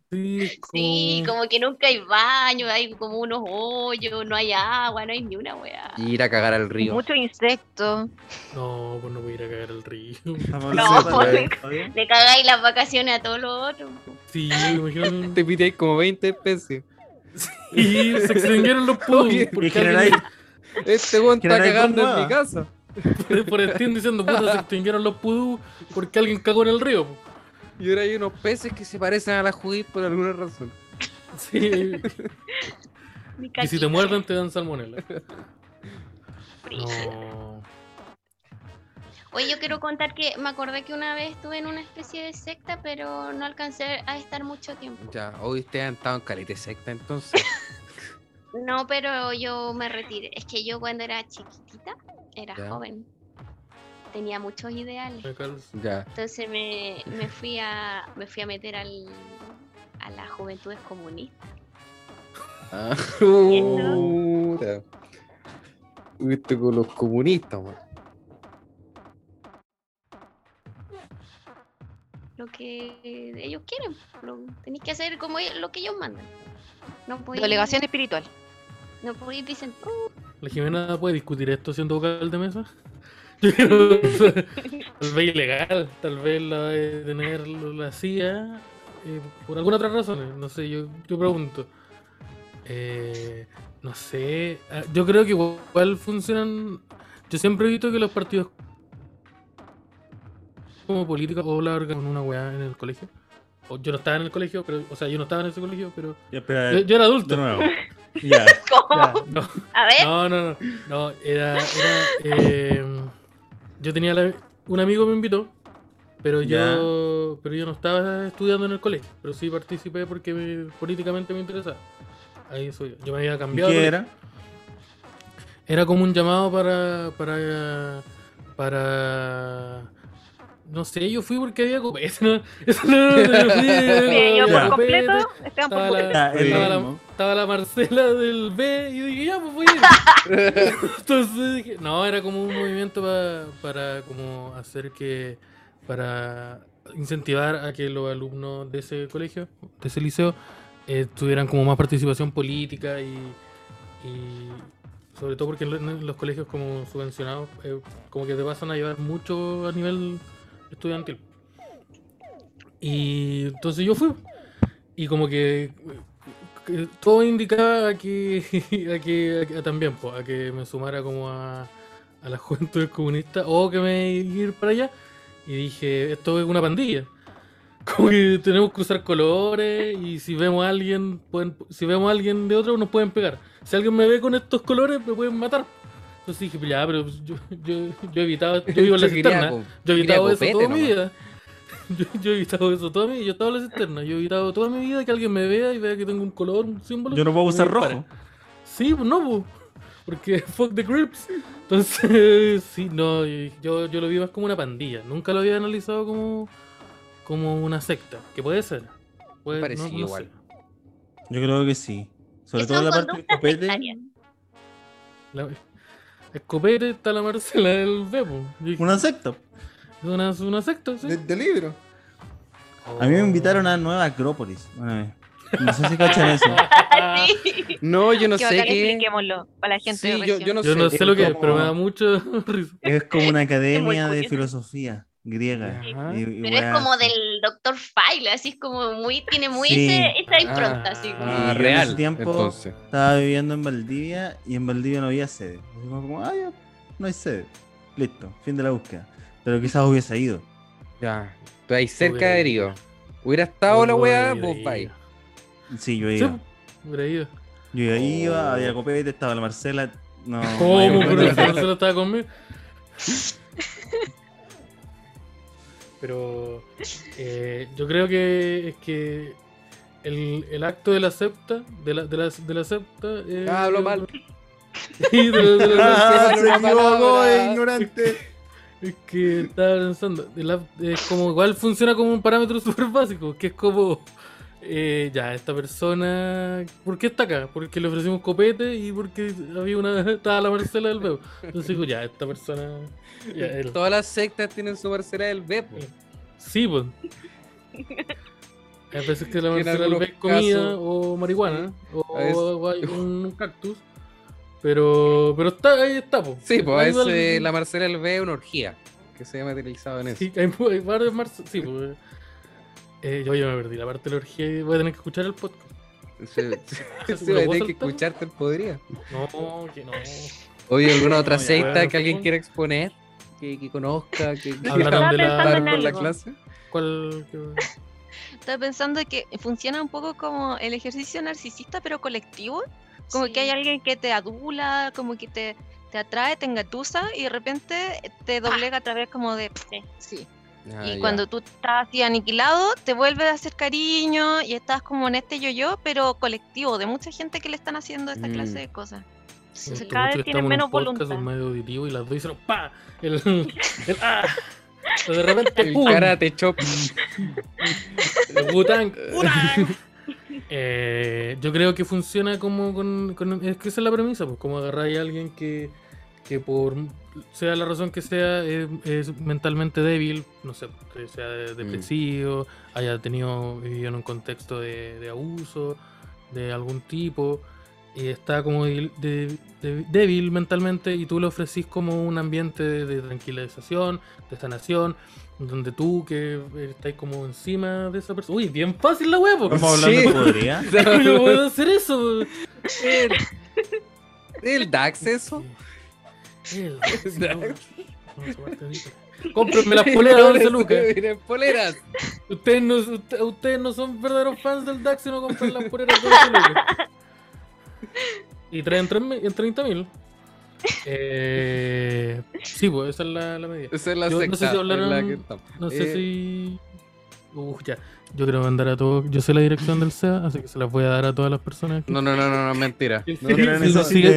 Speaker 1: Sí, es
Speaker 4: Sí, como que nunca hay baño, hay como unos hoyos, no hay agua, no hay ni una weá.
Speaker 3: Y ir a cagar al río.
Speaker 5: Muchos insectos.
Speaker 1: No, pues no voy a ir a cagar al río.
Speaker 2: Estamos
Speaker 4: No,
Speaker 2: hablando de-
Speaker 4: Judith.
Speaker 2: ¿Está bien?
Speaker 4: Le cagáis las vacaciones a todos los otros.
Speaker 1: Sí, imagínate.
Speaker 3: Te pitéis como 20 especies.
Speaker 1: Y se extinguieron los
Speaker 3: Oye,
Speaker 1: putos.
Speaker 2: Y
Speaker 1: Porque
Speaker 2: generáis,
Speaker 1: alguien-
Speaker 3: Este weón está
Speaker 2: Generáis dos
Speaker 3: cagando en mi
Speaker 2: nuevas.
Speaker 3: casa.
Speaker 1: por el Steam diciendo, puta, se extinguieron los pudú porque alguien cagó en el río.
Speaker 3: Y ahora hay unos peces que se parecen a la Judith por alguna razón.
Speaker 1: Sí.
Speaker 4: Mi
Speaker 1: Y si te
Speaker 4: caquita.
Speaker 1: muerden, te dan salmonela. No.
Speaker 4: Oye, yo quiero contar que me acordé que una vez estuve en una especie de secta, pero no alcancé a estar mucho tiempo.
Speaker 3: Ya, hoy ustedes han estado en caleta de secta entonces.
Speaker 4: No, pero yo me retiré. Es que yo cuando era chiquitita, era
Speaker 3: Ya.
Speaker 4: joven, tenía muchos ideales.
Speaker 1: me calzo.
Speaker 3: Ya.
Speaker 4: Entonces me, me fui a me fui a meter al, a las juventudes comunistas.
Speaker 3: Ah,
Speaker 4: Eso.
Speaker 3: puta. Viste este con los comunistas, man.
Speaker 4: Lo que ellos quieren. Lo, tenéis que hacer como ellos- lo que ellos mandan. No podéis,
Speaker 5: Delegación espiritual.
Speaker 4: No podéis "Uh, disentir.
Speaker 1: ¿La Jimena puede discutir esto siendo vocal de mesa? Yo creo que tal vez ilegal, tal vez la de tener la CIA eh, por alguna otra razón, eh, no sé, yo, yo pregunto. Eh, no sé, ah, yo creo que igual funcionan. Yo siempre he visto que los partidos como política o la orga- con una weá en el colegio. O yo no estaba en el colegio, pero, o sea, yo no estaba en ese colegio, pero
Speaker 2: Ya, espera,
Speaker 1: Eh, yo, yo era adulto.
Speaker 2: de nuevo. Ya, ya.
Speaker 1: No.
Speaker 4: A ver,
Speaker 1: No, no, no. No, era. era, eh, yo tenía. la- un amigo me invitó, pero yo. Pero yo no estaba estudiando en el colegio. Pero sí participé porque me- políticamente me interesaba. Ahí soy yo. Yo me había
Speaker 2: ¿Y
Speaker 1: cambiado.
Speaker 2: ¿Qué
Speaker 1: de-
Speaker 2: era?
Speaker 1: era como un llamado para. para. para. No sé, yo fui porque había copete. ¿no? Eso no, yo fui,
Speaker 5: Mira, yo
Speaker 1: había
Speaker 2: Ya.
Speaker 5: por
Speaker 1: copete,
Speaker 5: completo, Estaban por
Speaker 1: Estaba
Speaker 5: completo.
Speaker 1: la,
Speaker 2: Ya, es
Speaker 1: estaba
Speaker 2: lo
Speaker 1: la-
Speaker 2: mismo.
Speaker 1: estaba la Marcela del B y yo dije, ya, pues voy a ir. Entonces dije, no, era como un movimiento pa- para como hacer que, para incentivar a que los alumnos de ese colegio, de ese liceo, eh, tuvieran como más participación política y, y sobre todo porque en lo- en los colegios como subvencionados, eh, como que te pasan a llevar mucho a nivel estudiantil. Y entonces yo fui. Y como que, que todo indicaba a que, a que, a que- a también, po, a que me sumara como a, a la juventud comunista o que me ir para allá. Y dije, esto es una pandilla. Como que tenemos que cruzar colores y si vemos a alguien, pueden, si vemos a alguien de otro, nos pueden pegar. Si alguien me ve con estos colores, me pueden matar. Entonces dije, ya, pero yo, yo, yo he evitado, yo vivo en la
Speaker 3: Yo quería
Speaker 1: cisterna.
Speaker 3: co-
Speaker 1: Yo he
Speaker 3: quería
Speaker 1: evitado eso
Speaker 3: copete
Speaker 1: toda mi
Speaker 3: nomás.
Speaker 1: vida. Yo, yo he evitado eso toda mi vida. Yo estaba en la cisterna. Yo he evitado toda mi vida que alguien me vea y vea que tengo un color, un símbolo.
Speaker 2: Yo no puedo
Speaker 1: y me
Speaker 2: usar
Speaker 1: dispare.
Speaker 2: rojo.
Speaker 1: Sí, pues no, pues. Porque fuck the grips. Entonces, sí, no, yo, yo lo vi más como una pandilla. Nunca lo había analizado como, como una secta. Que puede ser. Puede,
Speaker 3: Parecido igual.
Speaker 1: sé.
Speaker 2: Yo creo que sí. Sobre
Speaker 4: Que
Speaker 2: todo
Speaker 4: son
Speaker 2: la parte del
Speaker 4: conductas
Speaker 2: copete.
Speaker 4: sectarias.
Speaker 1: La- Escopete está la Marcela del Bebo.
Speaker 2: Una secta.
Speaker 1: Una, una secta, sí.
Speaker 3: De, de libro.
Speaker 2: A mí me invitaron a Nueva Acrópolis una vez. No sé si cachan eso.
Speaker 1: Ah,
Speaker 4: Sí.
Speaker 3: No, yo no
Speaker 5: que
Speaker 3: sé
Speaker 5: bacán,
Speaker 3: qué.
Speaker 5: expliquémoslo para la gente.
Speaker 3: Sí,
Speaker 5: de
Speaker 3: yo,
Speaker 5: región.
Speaker 3: yo no
Speaker 1: Yo
Speaker 3: sé.
Speaker 1: no sé lo que es,
Speaker 3: como-
Speaker 1: pero me da mucho risa.
Speaker 2: Es como una
Speaker 4: muy
Speaker 2: academia de
Speaker 4: curioso.
Speaker 2: filosofía griega.
Speaker 3: Ajá.
Speaker 2: Y- y
Speaker 4: Pero es
Speaker 2: weá,
Speaker 4: como
Speaker 2: sí.
Speaker 4: del Doctor File, así es como muy, tiene muy
Speaker 2: Sí.
Speaker 4: ese- esa impronta, así como-
Speaker 3: Ah,
Speaker 2: Y yo en
Speaker 3: real.
Speaker 2: ese tiempo-
Speaker 3: Entonces.
Speaker 2: Estaba viviendo en Valdivia y en Valdivia no había sede. Así como, como, ah, ya, no hay sede. Listo, fin de la búsqueda. Pero quizás hubiese ido.
Speaker 3: Ya. Estoy ahí cerca
Speaker 1: Hubiera
Speaker 3: de
Speaker 1: ido.
Speaker 3: Río. Hubiera estado la weá,
Speaker 1: Hubiera
Speaker 3: vos
Speaker 1: ido.
Speaker 3: vais.
Speaker 2: Sí, yo
Speaker 1: Sí,
Speaker 2: iba.
Speaker 1: hubiera ido.
Speaker 2: Yo ya iba,
Speaker 3: Oh.
Speaker 2: había copete, estaba la Marcela. No, no hay
Speaker 1: ¿Cómo?
Speaker 2: otro
Speaker 1: Pero
Speaker 2: lugar.
Speaker 1: el Marcelo estaba conmigo. Pero eh, yo creo que es que el, el acto de la septa, de la, de la, de la septa. eh,
Speaker 3: Ah, habló
Speaker 1: yo-
Speaker 3: mal.
Speaker 1: Sí, de la- de la-
Speaker 2: Ah,
Speaker 3: Una palabra.
Speaker 2: eh, ignorante.
Speaker 1: Es que estaba pensando, el app es como igual funciona como un parámetro súper básico, que es como, eh, ya, esta persona, ¿por qué está acá? Porque le ofrecimos copete y porque había una, estaba la Marcela del Bebo. Entonces digo, ya, esta persona, ya, él.
Speaker 3: Todas las sectas tienen su parcela del B. po.
Speaker 1: Sí, pues. Hay veces que la
Speaker 3: En
Speaker 1: Marcela del
Speaker 3: algunos
Speaker 1: Bebo es comida
Speaker 3: casos,
Speaker 1: o marihuana o,
Speaker 3: a veces-
Speaker 1: o hay un cactus, pero, pero está, ahí está, pues.
Speaker 3: Sí, pues
Speaker 1: Algo
Speaker 3: es
Speaker 1: al-
Speaker 3: eh, la parcela del B una orgía. Que se ha materializado en eso.
Speaker 1: Sí, hay, mu- hay varios Marce- Sí, pues. eh, yo ya me perdí la parte de la orgía y voy a tener que escuchar el podcast.
Speaker 3: Se,
Speaker 1: ¿Lo
Speaker 3: se va
Speaker 1: puedo
Speaker 3: a tener que
Speaker 1: saltar?
Speaker 3: escucharte el podría.
Speaker 1: No, que no.
Speaker 3: Oye, ¿alguna otra
Speaker 1: No, ya,
Speaker 3: secta
Speaker 1: bueno,
Speaker 3: que alguien
Speaker 1: pues.
Speaker 3: quiera exponer? Que, que conozca, que que
Speaker 1: Hablaron de la.
Speaker 5: Estaba pensando
Speaker 3: con la
Speaker 5: algo.
Speaker 3: clase.
Speaker 1: ¿Cuál? qué-
Speaker 5: Estaba pensando que funciona un poco como el ejercicio narcisista, pero colectivo. Como
Speaker 4: Sí.
Speaker 5: que hay alguien que te adula, como que te, te atrae, te engatusa y de repente te doblega a través como de... Sí.
Speaker 3: Ah,
Speaker 5: y
Speaker 3: ya.
Speaker 5: cuando tú estás así aniquilado, te vuelve a hacer cariño y estás como en este yo-yo, pero colectivo, de mucha gente que le están haciendo esta
Speaker 3: Mm.
Speaker 5: clase de cosas. Entonces,
Speaker 1: Siento
Speaker 5: cada
Speaker 1: mucho
Speaker 5: vez
Speaker 1: que
Speaker 5: tienen
Speaker 1: estamos en
Speaker 5: menos
Speaker 1: un podcast,
Speaker 5: voluntad.
Speaker 1: Un medio auditivo y las dos hicieron ¡pa! El. el ¡ah! Pero de repente.
Speaker 3: El
Speaker 1: ¡pum!
Speaker 3: karate chop.
Speaker 1: El Wu-Tang. Eh, yo creo que funciona como con, con- Es que esa es la premisa, pues como agarrar a alguien que, que por sea la razón que sea, eh, es, mentalmente débil, no sé, que sea de- depresivo,
Speaker 2: Mm.
Speaker 1: haya tenido, vivido en un contexto de, de abuso de algún tipo, y está como de- de- de- débil mentalmente, y tú le ofrecís como un ambiente de, de tranquilización, de sanación, donde tú que estás como encima de esa persona. Uy, bien fácil la pues. huevo.
Speaker 2: Vamos a hablar de
Speaker 3: Sí.
Speaker 2: podría.
Speaker 1: Yo puedo hacer eso.
Speaker 3: el, el DAX eso.
Speaker 1: El- no, esa parte de- Cómprenme las poleras de 11 lucas.
Speaker 3: Miren, poleras.
Speaker 1: Ustedes no, usted- ustedes no son verdaderos fans del DAX si no compran las poleras de 11 lucas. Y traen tres mil- en 30 mil. Eh, sí, pues esa es la, la medida.
Speaker 3: Esa es la
Speaker 1: Yo no sé
Speaker 3: secta.
Speaker 1: si
Speaker 3: en la
Speaker 1: hablaron-
Speaker 3: que estamos.
Speaker 1: No sé
Speaker 3: Eh,
Speaker 1: si. Uf, ya. Yo quiero mandar a todos. Yo sé la dirección del SEA, así que se las voy a dar a todas las personas. que-
Speaker 3: No, no, no, no, no, mentira.
Speaker 1: Que si-
Speaker 3: No, no,
Speaker 1: si
Speaker 2: la
Speaker 1: lo sigue-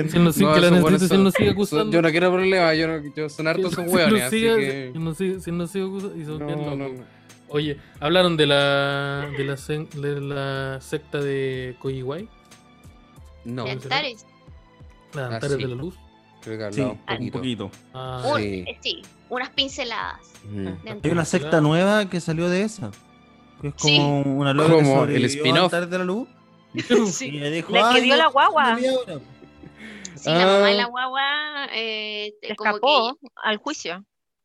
Speaker 2: necesiten.
Speaker 1: si lo sigue-
Speaker 3: no,
Speaker 1: que la
Speaker 3: esos buenos
Speaker 1: necesiten, si
Speaker 3: son-
Speaker 1: no sigue
Speaker 3: son-
Speaker 1: acusando.
Speaker 3: Yo no quiero problemas, yo no, yo son hartos, son hueones, así que.
Speaker 1: Si no sigue, si no sigue acusando- y son
Speaker 3: No,
Speaker 1: bien
Speaker 3: no,
Speaker 1: locos.
Speaker 3: no.
Speaker 1: Oye, hablaron de la de la, sen- de la secta de Coyihuay,
Speaker 3: No,
Speaker 4: de
Speaker 1: ¿en serio?
Speaker 4: altares.
Speaker 1: la de
Speaker 3: Ah,
Speaker 1: Antares
Speaker 3: sí.
Speaker 1: de la Luz.
Speaker 3: creo que
Speaker 2: Sí,
Speaker 3: hablamos
Speaker 2: un poquito.
Speaker 1: Ah,
Speaker 4: Un-
Speaker 3: Sí.
Speaker 4: eh, sí, unas pinceladas.
Speaker 3: Mm.
Speaker 4: de
Speaker 2: Hay una
Speaker 4: Antares.
Speaker 2: secta nueva que salió de esa. Que es
Speaker 4: Sí.
Speaker 2: como una loca que
Speaker 3: Como el
Speaker 2: sobrevivió
Speaker 3: spin-off.
Speaker 2: al altar de la luz. Y
Speaker 5: Sí.
Speaker 2: le dijo,
Speaker 5: La que
Speaker 2: "Ay,
Speaker 5: dio la
Speaker 2: yo-
Speaker 5: guagua.
Speaker 2: yo vi ahora".
Speaker 4: Sí, la mamá de
Speaker 3: Ah.
Speaker 4: la guagua eh, te- como
Speaker 5: Escapó
Speaker 4: que
Speaker 5: al juicio.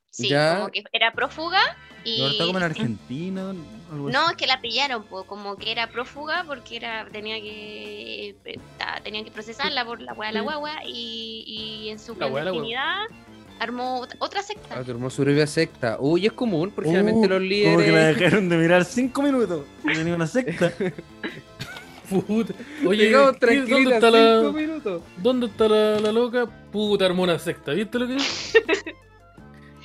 Speaker 4: sí,
Speaker 3: Ya.
Speaker 4: como que era prófuga
Speaker 2: Y
Speaker 4: y
Speaker 2: ahora está como en Argentina. algo
Speaker 4: no,
Speaker 2: así.
Speaker 4: es que la pillaron, po, como que era prófuga porque era tenía que eh, ta- tenían que procesarla por la hueá de la guagua y, y en su
Speaker 1: La hueá de la guagua.
Speaker 4: clandestinidad armó ot- otra secta.
Speaker 3: Ah, tu hermoso sobrevivió a secta. Uy, es común, porque generalmente
Speaker 2: Uh,
Speaker 3: los
Speaker 2: Como que la
Speaker 3: líderes.
Speaker 2: dejaron de mirar cinco minutos. Y tenía una secta.
Speaker 1: puta. Oye,
Speaker 3: Llegamos
Speaker 1: ¿qué- ¿dónde
Speaker 3: tranquilos
Speaker 1: está,
Speaker 3: cinco
Speaker 1: la,
Speaker 3: minutos.
Speaker 1: ¿dónde está la, la loca? Puta, armó una secta, ¿viste lo que es?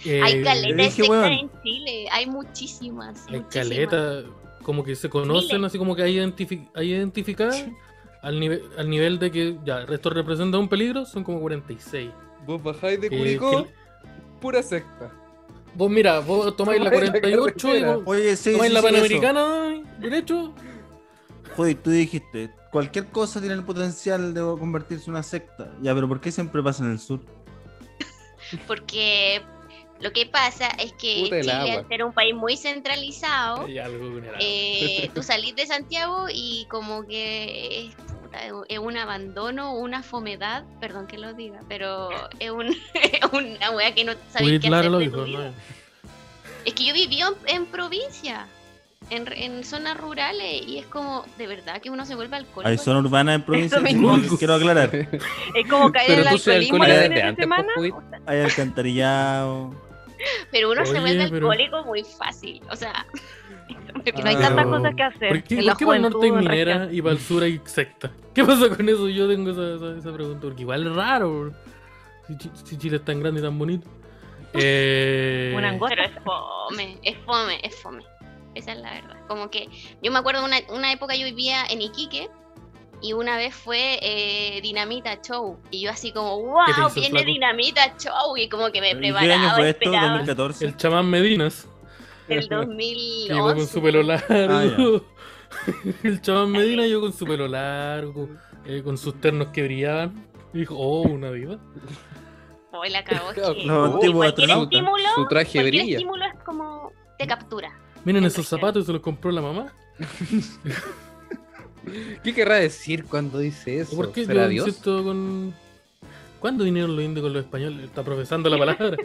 Speaker 1: Eh,
Speaker 4: Hay caleta de
Speaker 2: dije,
Speaker 4: sectas
Speaker 2: weón.
Speaker 4: en Chile, hay muchísimas.
Speaker 1: Hay
Speaker 4: muchísimas.
Speaker 1: caleta, como que se conocen,
Speaker 4: Miles.
Speaker 1: así como que hay, identifi hay identificadas. Al nivel, al nivel de que ya, el resto representa un peligro, son como 46.
Speaker 3: Vos bajáis de
Speaker 1: Eh,
Speaker 3: Curicó,
Speaker 1: que-
Speaker 3: pura secta.
Speaker 1: Vos mira, vos tomáis la
Speaker 3: Tomáis la
Speaker 1: 48 y
Speaker 3: carretera.
Speaker 1: vos
Speaker 2: Oye, sí,
Speaker 1: tomáis
Speaker 2: sí,
Speaker 1: la
Speaker 2: sí, eso.
Speaker 1: Panamericana ¿eh? derecho.
Speaker 2: Joder, tú dijiste, cualquier cosa tiene el potencial de convertirse en una secta. Ya, pero ¿por qué siempre pasa en el sur?
Speaker 4: Porque lo que pasa es que
Speaker 3: Puta el
Speaker 4: Chile,
Speaker 3: agua.
Speaker 4: al ser un país muy centralizado,
Speaker 1: Hay algo general.
Speaker 4: eh, tú salís de Santiago y como que es, puta, es un- es un abandono, una fomedad, perdón que lo diga, pero es, un- es una wea que no sabes
Speaker 1: Muy
Speaker 4: qué
Speaker 1: claro
Speaker 4: hacer
Speaker 1: lo
Speaker 4: de
Speaker 1: dijo,
Speaker 4: tu vida.
Speaker 1: ¿no?
Speaker 4: Es que yo vivía en, en provincia, en, re- en zonas rurales, y es como, de verdad que uno se vuelve alcohólico.
Speaker 2: Hay zona urbana en provincia.
Speaker 5: Eso mismo.
Speaker 2: Quiero aclarar.
Speaker 5: Es como caer en
Speaker 3: Pero
Speaker 5: el
Speaker 3: tú seas
Speaker 5: alcoholismo
Speaker 3: alcohólica
Speaker 5: los
Speaker 3: desde
Speaker 5: fines de
Speaker 3: antes,
Speaker 5: semana.
Speaker 3: pues, Judith.
Speaker 2: Hay alcantarillado.
Speaker 4: Pero uno
Speaker 1: Oye,
Speaker 4: se vuelve
Speaker 1: pero-
Speaker 4: alcohólico muy fácil, o sea...
Speaker 5: Que no hay
Speaker 2: Ah,
Speaker 5: tantas
Speaker 2: pero-
Speaker 5: cosas que hacer.
Speaker 1: ¿Por qué,
Speaker 5: en la
Speaker 1: por qué para el norte hay
Speaker 5: juventud, en
Speaker 1: minera y para el sur hay secta? ¿Qué pasa con eso? Yo tengo esa, esa- esa pregunta, porque igual es raro, bro. Si, Chi- si Chile es tan grande y tan bonito. Eh,
Speaker 5: Una angostura.
Speaker 4: Pero es fome, es fome, es fome. Esa es la verdad. Como que yo me acuerdo una, una época yo vivía en Iquique y una vez fue eh, Dinamita Show. Y yo así como,
Speaker 1: ¿Qué te
Speaker 4: wow,
Speaker 1: hizo el
Speaker 4: viene
Speaker 1: flaco?
Speaker 4: Dinamita Show. Y como que me
Speaker 2: ¿Y ¿Qué año
Speaker 4: preparaba,
Speaker 2: fue esto?
Speaker 4: esperaba
Speaker 2: ¿2014?
Speaker 1: El chamán Medinas. Que
Speaker 4: el
Speaker 1: llegó con
Speaker 4: 2011.
Speaker 1: su pelo
Speaker 2: Ah,
Speaker 1: largo. el chamán Medina
Speaker 4: Ay.
Speaker 1: llegó con su pelo largo, eh, con sus ternos que brillaban. Y dijo, oh, una diva.
Speaker 4: Hoy la cagó.
Speaker 3: Claro,
Speaker 4: que-
Speaker 2: Eh, Los
Speaker 4: Uy,
Speaker 2: antiguos
Speaker 4: cualquier
Speaker 2: astronautas.
Speaker 4: estímulo,
Speaker 3: Su traje
Speaker 4: cualquier
Speaker 3: brilla.
Speaker 4: estímulo es como te captura.
Speaker 1: Miren esos zapatos, se los compró la mamá.
Speaker 3: ¿Qué querrá decir cuando dice eso?
Speaker 1: ¿Por qué
Speaker 3: ¿Será
Speaker 1: yo
Speaker 3: Dios?
Speaker 1: insisto con. ¿Cuándo vinieron los indios con los españoles? Está profesando la palabra.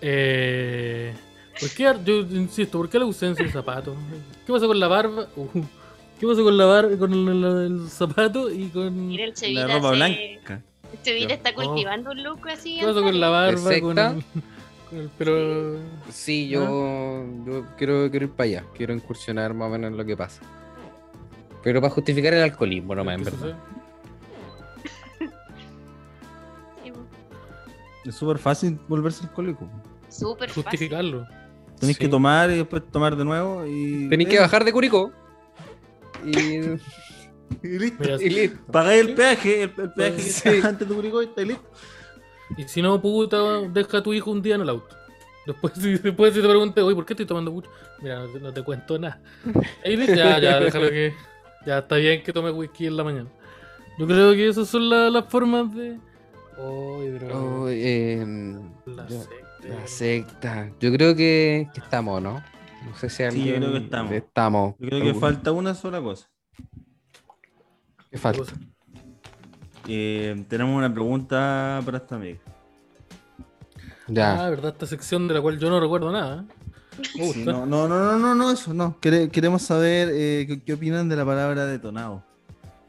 Speaker 1: Eh, ¿Por qué? ar- Yo insisto, ¿por qué la ausencia de zapatos? ¿Qué pasó con la barba? Uh, ¿Qué pasó con la barba, con el, el- el zapato y con.
Speaker 4: Mira,
Speaker 1: ¿Qué
Speaker 4: el
Speaker 2: La
Speaker 4: Chevita,
Speaker 2: ropa
Speaker 4: se-
Speaker 2: blanca.
Speaker 4: el Chevita está
Speaker 1: No.
Speaker 4: cultivando un look así.
Speaker 1: pasó con la barba? Con
Speaker 3: secta?
Speaker 1: el, con el pelo.
Speaker 3: Sí, yo,
Speaker 1: ¿Ah?
Speaker 3: yo quiero, quiero ir para allá. Quiero incursionar más o menos en lo que pasa. Pero para justificar el alcoholismo nomás, en
Speaker 1: ¿Qué
Speaker 3: verdad.
Speaker 1: sucede?
Speaker 2: Es súper fácil volverse alcohólico.
Speaker 4: Súper fácil.
Speaker 1: Justificarlo.
Speaker 2: Tenéis
Speaker 3: Sí.
Speaker 2: que tomar y después tomar de nuevo y...
Speaker 3: Tenéis que bajar de Curicó. Y,
Speaker 2: Y listo.
Speaker 1: Mira,
Speaker 3: y listo.
Speaker 2: Pagáis el peaje, el, el peaje que
Speaker 3: Sí.
Speaker 2: está antes de Curicó y está listo.
Speaker 1: Y si no, puta, deja a tu hijo un día en el auto. Después, si, después si te pregunté, oye, ¿por qué estoy tomando mucho? Mira, no te, no te cuento nada. Ahí dices, ya, ya, déjalo que. Ya está bien que tome whisky en la mañana. Yo creo que esas son la- las formas de. Oye, pero.
Speaker 3: Oh, em,
Speaker 1: la
Speaker 3: ya.
Speaker 1: secta.
Speaker 3: La secta. Yo creo que, que estamos, ¿no? No sé si alguien...
Speaker 2: yo creo que estamos.
Speaker 3: Estamos.
Speaker 2: Yo creo que
Speaker 3: Algún-
Speaker 2: falta una sola cosa.
Speaker 3: ¿Qué falta?
Speaker 2: Eh, tenemos una pregunta para esta amiga.
Speaker 3: Ya.
Speaker 1: Ah, verdad, esta sección de la cual yo no recuerdo nada. Me gusta.
Speaker 2: Sí, no, no, no, no, no, no, eso no. Quere- queremos saber eh, qué, qué opinan de la palabra detonado.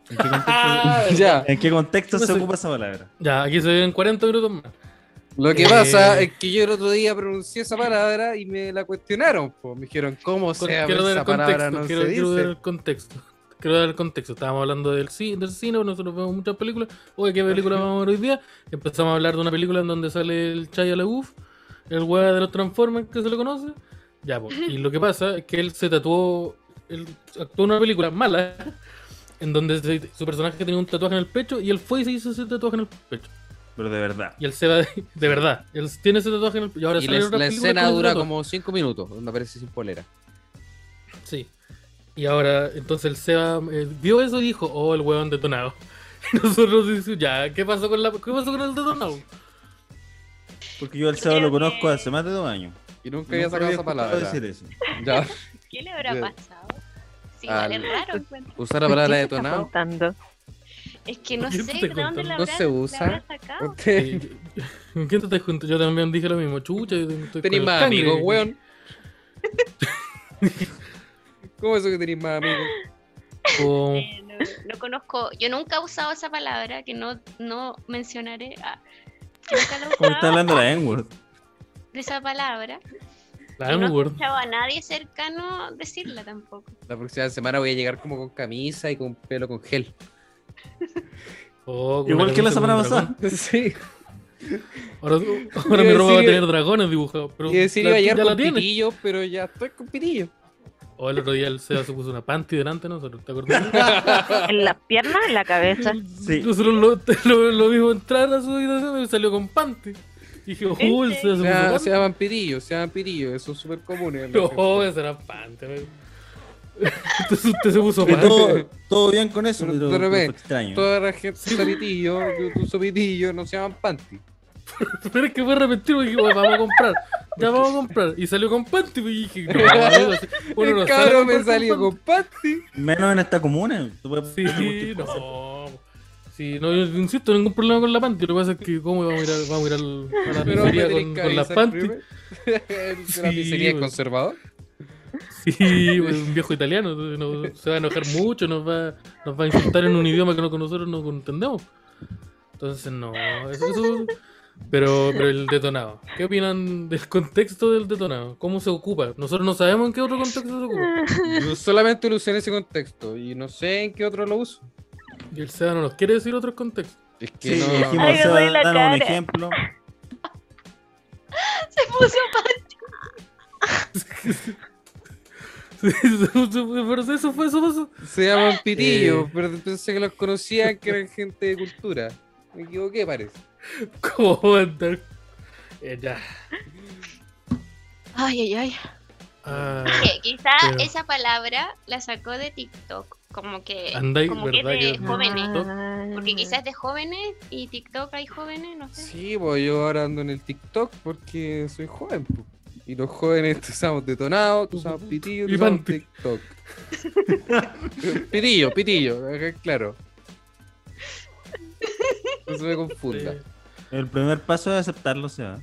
Speaker 2: ¿En qué contexto,
Speaker 1: Ah,
Speaker 3: Ya.
Speaker 2: en qué contexto
Speaker 1: No
Speaker 2: se
Speaker 1: sé.
Speaker 2: ocupa esa palabra?
Speaker 1: Ya, aquí se vienen 40 minutos más.
Speaker 3: Lo que
Speaker 1: Eh.
Speaker 3: pasa es que yo el otro día pronuncié esa palabra y me la cuestionaron. pues. Me dijeron, ¿cómo se
Speaker 1: Con-
Speaker 3: llama
Speaker 1: quiero dar
Speaker 3: pues, esa
Speaker 1: el
Speaker 3: palabra?
Speaker 1: contexto,
Speaker 3: No
Speaker 1: quiero,
Speaker 3: se
Speaker 1: quiero dar
Speaker 3: dice.
Speaker 1: el contexto. Quiero dar el contexto. Estábamos hablando del, ci- del cine, nosotros vemos muchas películas. Oye, ¿qué película vamos a ver hoy día? Empezamos a hablar de una película en donde sale el Chaya LaBeouf, el weá de los Transformers que se lo conoce. Ya, pues. Y lo que pasa es que él se tatuó, él actuó en una película mala, en donde se- su personaje tenía un tatuaje en el pecho y él fue y se hizo ese tatuaje en el pecho.
Speaker 2: Pero de verdad.
Speaker 1: Y él se va de, de verdad. Él tiene ese tatuaje en el pecho. Y ahora
Speaker 3: Y
Speaker 1: sale en
Speaker 3: la,
Speaker 1: otras
Speaker 3: la
Speaker 1: películas con
Speaker 3: escena
Speaker 1: ese
Speaker 3: dura
Speaker 1: tatuaje.
Speaker 3: como 5 minutos, donde aparece sin polera.
Speaker 1: Sí. Y ahora, entonces el Seba eh, vio eso y dijo, oh, el huevón detonado. Y nosotros decimos, ya, ¿qué pasó con la qué pasó con el detonado?
Speaker 2: Porque yo al
Speaker 4: Yo
Speaker 2: sábado
Speaker 4: creo
Speaker 2: lo conozco
Speaker 4: que-
Speaker 2: hace más de dos años.
Speaker 3: Y nunca
Speaker 2: Nunca
Speaker 3: había sacado esa
Speaker 2: escuchado
Speaker 3: palabra.
Speaker 2: decir eso.
Speaker 3: Ya.
Speaker 4: ¿Qué le habrá
Speaker 3: Ya.
Speaker 4: pasado? Sí, igual es
Speaker 3: Al-
Speaker 4: raro. encuentro.
Speaker 3: Usar la
Speaker 5: ¿Qué
Speaker 3: palabra
Speaker 5: se está
Speaker 3: detonado.
Speaker 5: contando?
Speaker 4: Es que no
Speaker 1: ¿Por qué
Speaker 4: sé
Speaker 1: te
Speaker 4: de dónde
Speaker 1: contaron?
Speaker 4: la
Speaker 3: No
Speaker 4: habrá,
Speaker 3: se usa.
Speaker 4: la habrá sacado.
Speaker 3: Usted
Speaker 1: ¿Quién te estás junto? Yo también dije lo mismo, chucha, yo estoy
Speaker 3: tenés
Speaker 1: el
Speaker 3: más
Speaker 1: cangre.
Speaker 3: amigos, weón. ¿Cómo eso que tenés más amigos?
Speaker 1: O-
Speaker 4: Eh, no, no conozco, yo nunca he usado esa palabra que no, no mencionaré. ah, que nunca la he
Speaker 2: Como está
Speaker 4: usado
Speaker 2: hablando la N-word.
Speaker 4: de esa palabra.
Speaker 1: la
Speaker 4: y no he
Speaker 1: N-word.
Speaker 4: escuchado a nadie cercano decirla tampoco.
Speaker 3: La próxima semana voy a llegar como con camisa y con pelo con gel.
Speaker 1: Oh, con
Speaker 2: Igual
Speaker 1: una
Speaker 2: que la
Speaker 1: camisa
Speaker 2: semana
Speaker 1: con un
Speaker 2: pasada.
Speaker 3: Sí.
Speaker 1: dragón. Ahora, ahora mi
Speaker 3: Iba a
Speaker 1: ropa va a
Speaker 3: decir-
Speaker 1: tener dragones dibujados. Pero
Speaker 3: Y decir
Speaker 1: la-
Speaker 3: iba a llegar
Speaker 1: ya la
Speaker 3: con
Speaker 1: tiene.
Speaker 3: pitillo, pero ya estoy con pitillo.
Speaker 1: O el otro día el Seba se puso una panty delante de nosotros, ¿te acuerdas?
Speaker 7: En las piernas, en la cabeza.
Speaker 2: Sí.
Speaker 1: Nosotros lo, lo, lo vimos entrar a su habitación y salió con panty. Y dije, ¡uh! El Seba se puso
Speaker 3: sea,
Speaker 1: panty.
Speaker 3: se llaman pirillos, se llaman pirillos, eso es súper común. en la
Speaker 1: No,
Speaker 3: gente.
Speaker 1: ese era panty. amigo. Entonces usted se puso
Speaker 2: Y
Speaker 1: panty.
Speaker 2: todo, todo bien con eso,
Speaker 3: De
Speaker 2: pero pero fue
Speaker 3: repente,
Speaker 2: extraño.
Speaker 3: Toda la gente usa pitillo, yo uso pitillo, no se llaman panty.
Speaker 1: Pero es que fue repentino y dije, "Oye, vamos a comprar. Ya vamos a comprar. Y salió con panty. Y dije, no, amigo, así- uno
Speaker 3: el
Speaker 1: no sabe
Speaker 3: cabrón
Speaker 1: comprar
Speaker 3: me salió
Speaker 1: panty".
Speaker 3: con panty.
Speaker 2: Menos en esta comuna. tú puedes hacer
Speaker 1: Sí,
Speaker 2: muchas cosas.
Speaker 1: no. Sí, no, yo insisto, ningún problema con la panty. Lo que pasa es que, ¿cómo vamos a ir, a- vamos a, ir al- a la
Speaker 3: Pero me
Speaker 1: pizzería
Speaker 3: tenés
Speaker 1: con,
Speaker 3: que
Speaker 1: con las
Speaker 3: avisar
Speaker 1: panty?
Speaker 3: primero. ¿De la
Speaker 1: Sí,
Speaker 3: pizzería es
Speaker 1: pues.
Speaker 3: conservador?
Speaker 1: Sí, pues, un viejo italiano. entonces no- se va a enojar mucho, nos va, nos va a insultar en un idioma que no, con nosotros no entendemos. Entonces, no. Eso, eso- pero, pero el detonado. ¿Qué opinan del contexto del detonado? ¿Cómo se ocupa? Nosotros no sabemos en qué otro contexto se ocupa.
Speaker 3: Yo solamente lo usé en ese contexto y no sé en qué otro lo uso.
Speaker 1: Y el SEA no nos quiere decir otros contextos.
Speaker 3: Es que
Speaker 2: Sí,
Speaker 3: no.
Speaker 2: le dijimos,
Speaker 7: Ay, me
Speaker 2: o sea,
Speaker 7: duele la
Speaker 2: danos un
Speaker 7: cara.
Speaker 2: ejemplo.
Speaker 4: Se puso
Speaker 1: Pero eso fue, eso pasó.
Speaker 3: Se llaman pitillo,
Speaker 1: Eh.
Speaker 3: pero pensé que los conocía, que eran gente de cultura. Me equivoqué, parece.
Speaker 1: ¿Cómo va a andar? Eh, ya.
Speaker 5: Ay, ay, ay.
Speaker 1: Ah,
Speaker 4: que quizá
Speaker 1: Pero-
Speaker 4: esa palabra la sacó de TikTok, como que,
Speaker 1: Andáis,
Speaker 4: como que es
Speaker 1: ¿verdad?
Speaker 4: de
Speaker 1: Que-
Speaker 4: jóvenes.
Speaker 3: Ah.
Speaker 1: TikTok.
Speaker 4: Porque quizás de jóvenes y TikTok hay jóvenes, no sé.
Speaker 3: Sí, pues yo ahora ando en el TikTok porque soy joven. po. Y los jóvenes usamos detonado, usamos pitillo,
Speaker 1: Y
Speaker 3: usamos
Speaker 1: panty.
Speaker 3: TikTok. pitillo, pitillo, acá es claro. No se me confunda.
Speaker 1: eh,
Speaker 2: El primer paso es aceptarlo, se va.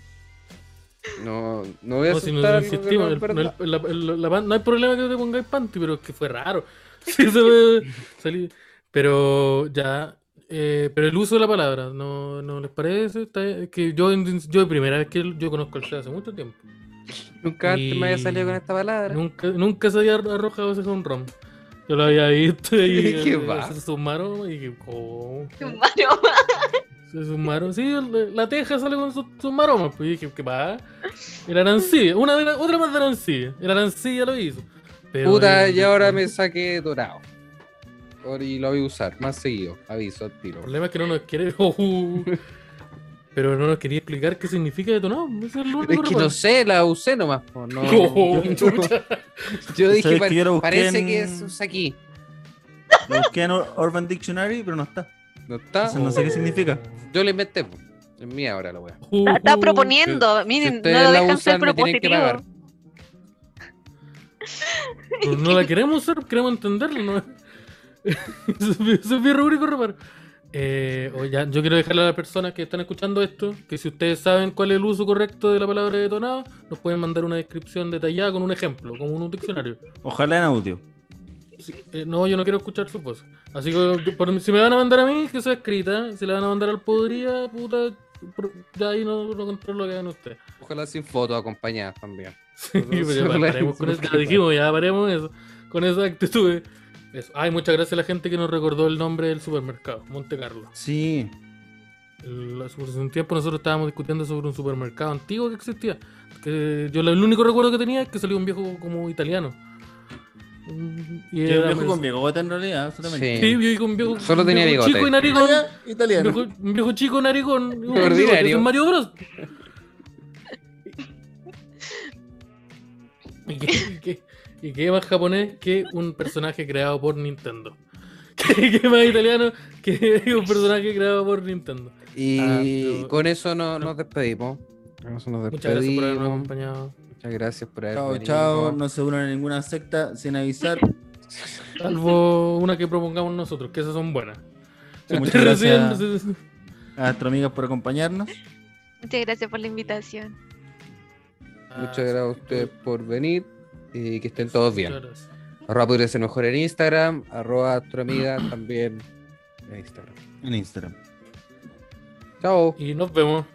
Speaker 3: No, no voy a
Speaker 1: no, si nos
Speaker 3: aceptar algo que
Speaker 1: insistimos,
Speaker 3: no es
Speaker 1: el- no,
Speaker 3: verdad.
Speaker 1: el- la- el- la pan- no hay problema que te pongáis panty, pero es que fue raro. Sí, se ve- salí- Pero ya, eh, pero el uso de la palabra, ¿no, no les parece? Está- es que yo, yo de primera vez que yo conozco el SEA hace mucho tiempo.
Speaker 3: Nunca antes me había salido con esta palabra.
Speaker 1: Nunca, nunca se había arrojado ese home run. Yo lo había visto y
Speaker 3: Qué
Speaker 1: eh,
Speaker 3: va.
Speaker 1: se sumaron y dije, "Oh". ¿cómo?
Speaker 4: Un varón.
Speaker 1: Se sumaron, sí, el- la teja sale con sus sus maromas, pues y dije, ¿qué va? El arancilla, una de la- otra más de arancilla, el arancilla lo hizo. Pero,
Speaker 3: Puta,
Speaker 1: eh,
Speaker 3: y ahora me saqué dorado. Ahora- Y lo voy a usar más seguido, aviso al tiro.
Speaker 1: El problema es que no nos quiere, pero no nos quería explicar qué significa detonado, ese es el único
Speaker 3: Es que no
Speaker 1: reparo.
Speaker 3: sé, la usé nomás. po, no-
Speaker 1: Oh, chucha.
Speaker 3: Yo dije,
Speaker 2: ¿Sabes
Speaker 3: "Pa-
Speaker 2: que yo la busqué
Speaker 3: parece
Speaker 2: en-
Speaker 3: que eso es aquí.
Speaker 2: Lo busqué en Ur- Urban Dictionary, pero no está.
Speaker 3: ¿No está?
Speaker 2: Entonces no sé qué significa.
Speaker 3: Yo lo inventé. po. Es mía ahora la wea.
Speaker 5: Está, está
Speaker 1: Uh,
Speaker 5: proponiendo,
Speaker 3: Si
Speaker 5: miren,
Speaker 3: ustedes
Speaker 5: no lo
Speaker 3: la
Speaker 5: dejan ser
Speaker 3: usan, me tienen que pagar.
Speaker 5: propositivo.
Speaker 1: Pues no la queremos usar, queremos entenderla. ¿no? Eso es mi- eso es mi rúbrico, reparo. Eh, o ya, yo quiero dejarle a las personas que están escuchando esto que si ustedes saben cuál es el uso correcto de la palabra detonado, nos pueden mandar una descripción detallada con un ejemplo, como en un diccionario.
Speaker 2: Ojalá en audio.
Speaker 1: Sí, eh, no, yo no quiero escuchar su voz. Así que yo- por- si me van a mandar a mí, que sea escrita, si la van a mandar al podría, puta, por- ya ahí no, no controlo lo que hagan ustedes.
Speaker 3: Ojalá sin fotos acompañadas también.
Speaker 1: Sí, pero
Speaker 2: Pues
Speaker 1: pues ya
Speaker 3: Solo-
Speaker 1: paremos con
Speaker 3: solo
Speaker 1: eso, ya
Speaker 3: que-
Speaker 1: dijimos, ya paremos eso, con esa actitud. Eso. Ay, muchas gracias a la gente que nos recordó el nombre del supermercado, Monte Carlo.
Speaker 2: Sí.
Speaker 1: El- hace un tiempo nosotros estábamos discutiendo sobre un supermercado antiguo que existía. Que yo lo- el único recuerdo que tenía es que salió un viejo como italiano. Mm, Y
Speaker 2: Yo
Speaker 1: era-
Speaker 2: viejo con bigote en realidad, solamente.
Speaker 1: Sí, yo con un viejo,
Speaker 3: Solo
Speaker 1: un
Speaker 3: tenía
Speaker 1: viejo
Speaker 3: bigote.
Speaker 1: Chico y narigón. Un
Speaker 2: Italiano.
Speaker 1: viejo, un viejo chico narigón. y un bigote,
Speaker 3: Ordinario.
Speaker 1: ese es Mario Bros. ¿Y qué, y qué- y qué más japonés que un personaje creado por Nintendo? ¿Qué, qué más italiano que un personaje creado por Nintendo?
Speaker 3: Y
Speaker 1: Ah, pero-
Speaker 3: con eso no- nos despedimos. Con eso nos
Speaker 1: Muchas gracias por habernos
Speaker 3: despedimos.
Speaker 1: acompañado.
Speaker 3: Muchas gracias por haber
Speaker 2: Chao,
Speaker 3: venido.
Speaker 2: chao. No se unan a ninguna secta sin avisar.
Speaker 1: Salvo una que propongamos nosotros, que esas son buenas. Si
Speaker 2: Muchas
Speaker 1: ustedes recién-
Speaker 2: gracias a Astroamigas por acompañarnos.
Speaker 5: Muchas gracias por la invitación.
Speaker 3: Muchas gracias a ustedes por venir y que estén todos bien.
Speaker 1: Muchas gracias.
Speaker 3: Arroba podría ser mejor en Instagram, arroba astroamiga también en Instagram.
Speaker 2: En Instagram.
Speaker 3: Chao.
Speaker 1: Y nos vemos.